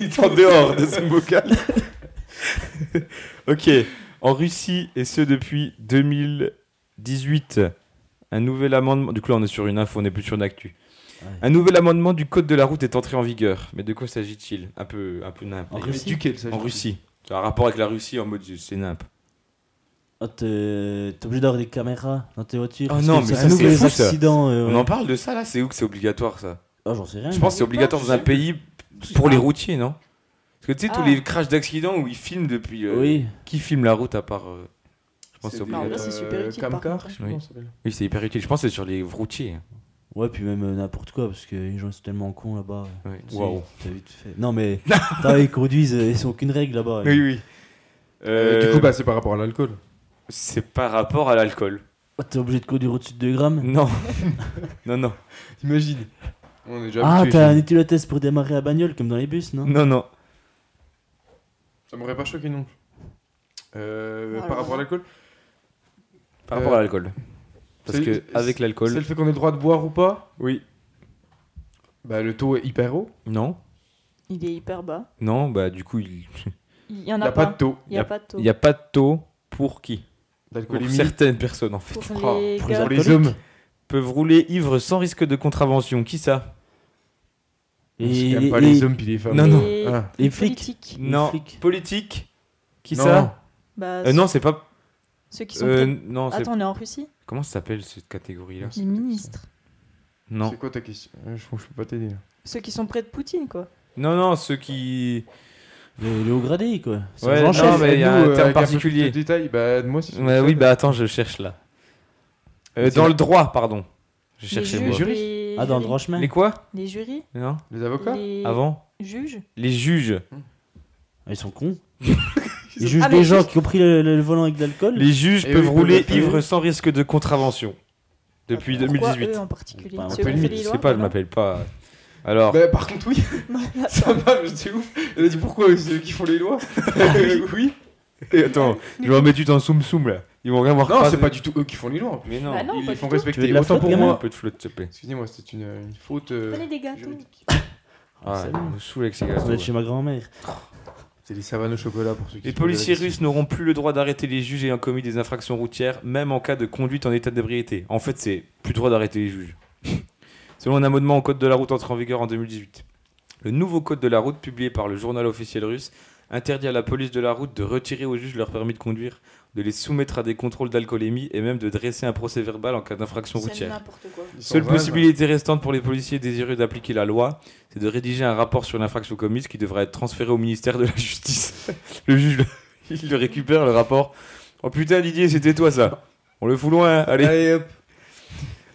S3: Ils sont en dehors de son bocal. ok. En Russie, et ce depuis 2018, un nouvel amendement. Du coup, là, on est sur une info, on n'est plus sur une actu.
S4: Ouais.
S3: Un nouvel amendement du code de la route est entré en vigueur. Mais de quoi s'agit-il Un peu, un peu nimp.
S4: En
S3: Mais
S4: Russie
S3: du- En Russie. Ça a un rapport avec la Russie en mode c'est nimp.
S4: Ah, t'es t'es obligé d'avoir des caméras dans tes voitures.
S3: Ah
S4: parce
S3: non,
S4: que
S3: mais
S4: ça
S3: ça,
S4: nous
S3: c'est
S4: les
S3: fou, ça.
S4: accidents. euh,
S3: On
S4: ouais.
S3: en parle de ça là C'est où que c'est obligatoire ça
S4: Ah, j'en sais rien.
S3: Je pense que c'est
S5: pas,
S3: obligatoire
S5: je
S3: dans un
S5: sais
S3: pays pour les routiers, non Parce que tu sais, tous
S5: Ah.
S3: les crashs d'accidents où ils filment depuis. euh,
S4: Oui.
S3: Qui filme la route à part. euh, Je pense que c'est Euh,
S6: des,
S5: Non, là,
S3: obligatoire.
S5: c'est super utile, par
S6: Camcar,
S5: contre.
S6: Euh, je sais pas
S3: Oui.
S6: comment ça s'appelle.
S3: Oui, c'est hyper utile. Je pense que c'est sur les routiers. hein.
S4: Ouais, puis même euh, n'importe quoi, parce que les gens ils sont tellement cons là-bas. Tu sais,
S3: Waouh.
S4: t'as vite fait. Non, mais t'as, ils conduisent, euh, ils sont aucune règle là-bas.
S3: Oui, oui.
S6: Euh, Du coup, bah, c'est par rapport à l'alcool.
S3: c'est par rapport à l'alcool.
S4: Oh, t'es obligé de conduire au-dessus de 2 grammes.
S3: Non. non, non.
S6: Imagine. On est déjà
S4: Ah,
S6: habitué,
S4: t'as un
S6: chez nous.
S4: éthylotest pour démarrer la bagnole, comme dans les bus, non
S3: Non, non.
S6: Ça m'aurait pas choqué non plus. Euh,
S5: Alors.
S6: par rapport à l'alcool,
S3: Par
S6: Euh,
S3: rapport à l'alcool. Parce
S6: c'est-
S3: que
S6: c'est-
S3: avec
S6: c'est le
S3: l'alcool.
S6: fait qu'on ait le droit de boire ou pas
S3: Oui.
S6: Bah, le taux est hyper haut.
S3: Non.
S5: Il est hyper bas.
S3: Non, bah du coup, il
S5: Il y en
S6: Il
S5: a,
S6: n'y a pas de taux.
S5: Il y a pas de taux.
S3: n'y a pas de taux pour qui Pour
S6: D'alcoolémie.
S3: certaines personnes en fait.
S5: Pour
S6: Ah,
S5: les
S4: pour les
S5: gars,
S6: Pour les hommes.
S3: Peuvent rouler ivres sans risque de contravention. Qui ça
S6: C'est quand
S4: Et
S6: même pas
S4: les-
S6: les hommes puis les femmes.
S3: Non, non.
S5: les
S6: Ah.
S4: les flics.
S5: politiques.
S3: Non.
S4: flics.
S3: Politique Qui
S6: Non.
S3: ça
S5: Bah,
S3: Euh, Non, c'est pas.
S5: Ceux qui sont.
S3: euh,
S5: peut-être-
S3: non, c'est.
S5: Attends, on est en Russie
S3: Comment ça s'appelle cette catégorie-là
S5: Les ministres.
S3: Non.
S6: C'est quoi ta question Euh, Je je peux pas t'aider. là.
S5: Ceux qui sont près de Poutine, quoi.
S3: Non, non, ceux qui.
S4: Les, les hauts gradés, quoi. C'est
S3: Ouais,
S4: les
S3: non,
S4: gens chefs.
S3: mais il y a
S6: Nous,
S3: un
S6: euh,
S3: terme
S6: avec peu
S3: particulier.
S6: plus de détails, bah, moi, c'est
S3: Ouais, oui, bah attends, je cherche là. Euh,
S6: C'est-
S3: dans le droit, pardon. Je
S5: Les
S3: cherchais
S5: juges,
S3: moi.
S6: Les jurys.
S5: les-
S4: Ah, dans le droit chemin.
S3: Les quoi
S5: Les jurys
S3: Non
S6: Les avocats
S5: Les
S3: Avant
S5: juges
S3: Les juges.
S4: Ah, Ils sont cons. Ils jugent
S5: Ah, mais
S4: des gens
S5: juste-
S4: qui ont pris le, le- le volant avec de l'alcool.
S3: Les juges
S6: Et
S3: peuvent
S6: oui,
S3: rouler
S6: ils peuvent le faire.
S3: ivres sans risque de contravention. Depuis
S5: Pourquoi
S3: 2018.
S5: eux en particulier
S4: Bah, on
S5: Ceux qui
S6: peut
S5: ont fait
S6: limite,
S5: les
S3: Je
S5: lois
S3: sais pas, je
S5: voilà.
S3: m'appelle pas. Alors,
S6: Bah, par contre, oui, ça marche, c'est ouf. Elle a dit pourquoi C'est eux qui font les lois Euh, Oui.
S3: Et attends, je vais en mettre du temps soum soum là. Ils vont rien voir.
S6: Non, c'est pas du tout eux qui font les lois. en plus.
S3: Mais non.
S5: Bah non,
S6: Ils
S5: pas
S6: les font
S5: du tout.
S4: Tu veux
S6: respecter.
S4: de la
S6: Autant
S4: faute,
S6: pour
S4: gamin
S3: Un
S6: moi.
S3: peu de flotte, s'il te plaît.
S6: Excusez-moi, c'était une, une faute. euh,
S5: Prenez des gâteaux.
S6: juridique.
S3: Ah,
S4: c'est
S3: on
S4: bon.
S3: me saoule avec ces
S4: On
S3: gâteaux,
S4: est chez ma grand-mère.
S6: C'est les savanes au chocolat pour ceux qui
S3: Les
S6: se posent la
S3: policiers
S6: question.
S3: russes n'auront plus le droit d'arrêter les juges ayant commis des infractions routières, même en cas de conduite en état d'ébriété. En fait, c'est plus le droit d'arrêter les juges. Selon un amendement au Code de la route entré en vigueur en 2018, le nouveau Code de la route publié par le journal officiel russe interdit à la police de la route de retirer aux juges leur permis de conduire, de les soumettre à des contrôles d'alcoolémie et même de dresser un procès verbal en cas d'infraction
S5: C'est
S3: routière.
S5: n'importe quoi.
S6: Ils sont
S3: Seule
S6: vases.
S3: possibilité restante pour les policiers désireux d'appliquer la loi, c'est de rédiger un rapport sur l'infraction commise qui devra être transféré au ministère de la Justice. Le juge, le- il le récupère, le rapport. Oh putain, Didier, c'était toi ça. On le fout loin, hein, allez.
S6: Allez, hop.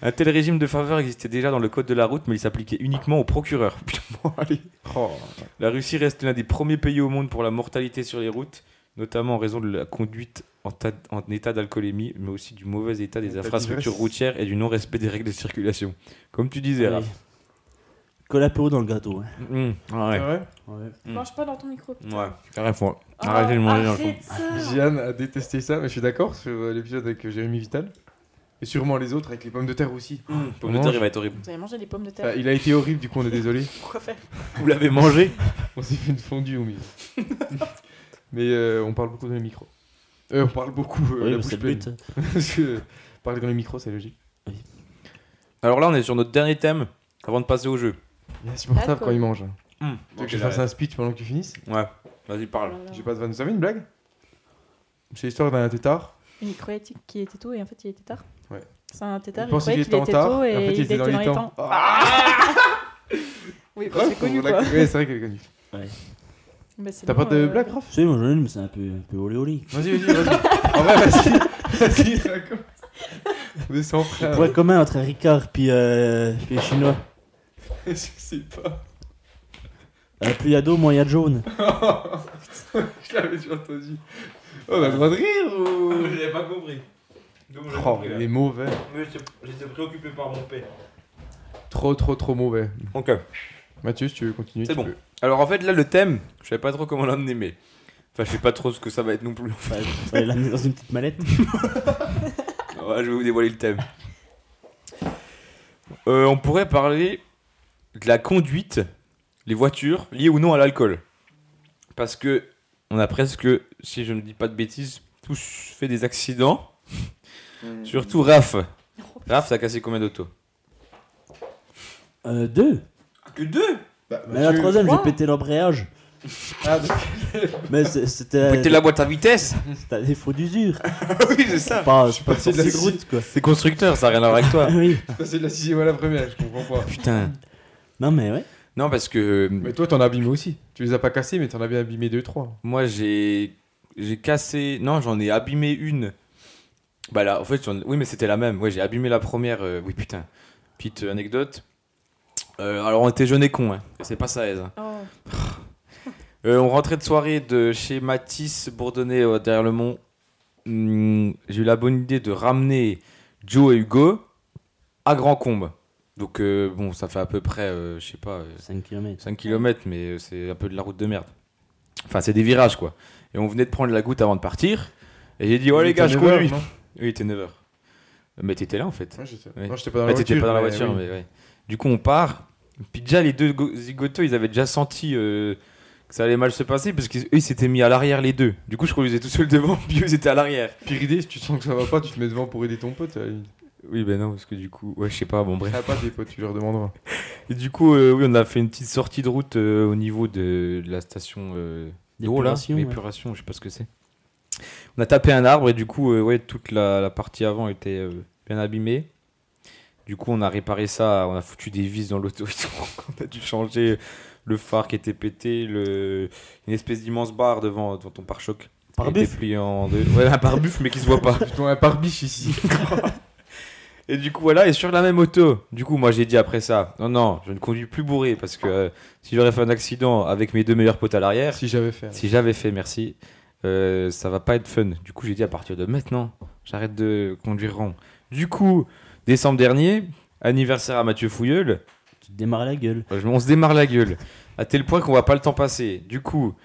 S3: Un tel régime de faveur existait déjà dans le code de la route, mais il s'appliquait uniquement aux procureurs. Putain, bon, allez.
S6: Oh,
S3: La Russie reste l'un des premiers pays au monde pour la mortalité sur les routes, notamment en raison de la conduite en, ta- en état d'alcoolémie, mais aussi du mauvais état des
S6: État
S3: infrastructures
S6: d'ivresse.
S3: routières et du non-respect des règles de circulation. Comme tu disais,
S4: Allez.
S3: Raph.
S4: Colle à peau dans le gâteau. hein.
S3: Mhm.
S6: c'est
S3: Ouais.
S6: vrai
S4: Ouais.
S5: Mange pas dans ton micro.
S3: Euh, Ouais, carrément.
S5: Oh,
S3: Arrêtez de manger dans le
S5: arrête
S6: Ah,
S5: ça.
S6: Jeanne a détesté ça, mais je suis d'accord sur euh, l'épisode avec euh, Jérémy Vital. Et sûrement les autres avec les pommes de terre aussi.
S3: Pomme de
S6: Mange.
S3: terre, il va être horrible.
S5: Vous avez mangé des pommes de terre
S6: Enfin, il a été horrible, du coup on est désolé.
S5: Pourquoi faire
S3: Vous l'avez mangé
S6: On s'est fait une fondue au milieu. mais euh, on parle beaucoup dans les micros. Euh, on parle beaucoup. euh,
S4: Oui, bah,
S6: la bouche
S4: c'est le
S6: pleine.
S4: but.
S6: Parce que euh, parler dans les micros, c'est logique.
S3: Alors là, on est sur notre dernier thème avant de passer au jeu.
S6: Il est insupportable
S5: Alcool.
S6: quand il mange. Tu veux que je
S3: Mmh.
S6: fasse
S3: Ouais,
S6: un speech pendant que tu finisses
S3: vas-y, parle.
S5: Euh,
S6: J'ai pas de vanne. Vous savez une blague C'est l'histoire d'un tétard.
S5: Il croyait t- qu'il était tôt et en fait il était tard.
S6: Ouais.
S5: C'est un tétard,
S6: Il
S5: il,
S6: pensait
S5: croyait
S6: qu'il était en
S5: tôt
S6: retard
S5: et
S6: et en fait il était dans les temps. Ah
S5: Oui, bah,
S6: Ouais,
S5: c'est connu
S6: on l'a-
S5: quoi.
S6: Ouais, c'est vrai qu'elle est connue.
S5: Bah, c'est
S6: T'as
S5: bon,
S6: pas de
S5: euh,
S6: blague, Raph
S4: Tu sais, moi j'en ai une, mais c'est un peu, un peu olé olé.
S6: Vas-y, vas-y, vas-y. En vrai, vas-y. Vas-y, raconte. Mais sans
S4: Le
S6: frère.
S4: point commun entre un Ricard puis, euh, puis les Chinois.
S6: Je sais pas.
S4: Euh, plus il y a d'eau, moins il y a de jaune.
S6: Je l'avais déjà entendu. Oh, on a le droit de rire ou.
S3: J'avais pas compris.
S6: Oh, il est mauvais.
S3: J'étais préoccupé par mon père.
S6: Trop, trop, trop mauvais.
S3: Ok.
S6: Mathieu, si tu veux continuer,
S3: C'est
S6: tu
S3: bon.
S6: peux.
S3: Alors en fait, là, le thème, je savais pas trop comment l'emmener, mais. Enfin, je sais pas trop ce que ça va être non plus.
S4: Enfin, fallait l'amener dans une petite mallette.
S3: Ah Ouais, je vais vous dévoiler le thème. Euh, on pourrait parler de la conduite, les voitures liées ou non à l'alcool. Parce que on a presque, si je ne dis pas de bêtises, tous fait des accidents. Surtout Raph. Raph, ça a cassé combien d'autos
S4: Euh, deux.
S3: Que deux
S6: Bah,
S4: Mais la
S6: Mathieu-
S4: troisième, j'ai
S5: Quoi
S4: pété l'embrayage.
S6: Ah, donc-
S4: Mais c'est- c'était.
S3: Péter la boîte à vitesse
S4: C'était un défaut d'usure.
S3: Oui, c'est ça.
S4: C'est pas, c'est
S6: suis
S4: pas
S6: passé de
S4: sorti
S6: la
S4: de route, quoi.
S3: C'est constructeur, ça n'a rien à voir avec toi.
S4: Ah oui.
S6: Bah, C'est de la sixième à la première, je comprends pas.
S3: Putain.
S4: Non, mais ouais.
S3: Non, parce que euh,
S6: Mais toi, t'en as abîmé aussi. Tu les as pas cassés, mais t'en as bien abîmé deux, trois.
S3: moi, j'ai j'ai cassé. Non, j'en ai abîmé une. Bah là, en fait, j'en- oui, mais c'était la même. Ouais, j'ai abîmé la première. euh, Oui, putain. Petite anecdote. Euh, alors, on était jeunes et cons, hein. C'est pas ça, aise. hein.
S5: Oh.
S3: Euh, on rentrait de soirée de chez Matisse Bourdonnais euh, derrière le mont. Hmm, J'ai eu la bonne idée de ramener Joe et Hugo à Grand Combe. Donc euh, bon, ça fait à peu près, euh, je sais pas, euh,
S4: 5 km.
S3: 5 km, mais euh, c'est un peu de la route de merde. Enfin, c'est des virages quoi. Et on venait de prendre la goutte avant de partir. Et j'ai dit, ouais les gars, je conduis. Oui, il était 9h. Mais t'étais là en fait.
S6: Ouais, je sais.
S3: Ouais.
S6: Non, j'étais pas dans
S3: Ouais,
S6: la voiture.
S3: t'étais pas dans la
S6: mais
S3: voiture,
S6: oui.
S3: mais ouais. Du coup, on part. Puis déjà, les deux go- zigotos, ils avaient déjà senti euh, que ça allait mal se passer parce qu'ils eux, ils s'étaient mis à l'arrière, les deux. Du coup, je crois qu'ils étaient tout seuls devant, puis eux, ils étaient à l'arrière.
S6: Pire idée, si tu sens que ça va pas, tu te mets devant pour aider ton pote. euh, à la limite.
S3: Oui, ben non, parce que du coup, ouais, je sais pas, bon, bref.
S6: Ah, pas des potes, tu leur demanderas.
S3: Et du coup, euh, oui, on a fait une petite sortie de route euh, au niveau de, de la station euh, d'eau, là.
S4: D'épuration, ouais.
S3: D'épuration, je sais pas ce que c'est. On a tapé un arbre et du coup, euh, ouais, toute la, la partie avant était euh, bien abîmée. Du coup, on a réparé ça, on a foutu des vis dans l'auto et tout. On a dû changer le phare qui était pété, le... une espèce d'immense barre devant, devant ton pare-choc.
S4: Par
S3: Qui était
S4: buff.
S3: plié en deux. Ouais, un pare-buff, mais qui se voit pas.
S6: Plutôt un parbiche ici.
S3: Et du coup, voilà, et sur la même auto. Du coup, moi, j'ai dit après ça, non, non, je ne conduis plus bourré parce que euh, si j'aurais fait un accident avec mes deux meilleurs potes à l'arrière,
S6: si j'avais fait.
S3: si j'avais fait, merci, euh, ça va pas être fun. Du coup, j'ai dit à partir de maintenant, j'arrête de conduire rond. Du coup, décembre dernier, anniversaire à Mathieu Fouilleul,
S4: Tu te démarres la gueule.
S3: euh, on se démarre la gueule. À tel point qu'on va pas le temps passer. Du coup,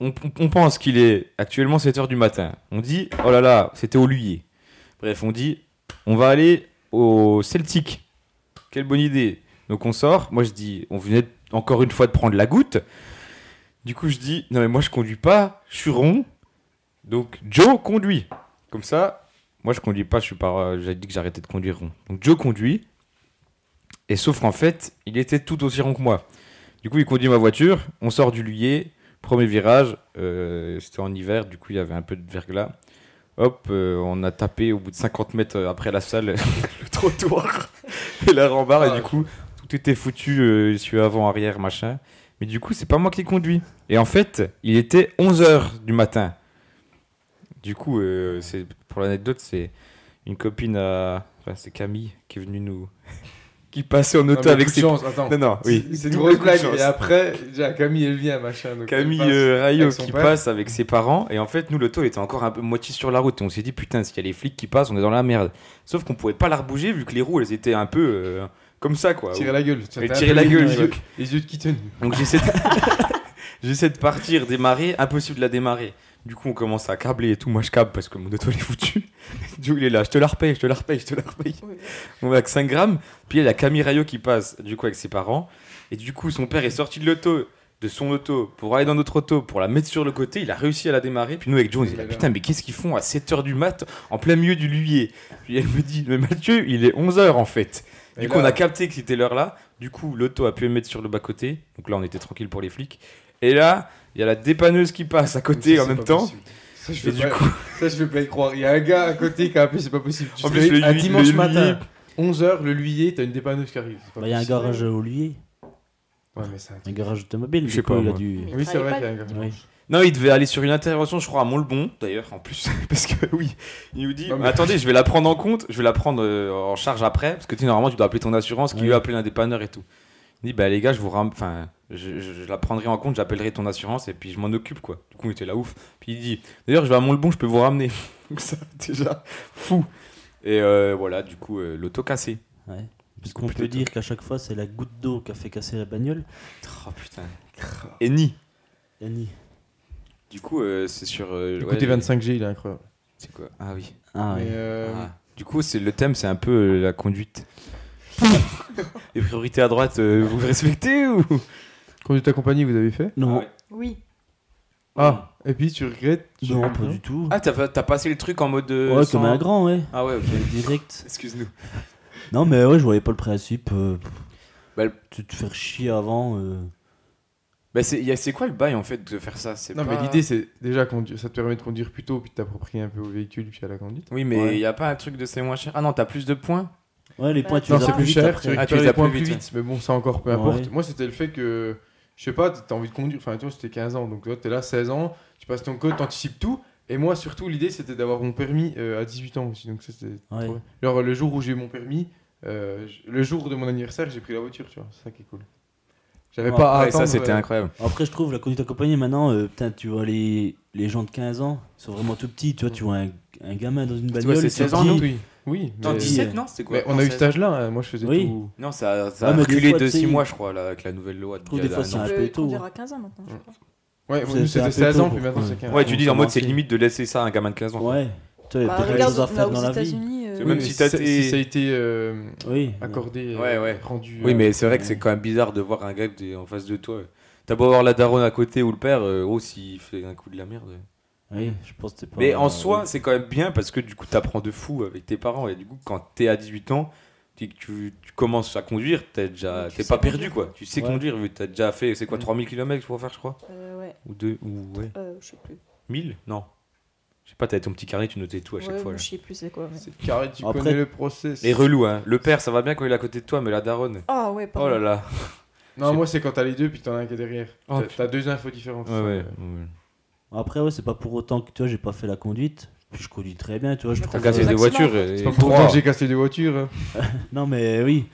S3: on, on pense qu'il est actuellement 7h du matin. On dit, oh là là, c'était au Luyer. Bref, on dit, on va aller au Celtic. Quelle bonne idée. Donc on sort. Moi je dis, on venait encore une fois de prendre la goutte. Du coup je dis, non mais moi je conduis pas, je suis rond. Donc Joe conduit. Comme ça, moi je conduis pas, je suis par, euh, j'ai dit que j'arrêtais de conduire rond. Donc Joe conduit. Et sauf qu'en fait, il était tout aussi rond que moi. Du coup, il conduit ma voiture, on sort du lier, premier virage, euh, c'était en hiver, du coup, il y avait un peu de verglas. Hop, euh, on a tapé au bout de 50 mètres euh, après la salle le trottoir et la rambarre, et du coup, tout était foutu, euh, je suis avant, arrière, machin. Mais du coup, c'est pas moi qui conduis. Et en fait, il était 11h du matin. Du coup, euh, c'est pour l'anecdote, c'est une copine à. Enfin, c'est Camille qui est venue nous. qui passait en
S6: Non,
S3: auto
S6: mais
S3: avec
S6: coup de
S3: ses.
S6: chance, attends.
S3: Non, non, oui.
S6: C'est- C'est une
S3: Double coup
S6: grosse
S3: de
S6: blague.
S3: chance.
S6: Et après, déjà, Camille, elle vient, machin. donc elle
S3: Camille
S6: passe.
S3: euh, Raillot
S6: avec son
S3: qui
S6: père.
S3: passe avec ses parents et en fait nous l'auto était encore un peu moitié sur la route et on s'est dit putain s'il y a les flics qui passent on est dans la merde sauf qu'on pouvait pas la rebouger vu que les roues elles étaient un peu euh, comme ça quoi
S6: Tirer la gueule.
S3: Elle
S6: T'as
S3: tirait
S6: un peu
S3: la
S6: les
S3: gueule,
S6: yeux-
S3: ouais.
S6: Les yeux de kitten.
S3: donc j'essaie de... j'essaie de partir démarrer impossible de la démarrer du coup on commence à câbler et tout moi je câble parce que mon auto il est foutu Joe il est là je te la repaye je te la repaye je te la repaye
S5: Oui.
S3: on va avec 5 grammes. Puis il y a la Camille Rayo qui passe, du coup, avec ses parents. Et du coup, son père est sorti de l'auto, de son auto, pour aller dans notre auto, pour la mettre sur le côté. Il a réussi à la démarrer. Puis nous, avec Joe, on dit ah, Putain, mais qu'est-ce qu'ils font à 7h du mat, en plein milieu du luyer Puis elle me dit Mais Mathieu, il est 11h en fait. Du
S6: Et
S3: coup, on
S6: là-
S3: a capté que c'était l'heure là. Du coup, l'auto a pu mettre sur le bas-côté. Donc là, on était tranquille pour les flics. Et là, il y a la dépanneuse qui passe à côté
S6: Ça,
S3: en
S6: c'est
S3: même
S6: pas
S3: temps.
S6: possible. Ça, je
S3: Et
S6: vais
S3: du
S6: pas-
S3: coup,
S6: Ça, je vais pas y croire. Il y a un gars à côté qui a appelé, c'est pas possible. Tu
S3: En
S6: te
S3: plus,
S6: réveilles
S3: le
S6: un
S3: lui-
S6: dimanche
S3: le lui-
S6: matin, 11h, le luyer, t'as une dépanneuse qui arrive. C'est pas
S4: Bah, il y a un
S6: possible.
S4: garage au Luyer.
S6: Ouais, mais c'est un
S4: Un garage automobile.
S3: Je
S4: du
S3: sais
S4: coup,
S3: pas,
S4: il a
S3: moi.
S4: dû.
S6: Oui, c'est vrai qu'il y a un
S5: Il travaille pas
S6: garage.
S3: Non, il devait aller sur une intervention, je crois, à Montleton, d'ailleurs, en plus. Parce que oui, il nous dit
S6: Non, mais-
S3: Mais Attendez, je vais la prendre en compte, je vais la prendre euh, en charge après, parce que tu sais, normalement, tu dois appeler ton assurance, qui
S4: Ouais.
S3: lui appelle un dépanneur et tout. Il dit Bah, les gars, je vous ram... enfin, je, je- je la prendrai en compte, j'appellerai ton assurance et puis je m'en occupe, quoi. Du coup, il était là ouf. Puis il dit D'ailleurs, je vais à Montleton, je peux vous ramener. Donc, ça, déjà, fou. Et euh, voilà, du coup, euh, l'auto cassée.
S4: Ouais. Parce qu'on peut dire qu'à chaque fois, c'est la goutte d'eau qui a fait casser la bagnole.
S3: Oh putain. Et ni.
S4: Annie.
S3: Du coup, euh, c'est sur. euh, ouais,
S6: Écoutez, 25G, il est incroyable.
S3: C'est quoi Ah oui.
S4: Ah ouais.
S6: Mais, euh,
S3: Ah. Du coup, c'est le thème, c'est un peu euh, la conduite. Les priorités à droite, euh, vous les respectez ou
S6: Conduite accompagnée, vous avez fait
S4: Non,
S3: Ah ouais.
S5: Oui.
S6: Ah, et puis tu regrettes tu-
S4: non, pas du tout.
S3: Ah, t'as pas- t'as passé le truc en mode. euh,
S4: ouais,
S3: sans-
S4: comme un grand, ouais.
S3: Ah ouais, ok.
S4: Direct.
S3: Excuse-nous.
S4: Non, mais ouais, je voyais pas le principe. euh,
S3: Bah, le-
S4: de te faire chier avant. euh.
S3: Bah, c'est y a- c'est quoi le bail en fait de faire ça C'est
S6: Non,
S3: pas-
S6: mais l'idée, c'est déjà, conduire- ça te permet de conduire plus tôt, puis de t'approprier un peu au véhicule, puis à la conduite.
S3: Oui, mais
S4: Ouais.
S3: y a pas un truc de c'est moins cher. Ah non, t'as plus de points
S4: Ouais,
S5: Bah,
S4: les points, tu
S6: non,
S4: les as
S6: c'est plus
S4: vite
S6: cher, tu
S4: après.
S6: récupères
S3: Ah, tu les
S6: les
S3: as plus
S6: points plus
S3: vite,
S6: vite, mais bon, ça encore, peu importe.
S4: Ouais.
S6: Moi, c'était le fait que, je sais pas, t'as envie de conduire, enfin, toi, c'était 15 ans, donc toi, t'es là, 16 ans, tu passes ton code, t'anticipes tout. Et moi, surtout, l'idée, c'était d'avoir mon permis euh, à 18 ans aussi, donc ça, c'était
S4: Ouais.
S6: trop bien. Genre, le jour où j'ai eu mon permis, euh, j- le jour de mon anniversaire, j'ai pris la voiture, tu vois, c'est ça qui est cool. J'avais
S4: Ouais,
S6: pas à
S3: Ah, Ouais, ça
S6: attendre,
S3: c'était
S6: euh,
S3: incroyable.
S4: Après, je trouve la conduite accompagnée maintenant, euh, putain, tu vois, les, les gens de 15 ans ils sont vraiment tout petits. Tu vois, tu vois un, un gamin dans une
S3: vois,
S4: bagnole.
S3: c'est
S4: il te
S3: 16 ans,
S4: dit-
S3: non
S6: Oui, oui.
S3: Attends,
S6: mais-
S3: 17 non C'était quoi
S6: mais on
S3: Non,
S6: a eu
S3: ça-
S6: cet âge-là, hein, moi, je faisais
S4: Oui.
S6: tout.
S3: Non, ça, ça a
S4: Ouais, Ah, mais des
S3: reculé
S4: fois,
S3: de
S4: tu sais,
S3: 6
S4: il-
S3: mois, je crois, là, avec la nouvelle loi.
S4: trouve
S3: d'il y
S4: des
S3: a
S4: fois,
S3: un
S4: c'est
S3: an.
S4: un
S5: Je
S4: peu
S5: peux
S4: tôt.
S5: conduire à 15 ans maintenant, je crois.
S6: Ouais,
S4: C'est-
S6: nous,
S4: c'est un
S6: c'était
S4: peu
S6: 16 ans,
S4: tôt
S6: puis
S4: pour-
S6: maintenant,
S4: ouais.
S6: c'est 15
S3: Ouais, tu dis en mode c'est
S4: Commencer.
S3: limite de laisser ça à un gamin de 15 ans.
S4: Ouais. Tu vois, il y a
S5: Bah,
S4: peut-être des
S5: regarde,
S4: choses à faire
S5: là,
S4: dans
S5: aux
S4: la vie.
S5: États-Unis, euh,
S3: C'est
S6: Oui,
S3: même
S6: mais
S3: si
S6: ça-
S3: t'as
S6: si,
S3: été-
S6: ça a été euh,
S4: Oui.
S6: accordé, euh,
S3: Ouais, ouais.
S6: rendu.
S3: Oui,
S6: euh,
S3: mais c'est vrai que c'est quand même bizarre de voir un gars qui est en face de toi. T'as beau avoir la daronne à côté ou le père, euh, oh, s'il fait un coup de la merde.
S4: Oui, je pense que t'es pas.
S3: Mais en
S4: euh,
S3: soi, c'est quand même bien parce que du coup, t'apprends de fou avec tes parents. Et du coup, quand t'es à 18 ans, tu, tu, tu commences à conduire, t'es déjà,
S5: Ouais, tu
S3: t'es
S5: sais
S3: pas
S5: conduire.
S3: perdu quoi. Tu sais
S4: Ouais.
S3: conduire, vu que t'as déjà fait, c'est quoi, 3000 km faut faire, je crois
S5: euh, ouais,
S3: Ou deux, ou ouais.
S5: euh, je sais plus.
S3: 1000 Non. Je sais pas, t'avais ton petit carnet, tu notais tout à chaque
S5: Ouais,
S3: fois.
S5: ou
S3: là.
S5: je sais plus c'est quoi. mais-
S6: C'est euh, carré, tu
S4: Après-
S6: connais le process.
S3: Et relou, hein. Le père, ça va bien quand il est à côté de toi, mais la daronne.
S5: Ah ouais, pardon.
S3: Oh là là.
S6: Non, moi c'est quand t'as les deux puis t'en as un qui est derrière.
S4: Ah,
S3: Oh,
S6: T'as- T'as deux infos différentes.
S3: Ouais, ouais.
S4: Après, ouais, c'est pas pour autant que tu vois, j'ai pas fait la conduite. Puis je conduis très bien, tu vois. Je
S5: T'as
S3: T'as
S4: trouve.
S3: cassé
S4: euh,
S3: des
S5: Maximum.
S3: voitures.
S6: C'est
S3: et-
S6: pas pour
S3: Trois.
S6: autant que j'ai cassé des voitures. hein.
S4: Non, mais oui.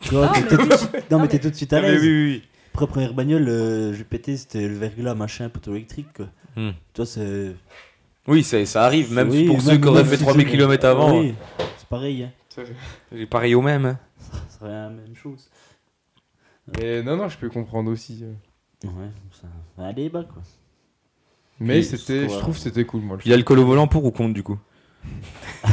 S4: Tu vois, t'es tout de suite- non, mais t'es tout de suite à
S3: Ah, mais
S4: l'aise.
S3: oui, oui, oui.
S4: Après, première bagnole, euh, j'ai pété, c'était le verglas, machin, poteau électrique, quoi.
S3: Hmm.
S4: Tu vois, c'est.
S3: Oui, ça, ça arrive, même
S4: Oui,
S3: pour ceux qui auraient
S4: même
S3: fait
S4: si
S3: 3000
S4: c'est-
S3: km avant.
S4: Oui, c'est pareil, hein.
S3: J'ai Pareil au même. hein.
S4: C'est la même chose.
S6: Mais non, non, je peux comprendre aussi. euh.
S4: Ouais, ça. Un débat, quoi.
S6: Mais
S4: Oui,
S6: c'était,
S4: parce que,
S6: je trouve que c'était cool moi. le
S3: Il y a alcool au volant pour ou contre du coup
S6: choix.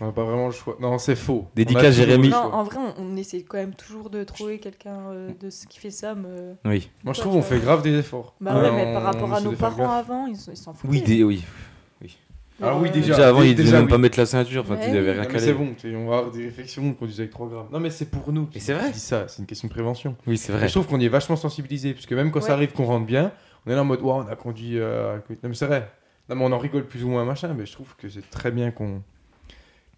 S6: On a pas vraiment le choix. Non, c'est faux.
S3: Dédicace,
S6: On a toujours
S3: Jérémy.
S6: le
S5: Non,
S6: choix.
S5: en vrai, on, on essaie quand même toujours de trouver quelqu'un euh, de ce qui fait ça. Mais... euh,
S3: Oui.
S6: Moi je trouve on fait grave des efforts.
S5: Bah ouais,
S6: On-
S5: mais par rapport
S6: on
S5: à
S6: essaie
S5: nos
S6: de faire
S5: parents
S6: gaffe.
S5: avant, ils s'en ils s'en foutaient.
S3: Oui, des- oui.
S5: Genre,
S6: Ah oui,
S5: euh,
S6: déjà.
S3: Déjà avant, ils
S6: déjà,
S3: devaient même
S6: oui.
S3: pas mettre la ceinture. Enfin,
S5: Ouais,
S3: ils avaient
S5: oui.
S3: rien
S6: Non, mais
S3: calé.
S6: c'est bon, tu sais, on va avoir des réflexions, on conduit avec 3 grammes. Non, mais c'est pour nous.
S3: Et c'est vrai.
S6: Je dis ça, c'est une question de prévention.
S3: Oui, c'est
S6: Et
S3: vrai.
S6: Je trouve qu'on y est vachement sensibilisé, puisque même quand
S5: Ouais.
S6: ça arrive qu'on rentre bien, on est là en mode, Ouah, on a conduit. euh, écoute- non, mais c'est vrai. Non, mais on en rigole plus ou moins, machin, mais je trouve que c'est très bien qu'on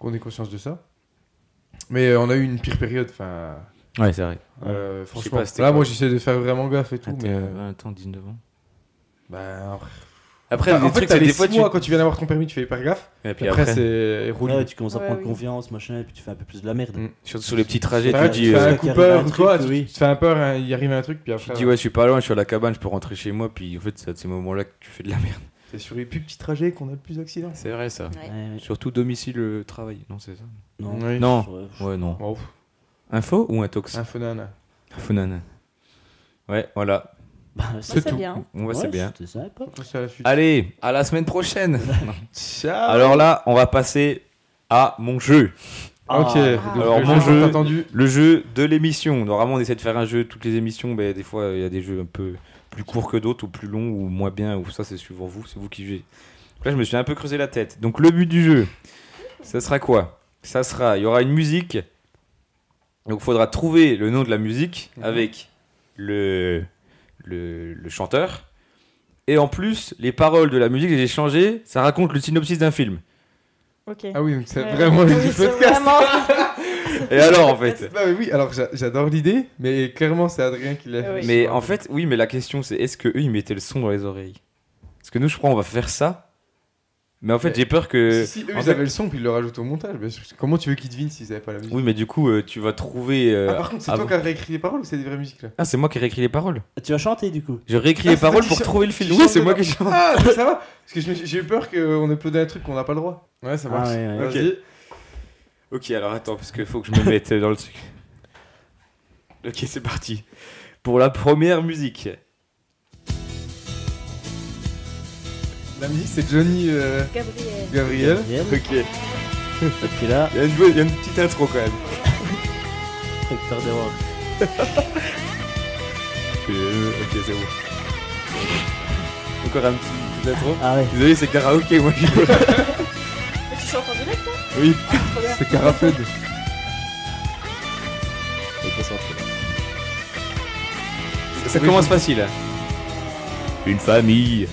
S6: qu'on ait conscience de ça. Mais euh, on a eu une pire période, enfin.
S3: Ouais, c'est vrai.
S6: euh,
S3: sais
S6: franchement,
S3: pas, c'était
S6: là,
S3: quoi.
S6: moi, j'essaie de faire vraiment gaffe et tout, mais. euh,
S3: Attends, 19 ans.
S6: bah, après,
S3: Après,
S6: en
S3: le
S6: fait,
S3: truc,
S6: t'as
S3: c'est
S6: les
S3: des
S6: six
S3: fois, tu.
S6: mois quand tu viens d'avoir ton permis, tu fais hyper gaffe.
S3: Et Hmm.
S6: Puis
S3: puis
S6: après,
S3: après,
S6: c'est roule.
S4: Ouais, tu commences à
S5: Ouais,
S4: prendre
S5: oui.
S4: confiance, machin, et puis tu fais un peu plus de la merde.
S6: Mm.
S3: surtout sur les petits trajets,
S6: Ouais,
S3: tu
S6: tu
S3: dis.
S6: fais
S4: euh,
S6: un
S4: qu'il
S6: coup
S4: arrive un
S6: peur, ou
S4: truc,
S6: quoi, tu,
S4: oui.
S6: tu te fais un peur, hein, il arrive un truc, puis
S3: Tu
S6: après.
S3: dis, ouais, je suis pas loin, je suis à la cabane, je peux rentrer chez moi. Puis en fait, c'est à ces moments-là que tu fais de la merde.
S6: C'est sur les plus petits trajets qu'on a le plus d'accidents.
S3: C'est vrai, ça.
S5: Bah,
S4: Ouais, ouais.
S3: Surtout domicile-travail. Non, c'est ça.
S4: Non.
S6: Oui.
S3: Non.
S4: Ouais, je-
S3: Ouais, non.
S6: Bon,
S3: Info ou un tox
S6: c'est un faux nana.
S3: Funan. Ouais, voilà.
S4: Bah, ouais,
S5: Moi,
S4: c'est
S5: c'est bien.
S3: On voit,
S4: ouais,
S3: c'est bien.
S4: C'était sympa.
S6: C'est à la suite.
S3: Allez, à la semaine prochaine.
S6: Ciao.
S3: Alors là, on va passer à mon jeu.
S6: Ok, donc
S3: Ah, Alors,
S6: le
S3: mon
S6: jeu
S3: jeu-
S6: attendu.
S3: Le jeu de l'émission. Normalement, on essaie de faire un jeu toutes les émissions, mais des fois, il y a des jeux un peu plus courts que d'autres, ou plus longs, ou moins bien, ou ça, c'est suivant vous, c'est vous qui jugez. Donc là, je me suis un peu creusé la tête. Donc, le but du jeu, ça sera quoi Ça sera, il y aura une musique. Donc, il faudra trouver le nom de la musique avec le, le, le chanteur. Et en plus, les paroles de la musique, j'ai changé, ça raconte le synopsis d'un film.
S5: Ok.
S6: Ah oui, donc c'est
S5: Ouais.
S6: vraiment le
S5: Oui,
S6: petit
S5: c'est
S6: podcast.
S5: vraiment-
S3: Et alors, en fait
S6: Non, mais oui, alors j'a- j'adore l'idée, mais clairement c'est Adrien qui l'a
S5: Ah oui.
S3: Mais en fait, oui, mais la question c'est est-ce que eux ils mettaient le son dans les oreilles Parce que nous, je crois, on va faire ça. Mais en fait,
S6: Mais-
S3: j'ai peur que.
S6: si, si, eux
S3: euh, en
S6: ils
S3: fait-
S6: avaient le son, puis ils le rajoutent au montage. bien sûr. Comment tu veux qu'ils devinent s'ils avaient pas la musique
S3: Oui, mais du coup, euh, tu vas trouver. euh,
S6: Ah, Par contre, c'est
S3: ah,
S6: toi
S3: bon.
S6: qui as réécrit les paroles ou c'est des vraies musiques là
S3: Ah, c'est moi qui réécris les paroles.
S4: Tu vas chanter, du coup
S3: Je réécris
S6: Ah,
S3: les
S6: c'est toi
S3: paroles
S6: qui
S3: pour
S6: chan-
S3: trouver le film.
S6: qui
S3: Oui, c'est
S6: chante
S3: moi
S6: dedans.
S3: qui chante.
S6: Ah, mais ça va Parce que je me- j'ai eu peur qu'on uploade un truc qu'on n'a pas le droit. Ouais, ça
S4: Ah
S6: marche.
S4: ouais, ouais.
S6: Vas-y.
S3: Ok, alors attends, parce qu'il faut que je me mette dans le truc. Ok, c'est parti. Pour la première musique.
S6: La musique c'est Johnny euh,
S5: Gabriel.
S3: Hein
S6: Gabriel.
S4: Gabriel.
S6: Ok.
S4: Et puis là,
S3: Il y, a une, il y a une petite intro quand même.
S4: Hector de Rock.
S3: Euh, ok, c'est bon. Encore un petit petit intro.
S4: Ah ouais.
S3: Désolé, c'est karaoké, moi. je-
S5: Tu chantes en direct toi
S3: oui.
S5: Trop bien.
S6: C'est Carafed.
S3: Ça commence facile. Une famille.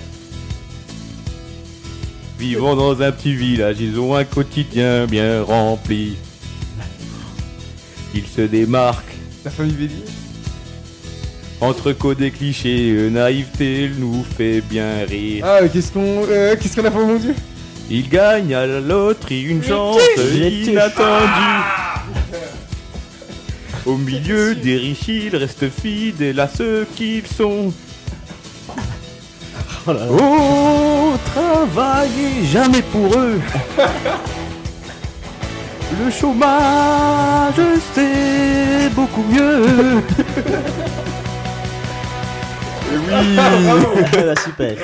S3: Vivant dans un petit village, ils ont un quotidien bien rempli. Ils se démarquent
S6: La famille Bélier
S3: entre codes et clichés, euh, naïveté nous fait bien rire.
S6: Ah, qu'est-ce qu'on euh, qu'est-ce qu'on a pas vendu
S3: Ils gagnent à la loterie une chance
S4: l'ai tué. Ah
S3: inattendue. Au milieu des riches, ils restent fidèles à ceux qu'ils sont.
S4: Oh là là.
S3: Oh, travailler jamais pour eux. Le chômage, c'est beaucoup mieux.
S4: Ah bah, super.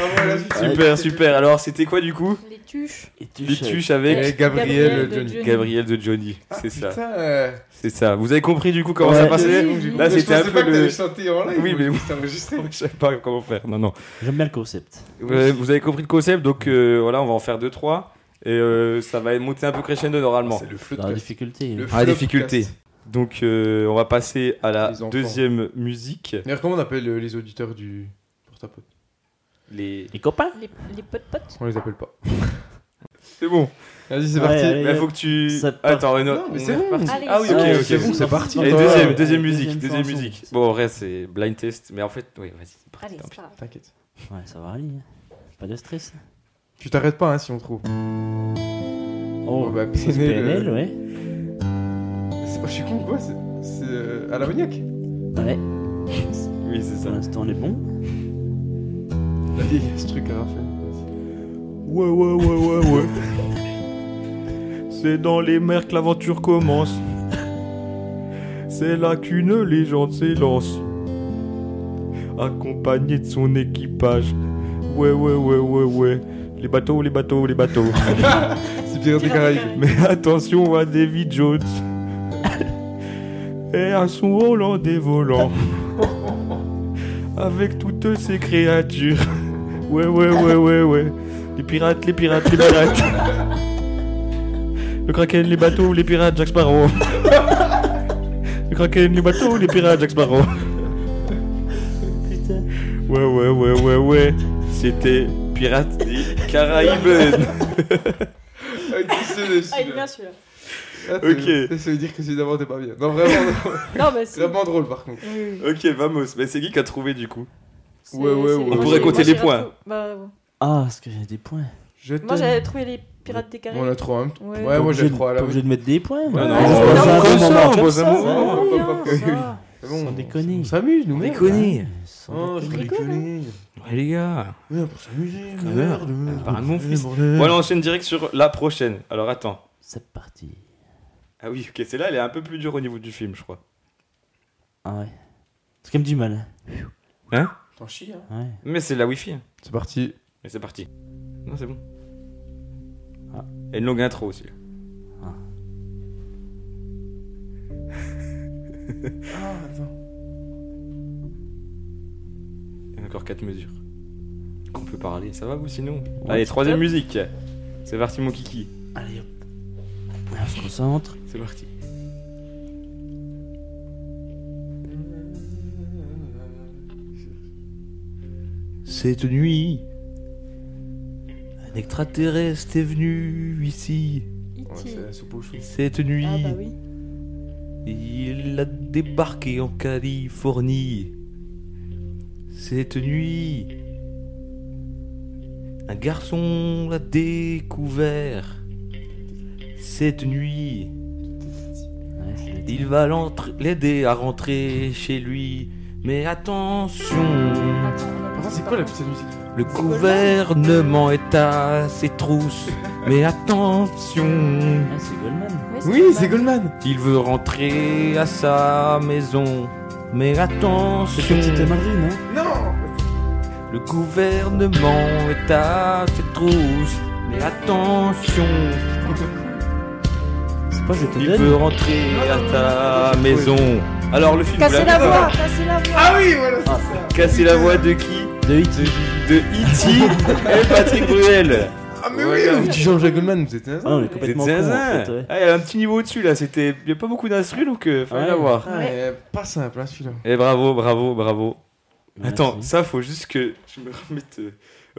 S3: Super, super. Alors, c'était quoi du coup
S5: Les tuches.
S4: Et tu
S3: Les
S4: sais,
S3: tuches avec
S6: Gabriel,
S5: de
S6: Johnny.
S3: Gabriel de Johnny. C'est ça,
S6: Ah, Putain, euh,
S3: c'est ça. Vous avez compris du coup comment
S4: Ouais.
S3: ça passait
S5: Oui, oui.
S3: Là,
S6: je
S3: c'était un
S6: pensais pas
S3: peu
S6: que t'allais
S3: le.
S6: chanter en live.
S3: Oui, mais oui.
S6: C'était enregistré.
S3: Je sais pas comment faire. Non, non.
S4: J'aime bien le concept.
S3: Vous avez- vous avez compris le concept, donc euh, voilà, on va en faire deux, trois. Et euh, ça va monter un peu crescendo normalement.
S6: C'est le flot
S4: Dans la difficulté.
S6: Le
S3: Ah, la
S6: flop
S3: difficulté.
S6: cast.
S3: Donc euh, on va passer à la
S6: Les enfants.
S3: deuxième musique.
S6: D'ailleurs, comment on appelle euh, les auditeurs du porte-à-pote
S3: Les...
S4: Les copains
S5: Les, les potes-potes.
S6: On les appelle pas.
S3: C'est bon.
S6: Vas-y, c'est
S4: Ouais,
S6: parti.
S4: allez.
S3: Mais faut que tu...
S4: Ça part.
S3: Attends, une autre.
S6: Non, mais c'est bon.
S5: Allez,
S3: Ah oui,
S5: c'est
S3: ok,
S6: Ouais,
S3: ok.
S6: c'est bon, euh, c'est
S4: Attends,
S6: parti.
S3: Allez,
S6: toi.
S3: deuxième,
S4: Ouais,
S3: deuxième
S4: deuxième
S3: musique, deuxième
S4: chanson.
S3: musique. Bon, en vrai, c'est blind test, mais en fait, oui, vas-y. c'est parti,
S5: Allez,
S3: tant
S5: c'est
S3: pis.
S5: pas grave.
S6: T'inquiète.
S4: Ouais, ça va aller. hein. Pas de stress.
S6: Tu t'arrêtes pas hein, si on trouve.
S4: Oh,
S6: bah,
S4: c'est
S6: PNL,
S4: PNL,
S6: euh,
S4: ouais.
S6: C'est pas- Je suis con ou quoi C'est c'est, euh, à l'Armagnac
S4: Ouais,
S3: hein. Oui, c'est ça.
S4: pour l'instant, on est bon.
S6: Allez, il y a ce truc à Raphaël. Vas-y.
S3: Ouais, ouais, ouais, ouais, ouais. C'est dans les mers que l'aventure commence. C'est là qu'une légende s'élance. Accompagné de son équipage. Ouais, ouais, ouais, ouais, ouais. Les bateaux, les bateaux, les bateaux.
S6: C'est Pirates des Caraïbes.
S3: Mais attention à David Jones. Et à son Hollandais volant. Avec toutes ces créatures. Ouais, ouais, ouais, ouais, ouais. Les pirates, les pirates, les pirates. Le Kraken, les bateaux, les pirates, Jack Sparrow. Le Kraken, les bateaux, les pirates, Jack Sparrow.
S4: Putain.
S3: Ouais, ouais, ouais, ouais, ouais. C'était Pirates des Caraïbes.
S6: Ah, il est seul,
S5: Ah, il est
S6: celui-là.
S5: bien celui-là.
S6: Ah,
S3: Ok.
S6: c'est- Ça veut dire que évidemment t'es pas bien. Non, vraiment, non.
S5: Non, mais c'est.
S6: vraiment drôle par contre.
S5: Oui, oui.
S3: Ok, vamos. Mais c'est qui qui a trouvé du coup
S5: C'est-
S6: Ouais, ouais,
S5: c'est-
S6: ouais.
S5: moi,
S6: On pourrait
S5: j'ai-
S3: compter
S5: moi,
S3: les
S5: j'ai
S3: points.
S5: retrouvé- Bah, ouais.
S4: Ah, est-ce que j'ai des points
S6: Je
S5: Moi,
S6: t'aime.
S5: j'avais trouvé les pirates des Caraïbes.
S6: On a trois en même temps.
S5: Ouais.
S6: Ouais, moi j'ai
S4: Obligé de-
S6: trois à la
S4: Pas obligé de mettre des points.
S3: Ouais, non,
S4: Juste
S3: on
S4: passer
S6: bosse
S4: un
S6: comme
S4: bon
S6: ça,
S4: moment
S6: on
S4: comme
S6: bosse un
S4: ça,
S6: moment.
S4: ça va.
S5: Oh,
S6: Hop,
S5: bien,
S6: hop, hop.
S5: ça.
S6: C'est bon,
S4: Sans
S6: on-
S4: déconner.
S6: On s'amuse, nous, merde.
S4: Sans
S6: Oh, je
S5: déconner.
S6: déconne.
S3: Ouais, les gars.
S6: Ouais, pour s'amuser,
S3: Connard.
S6: merde.
S3: Parle de mon
S6: Eh,
S3: fils.
S6: bordel.
S3: Bon, alors, on enchaîne direct sur la prochaine. Alors attends.
S4: C'est parti.
S3: Ah oui, ok, celle-là, elle est un peu plus dure au niveau du film, je crois.
S4: Ah ouais. C'est quand même du mal.
S6: T'en chies, hein.
S4: hein. Ouais.
S3: Mais c'est la wifi. hein.
S6: C'est parti.
S3: Mais c'est parti. Non, c'est bon.
S4: Ah.
S3: Et une longue intro aussi.
S6: Ah, attends.
S3: Et encore quatre mesures. Qu'on peut parler. Ça va vous sinon
S4: Ouais,
S3: Allez,
S4: c'est
S3: troisième musique. C'est parti, mon kiki.
S4: Allez hop. On se concentre.
S3: C'est parti. Cette nuit, un extraterrestre est venu ici.
S6: Ouais,
S5: E.T.
S6: c'est la soupe aux choux.
S3: Cette nuit,
S5: E Ah, bah oui.
S3: il a débarqué en Californie. Cette nuit, un garçon l'a découvert. Cette nuit,
S4: Ouais, c'est le
S3: il va l'entr- l'aider à rentrer chez lui. Mais attention,
S5: Attends, on a
S6: Par
S5: pas-
S6: contre, c'est quoi la petite musique
S3: le gouvernement est à ses trousses. Mais attention,
S4: Ah, c'est Goldman.
S6: Oui, c'est
S5: Goldman.
S6: Goldman.
S3: il veut rentrer à sa maison. Mais
S4: C'est
S3: attention,
S4: Petite Madrid, non
S6: Non
S3: le gouvernement est à ses trousses. Mais attention,
S4: C'est pas pas, je te
S3: Il
S4: donne.
S3: peut rentrer à ta maison. Alors le film. vous
S5: Casser
S3: l'avez
S5: la
S3: pas
S5: voix, casser la voix.
S3: Ah oui, voilà.
S4: Ah.
S3: Casser la voix de qui
S4: De hit.
S3: De E E.T. et Patrick Bruel.
S6: Ah, mais oui, tu changes Goldman, vous êtes
S4: Ah, on est
S3: Vous êtes
S4: complètement con, en
S3: zinzin.
S4: fait, ouais.
S3: Ah, il y a un petit niveau au-dessus là. C'était, il y a pas beaucoup d'instru donc euh, fallait
S4: Ouais.
S3: l'avoir.
S6: Ah, mais pas simple, hein, celui-là.
S3: Et bravo, bravo, bravo.
S4: Merci.
S3: Attends, ça faut juste que je me remette. euh,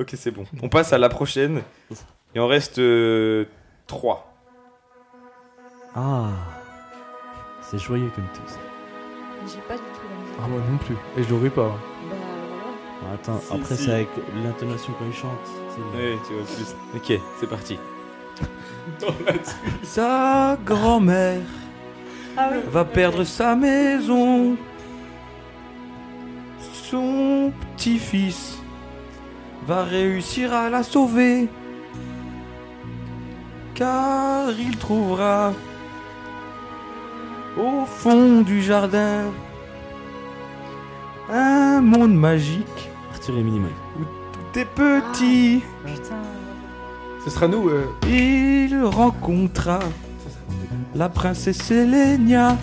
S3: Ok, c'est bon. On passe à la prochaine. Il en reste euh, 3.
S4: Ah. C'est joyeux comme tous.
S5: J'ai pas du tout la musique.
S6: Ah, moi non plus. Et je l'aurais pas. hein.
S5: Bah, voilà.
S4: Attends,
S3: Si,
S4: après,
S3: si.
S4: c'est avec l'intonation quand il chante. c'est-
S3: Ok, c'est parti.
S9: Sa grand-mère
S5: Ah oui.
S9: va perdre sa maison. Son petit-fils va réussir à la sauver. Car il trouvera au fond du jardin un monde magique
S4: Arthur et Minimoy.
S9: où des petits
S5: Putain.
S6: Ce sera nous. euh,
S9: il rencontra la princesse Elenia.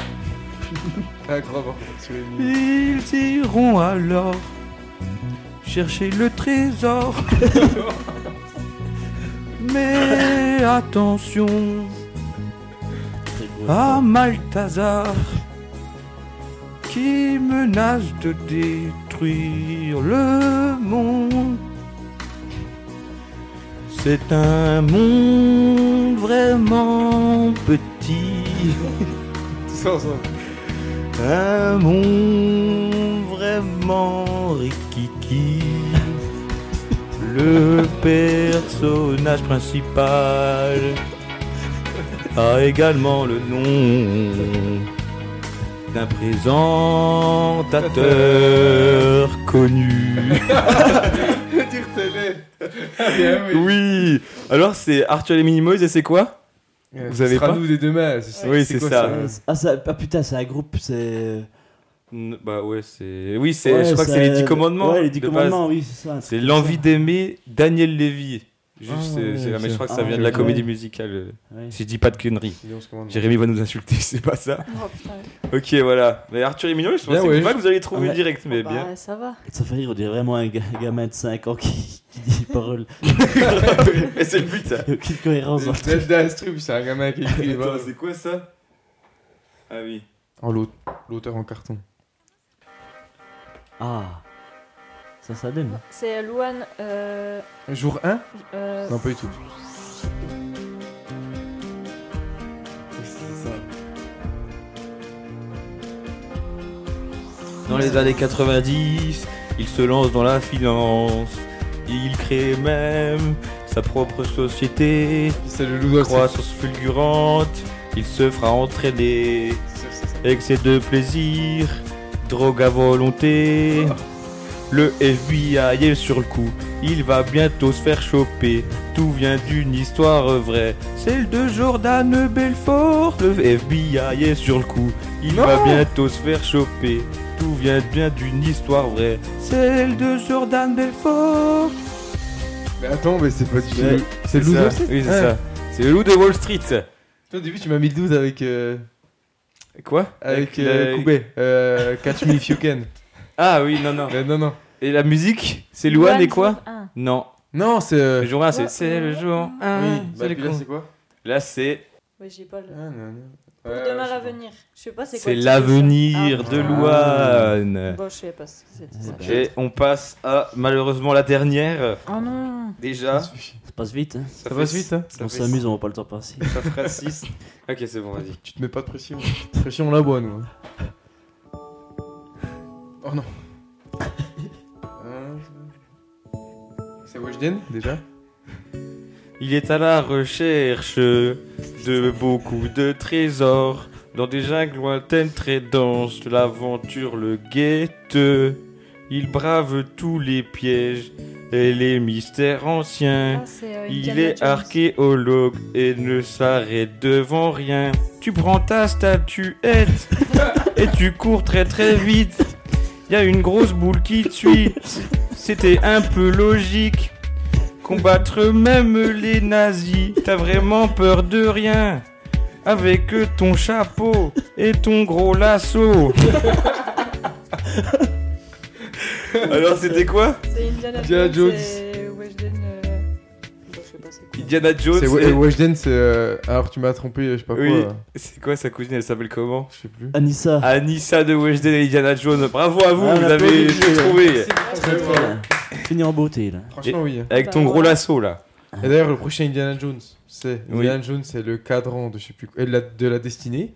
S6: Ah, grave, hein, sur les mines.
S9: Ils iront alors chercher le trésor. Mais attention
S4: Très gros
S9: à Malthazar qui menace de détruire le monde. C'est un monde vraiment petit.
S6: Tout ça ensemble.
S9: Un monde Euh, vraiment rikiki. Le personnage principal a également le nom d'un présentateur connu.
S6: Dire télé. Ah, oui.
S3: Oui Alors c'est Arthur et Minimoys et c'est quoi
S6: Euh,
S3: Vous
S6: ce
S3: avez
S6: sera
S3: pas
S6: nous des deux mains. c'est-
S3: Oui, c'est
S6: quoi,
S3: ça.
S4: Ah, ah, ça, ah putain, c'est un groupe, c'est.
S3: Mm, Bah ouais, c'est. Oui, c'est.
S4: Ouais,
S3: je crois que c'est les 10 commandements.
S4: Ouais, les 10
S3: de
S4: commandements,
S3: base.
S4: oui, c'est ça. un
S3: C'est
S4: truc
S3: l'envie
S4: comme
S3: d'aimer Daniel Lévy. Juste, c'est-
S6: Ah, ouais,
S3: c'est- mais
S6: c'est-
S3: je crois que
S4: ah,
S3: ça vient de la
S4: ouais.
S3: comédie musicale.
S4: ça. Ouais.
S3: Si je dis pas de conneries.
S6: Sinon, on se commande.
S3: Jérémy va nous insulter, c'est pas ça.
S5: Oh putain.
S3: Ok, voilà. Mais Arthur et Minimoys, je
S6: Bien,
S3: pensais
S6: ouais.
S3: pas que vous allez trouver
S4: Ouais.
S3: direct, mais
S5: Bon,
S3: bien.
S5: Bah, ça va.
S4: Ça fait rire, on dirait vraiment un ga- gamin de 5 ans qui, qui dit des paroles.
S3: Et c'est le but, ça.
S4: Il y a aucune cohérence dans le
S6: C'est
S4: truc.
S6: Dave Dastrup, c'est un gamin qui écrit.
S3: Attends,
S6: voilà.
S3: c'est quoi ça Ah oui.
S6: Oh, l'aute- l'auteur en carton.
S4: Ah. Ça, ça donne.
S5: C'est Luan. Euh,
S6: Jour 1
S5: euh,
S6: Non, pas du tout.
S3: Dans les années 90, il se lance dans la finance. Il crée même sa propre société.
S6: C'est le loup d'All
S3: Croissance fulgurante, il se fera entraîner. Excès de plaisir, drogue à volonté. Le FBI est sur le coup, il va bientôt se faire choper. Tout vient d'une histoire vraie, celle de Jordan Belfort. Le FBI est sur le coup, il va bientôt se faire choper. Tout vient bien d'une histoire vraie, celle de Jordan Belfort.
S6: Mais attends, mais c'est pas du
S3: Ouais.
S6: tout. C'est le loup
S3: ça.
S6: d'All Street
S3: Oui, c'est
S6: Ouais.
S3: ça. C'est le loup de Wall Street.
S6: Toi, au début, tu m'as mis le doute avec. euh,
S3: Quoi
S6: Avec
S3: la-
S6: euh, Koubé. Euh, Catch me if you can.
S3: Ah oui, non, non.
S6: Mais non, non.
S3: Et la musique C'est Louane et quoi
S5: jour un.
S3: Non.
S6: Non, c'est. euh,
S3: Le jour 1,
S5: Ouais.
S3: c'est C'est le jour 1.
S6: Oui, bah,
S3: Ah, c'est
S6: puis
S3: le
S6: là,
S3: con.
S6: c'est quoi
S3: Là, c'est
S5: Ouais, j'ai pas le.
S6: Ah, non, non.
S5: Pour
S6: Ouais,
S5: demain
S6: ouais, Euh, je sais
S5: l'avenir. Je sais pas c'est quoi.
S3: c'est
S5: le titre
S3: l'avenir
S5: Ah,
S3: de
S5: putain.
S3: Louane.
S5: Bon, je sais pas ce que c'est. c'est ça.
S3: Et on passe à malheureusement la dernière.
S5: Oh non.
S6: Ah,
S3: Déjà,
S4: Ça passe vite, hein.
S3: ça,
S6: passe vite, hein.
S3: ça
S4: On
S3: fait-
S4: s'amuse, on va pas le temps passer.
S3: Ça fera 6. Ok, c'est bon, vas-y.
S6: pas. Tu te mets pas de pression. pression, on la boit, nous. hein. Oh non. Euh, c'est Weshden, déjà
S3: Il est à la recherche de beaucoup de trésors dans des jungles lointaines très denses. L'aventure le guette. Il brave tous les pièges et les mystères anciens.
S5: Ah, c'est, euh,
S3: Il
S5: Indiana
S3: est
S5: Jones.
S3: archéologue et ne s'arrête devant rien. Tu prends ta statuette et tu cours très très vite. Il y a une grosse boule qui te suit. C'était un peu logique. Combattre même les nazis, t'as vraiment peur de rien. avec ton chapeau et ton gros lasso. Alors c'était quoi
S5: C'est Indiana
S6: Indiana
S5: Jones.
S6: Jones.
S5: C'est Weshden. euh, bon, je sais pas, c'est quoi.
S3: Indiana Jones.
S6: C'est Wa-
S3: et-
S6: euh, Weshden, c'est. euh, Alors tu m'as trompé, je sais pas quoi.
S3: Oui.
S6: euh,
S3: C'est quoi sa cousine Elle s'appelle comment
S6: Je sais plus.
S4: Anissa.
S3: Anissa de Weshden et Indiana Jones. Bravo à vous,
S4: Ah, on
S3: vous
S4: a
S3: avez
S4: pas
S3: tout
S4: oublié.
S3: trouvé.
S4: Très très bien.
S3: Ah.
S4: Fini en beauté là.
S6: Franchement, oui.
S3: Avec ton gros lasso là.
S6: Et d'ailleurs, le prochain Indiana Jones, c'est.
S3: Oui.
S6: Indiana Jones, c'est le cadran de, je sais plus, quoi- et de la, de la destinée.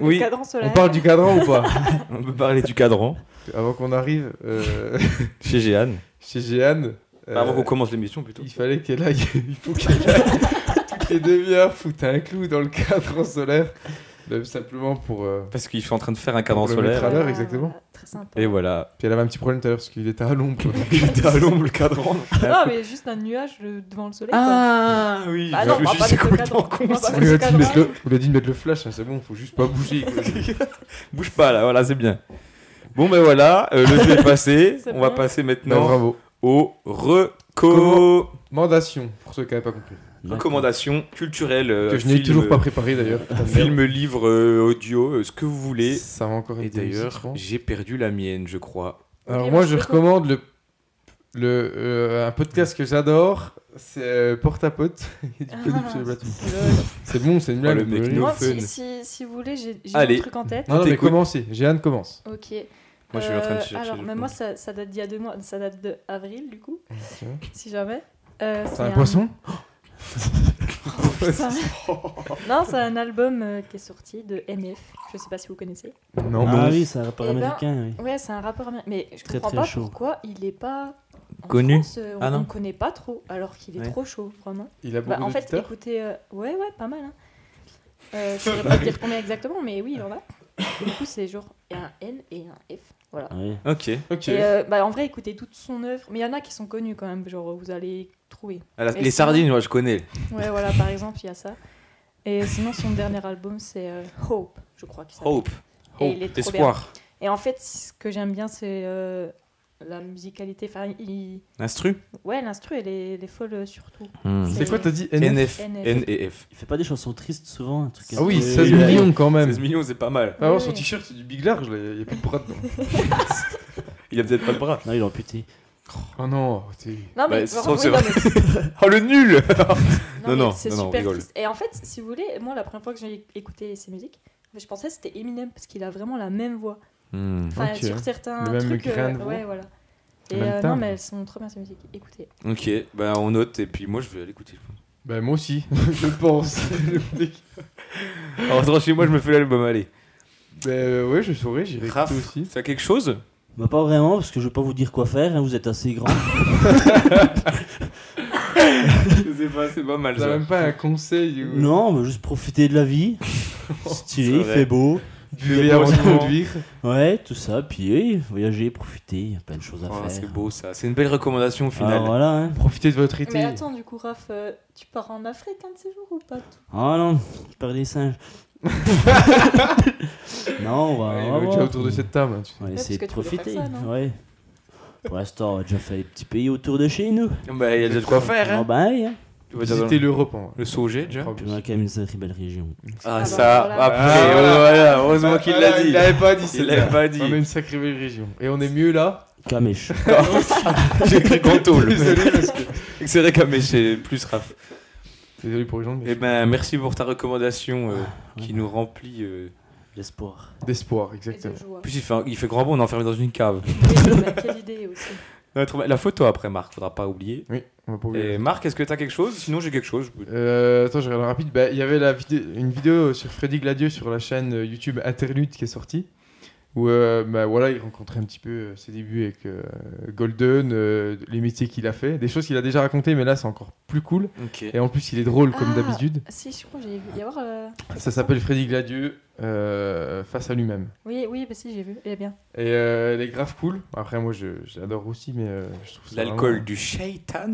S5: Le
S3: Oui.
S5: cadran solaire.
S6: On parle du cadran ou pas
S3: On peut parler du cadran
S6: Avant qu'on arrive euh,
S3: chez Jeanne.
S6: chez Jeanne. euh,
S3: Bah, Avant qu'on commence l'émission plutôt.
S6: Il fallait qu'elle aille. Il faut qu'elle aille toutes les demi-heures foutre un clou dans le cadran solaire. Là, Simplement pour. euh,
S3: Parce qu'il est en train de faire un cadran
S6: Pour le mettre
S3: solaire.
S6: à l'heure,
S5: Ah,
S6: exactement.
S5: Très sympa.
S3: Et voilà.
S6: Puis elle avait un petit problème tout à l'heure parce qu'il était à l'ombre.
S3: Il était à l'ombre le cadran.
S5: Non, Ah, mais juste un nuage le- devant le soleil.
S3: Ah oui.
S5: quoi. bah non,
S3: je me
S5: on
S3: suis
S5: va pas
S3: dit, c'est
S5: mettre le cadran.
S3: complètement
S5: On
S3: con.
S5: va pas mettre
S6: On
S5: Ah,
S6: lui
S5: le
S6: a dit de
S5: cadran.
S6: mettre le, on lui a dit de mettre le flash, hein, c'est bon, faut juste pas bouger. quoi.
S3: Bouge pas là, voilà, c'est bien. Bon ben voilà, euh, le jeu est passé.
S5: C'est
S3: On va
S5: bon.
S3: passer
S6: Non,
S3: maintenant
S6: bravo.
S3: aux reco...
S6: Comment- Mandation, pour ceux qui n'avaient pas compris.
S3: recommandations culturelles. euh,
S6: que je n'ai
S3: film,
S6: toujours pas
S3: euh,
S6: préparé d'ailleurs. Putain,
S3: Film, livre, euh, audio, euh, ce que vous voulez.
S6: Ça va encore
S3: Et
S6: être des musiques, je
S3: d'ailleurs,
S6: pense.
S3: j'ai perdu la mienne, je crois.
S6: Alors
S5: Ok,
S6: moi,
S5: vas-y,
S6: je
S5: go.
S6: recommande le, le, euh, un podcast que j'adore. C'est euh, Porte à Pote.
S5: Ah.
S6: qui est disponible sur les plateaux. C'est bon, c'est une blague.
S3: Oh, le mec,
S6: vous pouvez
S3: no
S5: Moi,
S6: rire.
S3: fun.
S5: si, si, si vous voulez, j'ai j'ai
S3: Allez.
S5: un truc en tête.
S6: Non, non, mais
S3: t'écoute.
S6: commencez. Jeanne commence.
S5: Ok. Euh,
S3: Moi, je Ah, suis en train de chercher
S5: Alors,
S3: le
S5: mais
S3: nom.
S5: moi, ça, ça date d'il y a deux mois. Ça date de avril, du coup, si jamais. Euh,
S6: C'est un poisson
S5: putain. non, c'est un album euh, qui est sorti de MF. Je sais pas si vous connaissez.
S6: Non,
S4: Ah
S6: mais
S4: oui, c'est un rapport
S5: Eh ben,
S4: américain. oui.
S5: Ouais, c'est un rappeur américain. Mais je
S4: Très,
S5: comprends
S4: très
S5: pas
S4: chaud.
S5: pourquoi il est pas en
S3: Connu
S5: France, euh, on,
S3: Ah non.
S5: on connaît pas trop, alors qu'il est
S4: Ouais.
S5: trop chaud, vraiment.
S6: il a
S5: Bah,
S6: beaucoup
S5: en fait,
S6: d'auditeurs.
S5: écoutez, euh, ouais, ouais, pas mal. Hein. Euh, je saurais pas dire combien exactement, mais oui, il en a. Du coup, c'est genre il y a un N et un F. Voilà.
S4: Oui.
S3: Ok.
S6: Ok.
S5: Et euh, bah, en vrai, écoutez toute son œuvre, mais il y en a qui sont connus quand même, genre vous allez trouver.
S3: Ah, la-
S5: Et
S3: les
S5: sinon-
S3: sardines, moi, je connais.
S5: Ouais, voilà, par exemple, il y a ça. Et sinon, son dernier album, c'est euh, Hope, je crois qu'il s'appelle.
S3: Hope.
S5: Et
S3: Hope.
S5: il est trop
S3: Espoir.
S5: Et en fait, ce que j'aime bien, c'est euh, la musicalité. Enfin, il...
S3: Instru.
S5: Ouais, l'instru, elle est, elle est folle euh, surtout.
S6: C'est quoi, t'as dit
S3: NF.
S6: NF
S3: N et F.
S4: Il fait pas des chansons tristes souvent, un truc
S6: Ah oui,
S4: assez-
S6: 16
S4: Ouais.
S6: millions quand même.
S3: 16 millions, c'est pas mal.
S6: Ah ouais, son
S5: Oui.
S6: t-shirt, c'est du big large, là, il y a plus de bras dedans.
S3: Il a peut-être pas le bras.
S4: Non, il est amputé.
S6: Oh non, t'es.
S5: Non, mais,
S3: Bah, c'est sûr,
S5: vraiment,
S3: c'est
S5: oui, non, mais-
S3: Oh, le nul
S5: non,
S3: Non,
S5: mais
S3: non,
S5: c'est
S3: non, non, on
S5: super
S3: rigole.
S5: triste. Et en fait, si vous voulez, moi, la première fois que j'ai écouté ses musiques, je pensais que c'était Eminem parce qu'il a vraiment la même voix.
S3: Hmm.
S5: Enfin,
S6: Ok.
S5: sur certains
S6: Le même
S5: trucs.
S6: grain de voix.
S5: ouais, voilà. Et
S6: Le même
S5: euh, non,
S6: timbre.
S5: mais elles sont trop bien ces musiques. Écoutez.
S3: Ok, bah on note et puis moi je vais aller écouter.
S6: Bah, moi aussi, je pense.
S3: En rentrant chez moi, je me fais l'album, allez.
S6: bah, euh, ouais, je saurais, j'irai
S3: Raph,
S6: écouter aussi.
S3: ça a quelque chose
S4: Bah pas vraiment, parce que je vais pas vous dire quoi faire, hein, vous êtes assez grand.
S3: Je sais pas, c'est pas mal
S6: T'as même pas un conseil ou.
S4: non, mais juste profiter de la vie. Stylé, il
S3: vrai.
S4: fait beau.
S6: Je vais avant de conduire.
S4: Ouais, tout ça, puis eh, voyager, profiter, il y a plein de choses à faire.
S3: c'est beau ça, c'est une belle recommandation au
S4: Ah
S3: final.
S4: voilà, hein.
S6: Profitez de votre
S5: Mais
S6: été.
S5: attends, du coup, Raph, euh, tu pars en Afrique un de ces jours ou pas
S4: Ah non, je parle des singes. non, on va, on
S6: Ouais, Ah, Il
S4: va
S6: est déjà
S4: voir.
S6: autour de cette table. hein, tu-
S4: On va
S5: parce
S4: essayer
S5: que
S4: de
S5: tu voulais faire
S4: profiter.
S5: ça, non
S4: ouais. Pour l'instant, on va déjà faire les petits pays autour de chez nous.
S3: Bah, il y a déjà de quoi faire.
S4: Ah
S3: Hein.
S4: bah oui, hein.
S3: Tu vas dire
S6: Visitez l'Europe hein. en
S3: le sauger déjà.
S4: Puis on a quand même une très belle région.
S3: Ah,
S5: bah,
S3: ça,
S5: voilà.
S3: après,
S6: Ah,
S3: voilà, heureusement qu'il l'a
S6: Il
S3: dit.
S6: l'avait pas dit,
S3: Il l'avait pas dit.
S6: On a une sacrée belle région. Et on est mieux là.
S4: Camèche.
S3: J'ai écrit Cantaul.
S6: Désolé, parce que-
S3: C'est vrai qu'à mes- c'est plus Raph.
S6: Désolé pour les gens, mais.
S3: Eh ben, merci pour ta recommandation euh, qui nous remplit. euh.
S4: L'espoir.
S6: D'espoir,
S5: Et de
S6: exactement.
S5: joie.
S3: En plus, il fait, un- il fait grand bon, on est enfermé dans une cave.
S5: Et, bah, Quelle idée aussi.
S3: On va trouver La photo après, Marc, faudra pas oublier.
S6: Oui, on va pas oublier.
S3: Et Marc, est-ce que t'as quelque chose Sinon, j'ai quelque chose. je peux-
S6: Euh, attends, je regarde rapide. Bah, Il y avait la vidé- une vidéo sur Freddy Gladieux sur la chaîne euh, YouTube Interlude qui est sortie. Où euh, bah, voilà, il rencontrait un petit peu euh, ses débuts avec euh, Golden, euh, les métiers qu'il a fait, des choses qu'il a déjà racontées, mais là c'est encore plus cool.
S3: Ok.
S6: Et en plus, il est drôle comme
S5: Ah.
S6: d'habitude.
S5: Si, je crois que j'ai vu. Il y avoir. euh,
S6: Ça s'appelle Freddy Gladieux euh, face à lui-même.
S5: Oui, oui, bah si, j'ai vu. Il est bien.
S6: Et euh, elle est grave cool. Après, moi je, je l'adore aussi, mais euh, je trouve ça
S3: L'alcool
S6: vraiment-
S3: du shaitan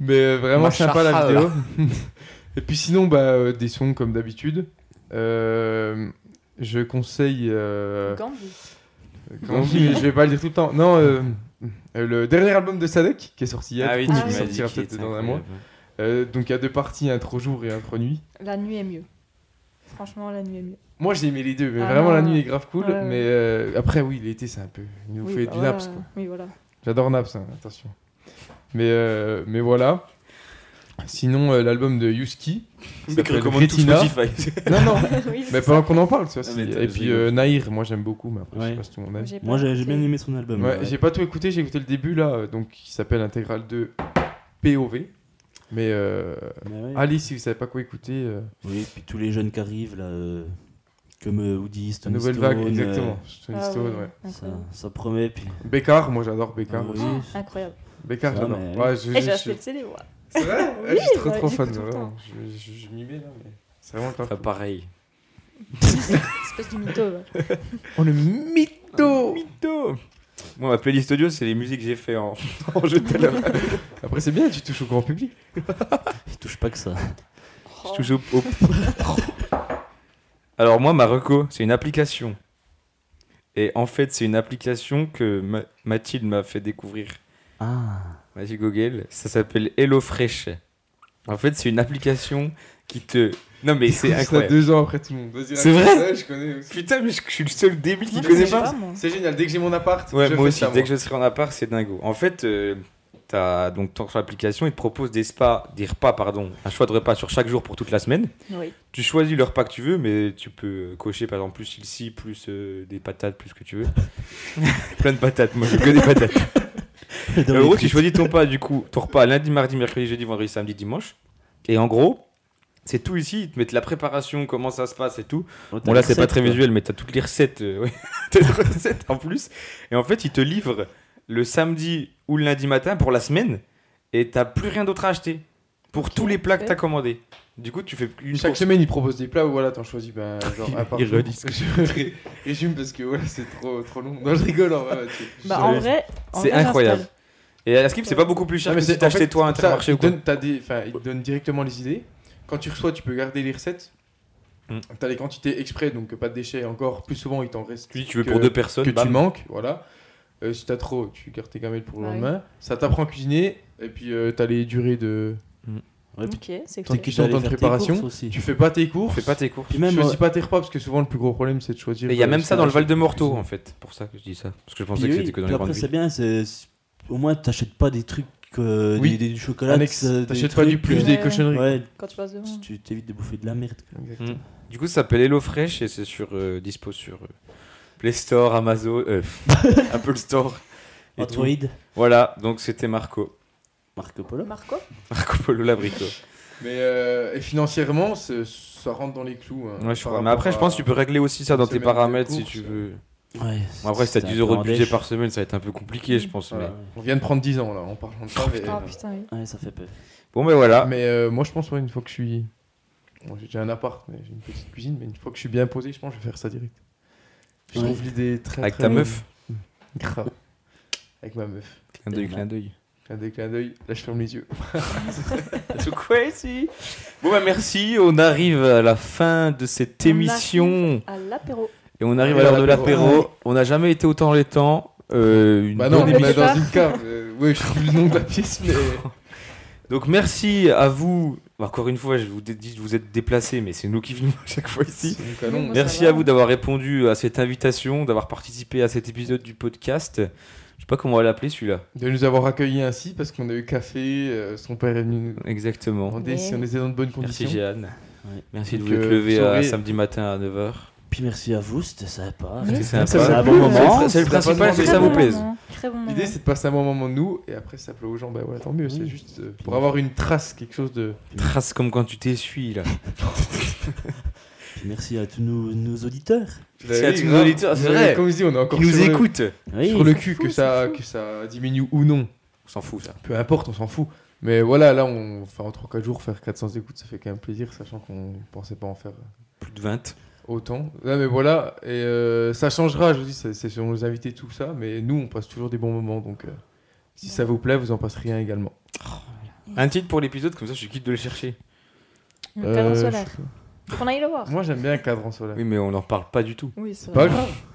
S6: Mais euh, vraiment
S3: Macha
S6: sympa la
S3: Allah.
S6: vidéo. Et puis sinon, bah, euh, des sons comme d'habitude. Euh, je conseille. euh,
S5: Gandhi.
S6: comment on dit, mais je vais pas le dire tout le temps. Non, euh, euh, le dernier album de Sadek qui est sorti hier.
S3: Ah oui,
S6: du coup,
S5: tu
S6: il
S5: m'as
S3: dit
S6: sortira
S3: qu'il
S6: peut-être
S3: était
S6: dans un mois.
S3: incroyable.
S6: Euh, donc il y a deux parties, intro jour et intro nuit.
S5: La nuit est mieux. Franchement, la nuit est mieux.
S6: Moi j'ai aimé les deux, mais
S5: Ah
S6: vraiment
S5: non,
S6: la
S5: non.
S6: nuit est grave cool.
S5: Ouais, ouais.
S6: Mais euh, après, oui, l'été c'est un peu. Il nous
S5: Oui,
S6: fait
S5: bah
S6: du
S5: voilà.
S6: naps quoi.
S5: Oui, voilà.
S6: J'adore Naps, hein, attention. Mais, euh, mais voilà. Sinon, euh, l'album de Yuski. qui
S3: Mais
S6: s'appelle
S3: recommande tout
S6: Retina.
S3: Spotify.
S6: Non, non,
S5: oui,
S6: mais
S5: c'est ça.
S6: pendant qu'on en parle, ça,
S3: Ah,
S6: c'est-
S3: mais t'as-
S6: Et puis
S3: je rigole.
S6: euh, Nahir, moi j'aime beaucoup, mais après, je
S4: Ouais.
S6: sais pas si tout le monde aime.
S5: J'ai pas
S4: Moi, j'ai j'ai
S5: écouté.
S4: bien aimé son album.
S6: Ouais,
S4: ouais.
S6: J'ai pas tout écouté, j'ai écouté le début là, euh, donc qui s'appelle Intégral 2 POV. Mais euh,
S4: Mais Bah ouais.
S6: allez, si vous savez pas quoi écouter, euh,
S4: Oui, puis tous les jeunes qui arrivent, là, euh, comme euh, Woody, Stone
S6: Nouvelle
S4: Stone,
S6: Vague,
S4: euh,
S6: exactement. Stone
S5: Ah,
S6: Stone,
S5: oui,
S6: ouais.
S4: ça,
S5: incroyable.
S4: ça promet, puis...
S6: Bécard, moi j'adore Bécard.
S4: Ah,
S6: aussi.
S4: oui.
S5: Incroyable.
S6: Bécard,
S4: Ça,
S6: j'adore.
S4: mais-
S6: Ouais, je-
S5: Et j'ai
S6: je- je-
S5: acheté le CD, moi.
S6: C'est vrai
S5: Oui,
S6: Ouais, Je suis trop
S5: bah,
S6: trop fan,
S5: j'écoute tout le
S6: vraiment.
S5: temps.
S6: Je- je je m'y mets là, mais c'est vraiment grave.
S3: Ah, pareil.
S5: Espèce de mytho. va.
S6: Oh le mytho
S3: Moi, ma playlist audio, c'est les musiques que j'ai fait en, en jeu tout à l'heure.
S6: Après c'est bien, tu touches au grand public.
S4: Il touche pas que ça.
S5: Oh.
S3: Je touche au- au- Oh. Alors, moi, ma reco, c'est une application. Et en fait, c'est une application que Ma- Mathilde m'a fait découvrir.
S4: Ah,
S3: Vas-y Google, ça s'appelle HelloFresh. En fait, c'est une application qui te. Non, mais c'est
S6: Ça,
S3: incroyable.
S6: deux ans après tout le monde. Vas-y,
S3: C'est
S6: raconte.
S3: vrai
S6: Ouais, je connais aussi.
S3: Putain, mais je, je suis le seul débile qui
S5: Je
S3: connaît
S5: sais
S3: pas.
S5: moi.
S6: C'est génial, dès que j'ai mon appart,
S3: Ouais,
S6: je
S3: moi
S6: fais
S3: aussi,
S6: ça,
S3: dès que je serai en appart, c'est dingo. En fait, euh, t'as donc ton sur l'application, il te propose des spas, des repas, pardon, un choix de repas sur chaque jour pour toute la semaine.
S5: Oui.
S3: Tu choisis le repas que tu veux, mais tu peux cocher par exemple plus ici, plus euh, des patates, plus ce que tu veux. Plein de patates, moi je veux que des patates.
S4: Dans
S3: En
S4: les
S3: gros,
S4: frites.
S3: tu choisis ton repas, du coup, ton repas lundi, mardi, mercredi, jeudi, vendredi, samedi, dimanche. Et en gros, c'est tout ici. Ils te mettent la préparation, comment ça se passe et tout.
S4: Oh, t'as
S3: Bon, là,
S4: les
S3: c'est pas
S4: recettes,
S3: très
S4: quoi.
S3: visuel, mais t'as toutes les recettes. euh, ouais. T'as les recettes en plus. Et en fait, ils te livrent le samedi ou le lundi matin pour la semaine. Et t'as plus rien d'autre à acheter pour tous les plats que t'as commandés. Du coup, tu fais une
S6: Chaque
S3: course.
S6: semaine, ils proposent des plats où voilà, t'en choisis ben, genre un par
S3: Ils
S6: jour.
S3: redisent.
S6: Je ré- résume parce que voilà, c'est trop, trop long. Non, je rigole en vrai. tu-
S5: Bah,
S6: je-
S5: en vrai, en
S3: C'est
S5: vrai,
S3: incroyable.
S5: j'installe.
S3: Et à la skip, c'est pas beaucoup plus cher
S6: Non, mais
S3: que
S6: c'est-
S3: si
S6: en fait,
S3: t'achetais toi un
S6: ça,
S3: intermarché ou
S6: ils
S3: quoi.
S6: donnent- t'as des- enfin, ils te donnent directement les idées. Quand tu reçois, tu peux garder les recettes.
S3: Hmm.
S6: T'as les quantités exprès, donc pas de déchets encore. Plus souvent, il t'en reste.
S3: Tu dis, tu veux
S6: que-
S3: pour deux personnes.
S6: que tu
S3: bam.
S6: manques, voilà. Euh, si t'as trop, tu gardes tes gamelles pour le
S5: Ouais.
S6: lendemain. Ça t'apprend à cuisiner, et puis euh, t'as les durées de.
S5: Ok, c'est
S6: Tant
S5: cool.
S6: qu'ils
S4: T'as
S6: sont
S4: les
S6: en
S4: faire tes courses
S6: préparation,
S4: aussi.
S6: tu fais pas tes cours,
S3: Fais pas tes courses.
S4: Puis
S6: tu
S4: même,
S6: choisis
S4: euh,
S6: pas tes repas, parce que souvent le plus gros problème c'est de choisir.
S3: Et il y a
S6: euh,
S3: même
S6: ce
S3: ça dans le
S6: qu'on va
S3: Val de
S6: acheter pour
S3: Morteau,
S6: cuisiner.
S3: en fait. Pour ça que je dis ça. Parce que je
S4: Puis
S3: pensais que
S4: oui,
S3: c'était que dans
S4: puis
S3: les grandes
S4: après, c'est
S3: villes.
S4: bien, c'est... au moins, t'achètes pas des trucs, euh,
S6: Oui.
S4: des, des- du chocolat.
S6: Annexe,
S4: euh, des
S6: t'achètes pas du
S4: trucs,
S6: plus
S5: euh,
S6: des
S5: ouais.
S4: euh,
S6: cochonneries.
S4: Ouais,
S5: Quand tu passes devant.
S4: tu t'évites de bouffer de la merde. quoi.
S6: Exactement.
S3: Du coup, ça s'appelle HelloFresh et c'est sur, euh, dispo sur euh, Play Store, Amazon, euh, Apple Store. et tout.
S4: Android,
S3: Voilà, donc c'était Marco.
S4: Marco Polo.
S5: Marco Oh,
S3: Marco Polo Labrico.
S6: Mais euh, et financièrement, c'est- ça rentre dans les clous. hein,
S3: Ouais, je
S6: par
S3: crois. Mais
S6: rapport
S3: après, je pense
S6: à-
S3: que tu peux régler aussi ça dans
S6: une
S3: tes
S6: semaine de
S3: paramètres si
S6: course.
S3: tu veux.
S4: Ouais.
S3: Bon, après, si t'as
S4: c'est
S3: 10
S4: un
S3: euros
S4: peu
S3: de
S4: en
S3: budget
S4: dèche.
S3: par semaine, ça va être un peu compliqué, je pense.
S4: Ouais,
S3: mais-
S6: On vient de prendre 10 ans là, en parlant de ça. mais euh,
S5: Ah putain, oui.
S4: ouais, ça fait peur.
S3: Bon, ben voilà.
S6: mais, euh, moi, je pense, ouais, une fois que je suis. Bon, j'ai déjà un appart, mais j'ai une petite cuisine, mais une fois que je suis bien posé, je pense que je vais faire ça direct. Je
S4: Ouais.
S6: trouve l'idée très.
S3: Avec
S6: très
S3: ta meuf.
S6: Grave. Avec ma meuf.
S3: Clin d'œil, clin d'œil.
S6: Clin d'œil, clin d'œil. Là, je ferme les yeux.
S3: Tout crazy. Bon, bah merci. On arrive à la fin de cette
S5: On
S3: émission.
S5: À l'apéro.
S3: Et on arrive à
S6: Et
S3: l'heure de
S6: l'apéro.
S3: l'apéro. On n'a jamais été autant les temps. Euh, une
S6: Bah non,
S3: bonne
S6: on
S3: émission.
S6: est dans
S5: départ.
S6: une cave. euh, ouais, je sais plus le nom de la pièce, mais.
S3: Donc merci à vous. Bah, Encore une fois, je vous dis, vous êtes déplacés, mais c'est nous qui venons à chaque fois ici.
S6: C'est un canon.
S5: Moi, ça
S3: Merci
S5: va.
S3: à vous d'avoir répondu à cette invitation, d'avoir participé à cet épisode du podcast. Je sais pas comment on va l'appeler celui-là.
S6: De nous avoir accueillis ainsi parce qu'on a eu café, euh, son père est venu nous
S3: Exactement.
S6: demander
S5: Mais-
S6: si on était dans de bonnes
S3: Merci
S6: conditions.
S3: Jeanne.
S4: Ouais.
S3: Merci de
S6: Donc,
S3: vous être
S6: euh,
S3: levé
S6: vous
S3: à
S6: saurez-
S3: samedi matin à 9h.
S4: Puis merci à vous, c'était sympa.
S5: Oui.
S3: C'est
S6: Ça vous
S4: a
S3: sympa.
S4: plu, hein.
S3: C'est le
S6: Ça vous a pas
S3: principal, c'est
S6: demandé.
S3: que ça vous
S5: bon
S3: plaise.
S5: moment. Très bon moment.
S6: L'idée c'est de passer un bon moment de nous et après ça plaît aux gens, bah voilà tant mieux, c'est juste euh, pour avoir une trace, quelque chose de...
S3: Trace comme quand tu t'essuies là.
S4: Puis merci à tous nos, nos auditeurs.
S3: C'est à tous nos
S6: grave.
S3: auditeurs, c'est
S6: Mais
S3: vrai.
S6: Comme je dis, on est
S3: Qui
S6: encore
S3: nous
S6: sur,
S3: écoute.
S6: le,
S4: Oui.
S6: sur le cul,
S5: fou,
S6: que
S5: c'est
S6: ça,
S5: fou.
S6: que ça diminue ou non,
S3: On s'en fout ça.
S6: peu importe, on s'en fout. Mais voilà, là, on, enfin, en 3-4 jours, faire 400 écoutes, ça fait quand même plaisir, sachant qu'on pensait pas en faire
S3: Plus de 20.
S6: autant. Là, mais voilà, et euh, ça changera, je vous dis, c'est c'est selon les invités, tout ça, mais nous, on passe toujours des bons moments, donc euh, si ça vous plaît, vous en passerez un également.
S3: Un titre pour l'épisode, comme ça je suis quitte de le chercher.
S5: Le cadran
S6: Euh,
S5: solaire.
S6: je-
S5: Qu'on aille le voir.
S6: Moi j'aime bien le cadran solaire.
S3: Oui, mais on n'en parle pas du tout.
S5: Oui, c'est
S6: Pas
S5: vrai.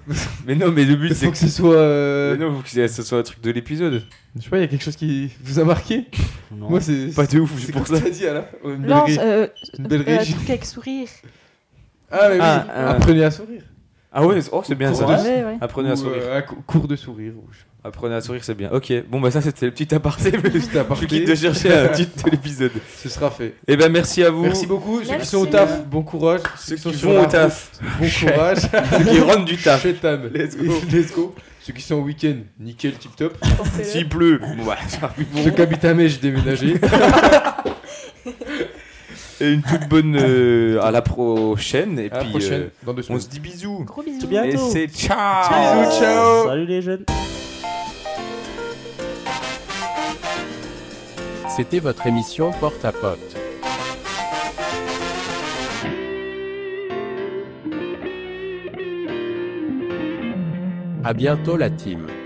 S6: grave.
S3: Mais non, mais le but
S6: Il
S3: c'est
S6: faut
S3: que.
S6: que ce soit. euh,
S3: Mais non, faut que ce soit un truc de l'épisode.
S6: Je sais pas, il y a quelque chose qui vous a marqué
S4: Non.
S6: Moi c'est.
S3: Pas de ouf,
S6: c'est
S3: c'est
S6: quoi
S3: pour
S6: que
S3: ça.
S6: t'as dit à la fin Une belle
S5: Lance,
S6: ré-
S5: euh,
S6: une belle
S5: euh,
S6: régie.
S5: truc avec sourire.
S6: Ah, mais oui,
S3: Ah, euh,
S6: apprenez à sourire.
S3: Ah ouais, oh, c'est bien
S6: Pour
S3: ça.
S6: vrai
S5: Ouais, ouais.
S3: Apprenez à
S6: Ou,
S3: sourire.
S6: euh, à cou- cours de sourire. ou je sais
S3: Apprenez à sourire, c'est bien. Ok, bon, bah ça c'était le petit aparté. mais
S6: pas. C'était
S3: Je
S6: aparté,
S3: quitte de chercher un titre de l'épisode.
S6: Ce sera fait.
S3: Eh ben merci à vous.
S6: Merci beaucoup. Ceux qui
S5: Merci.
S6: sont au taf, bon courage.
S3: Ceux
S6: sont
S3: qui
S6: sur
S3: vont
S6: la
S3: au taf,
S6: Bon courage.
S3: ceux qui rentrent du taf.
S6: Chez Tam.
S3: Let's go.
S6: Let's go. Ceux qui sont au week-end, nickel, tip top.
S5: Portez-le.
S3: S'il pleut, bon, bah, ça arrive.
S6: Ceux qui habitent à Mèche, déménagez.
S3: Et une toute bonne euh, à la prochaine. Et
S6: À la
S3: puis
S6: prochaine,
S3: euh,
S6: dans deux
S3: on
S6: semaines.
S3: se dit bisous.
S5: Gros bisous.
S4: Tout bien.
S3: Et
S4: Bientôt.
S3: c'est ciao.
S6: Bisous, ciao.
S4: Salut les jeunes.
S10: C'était votre émission Porte à Pote. À bientôt la team.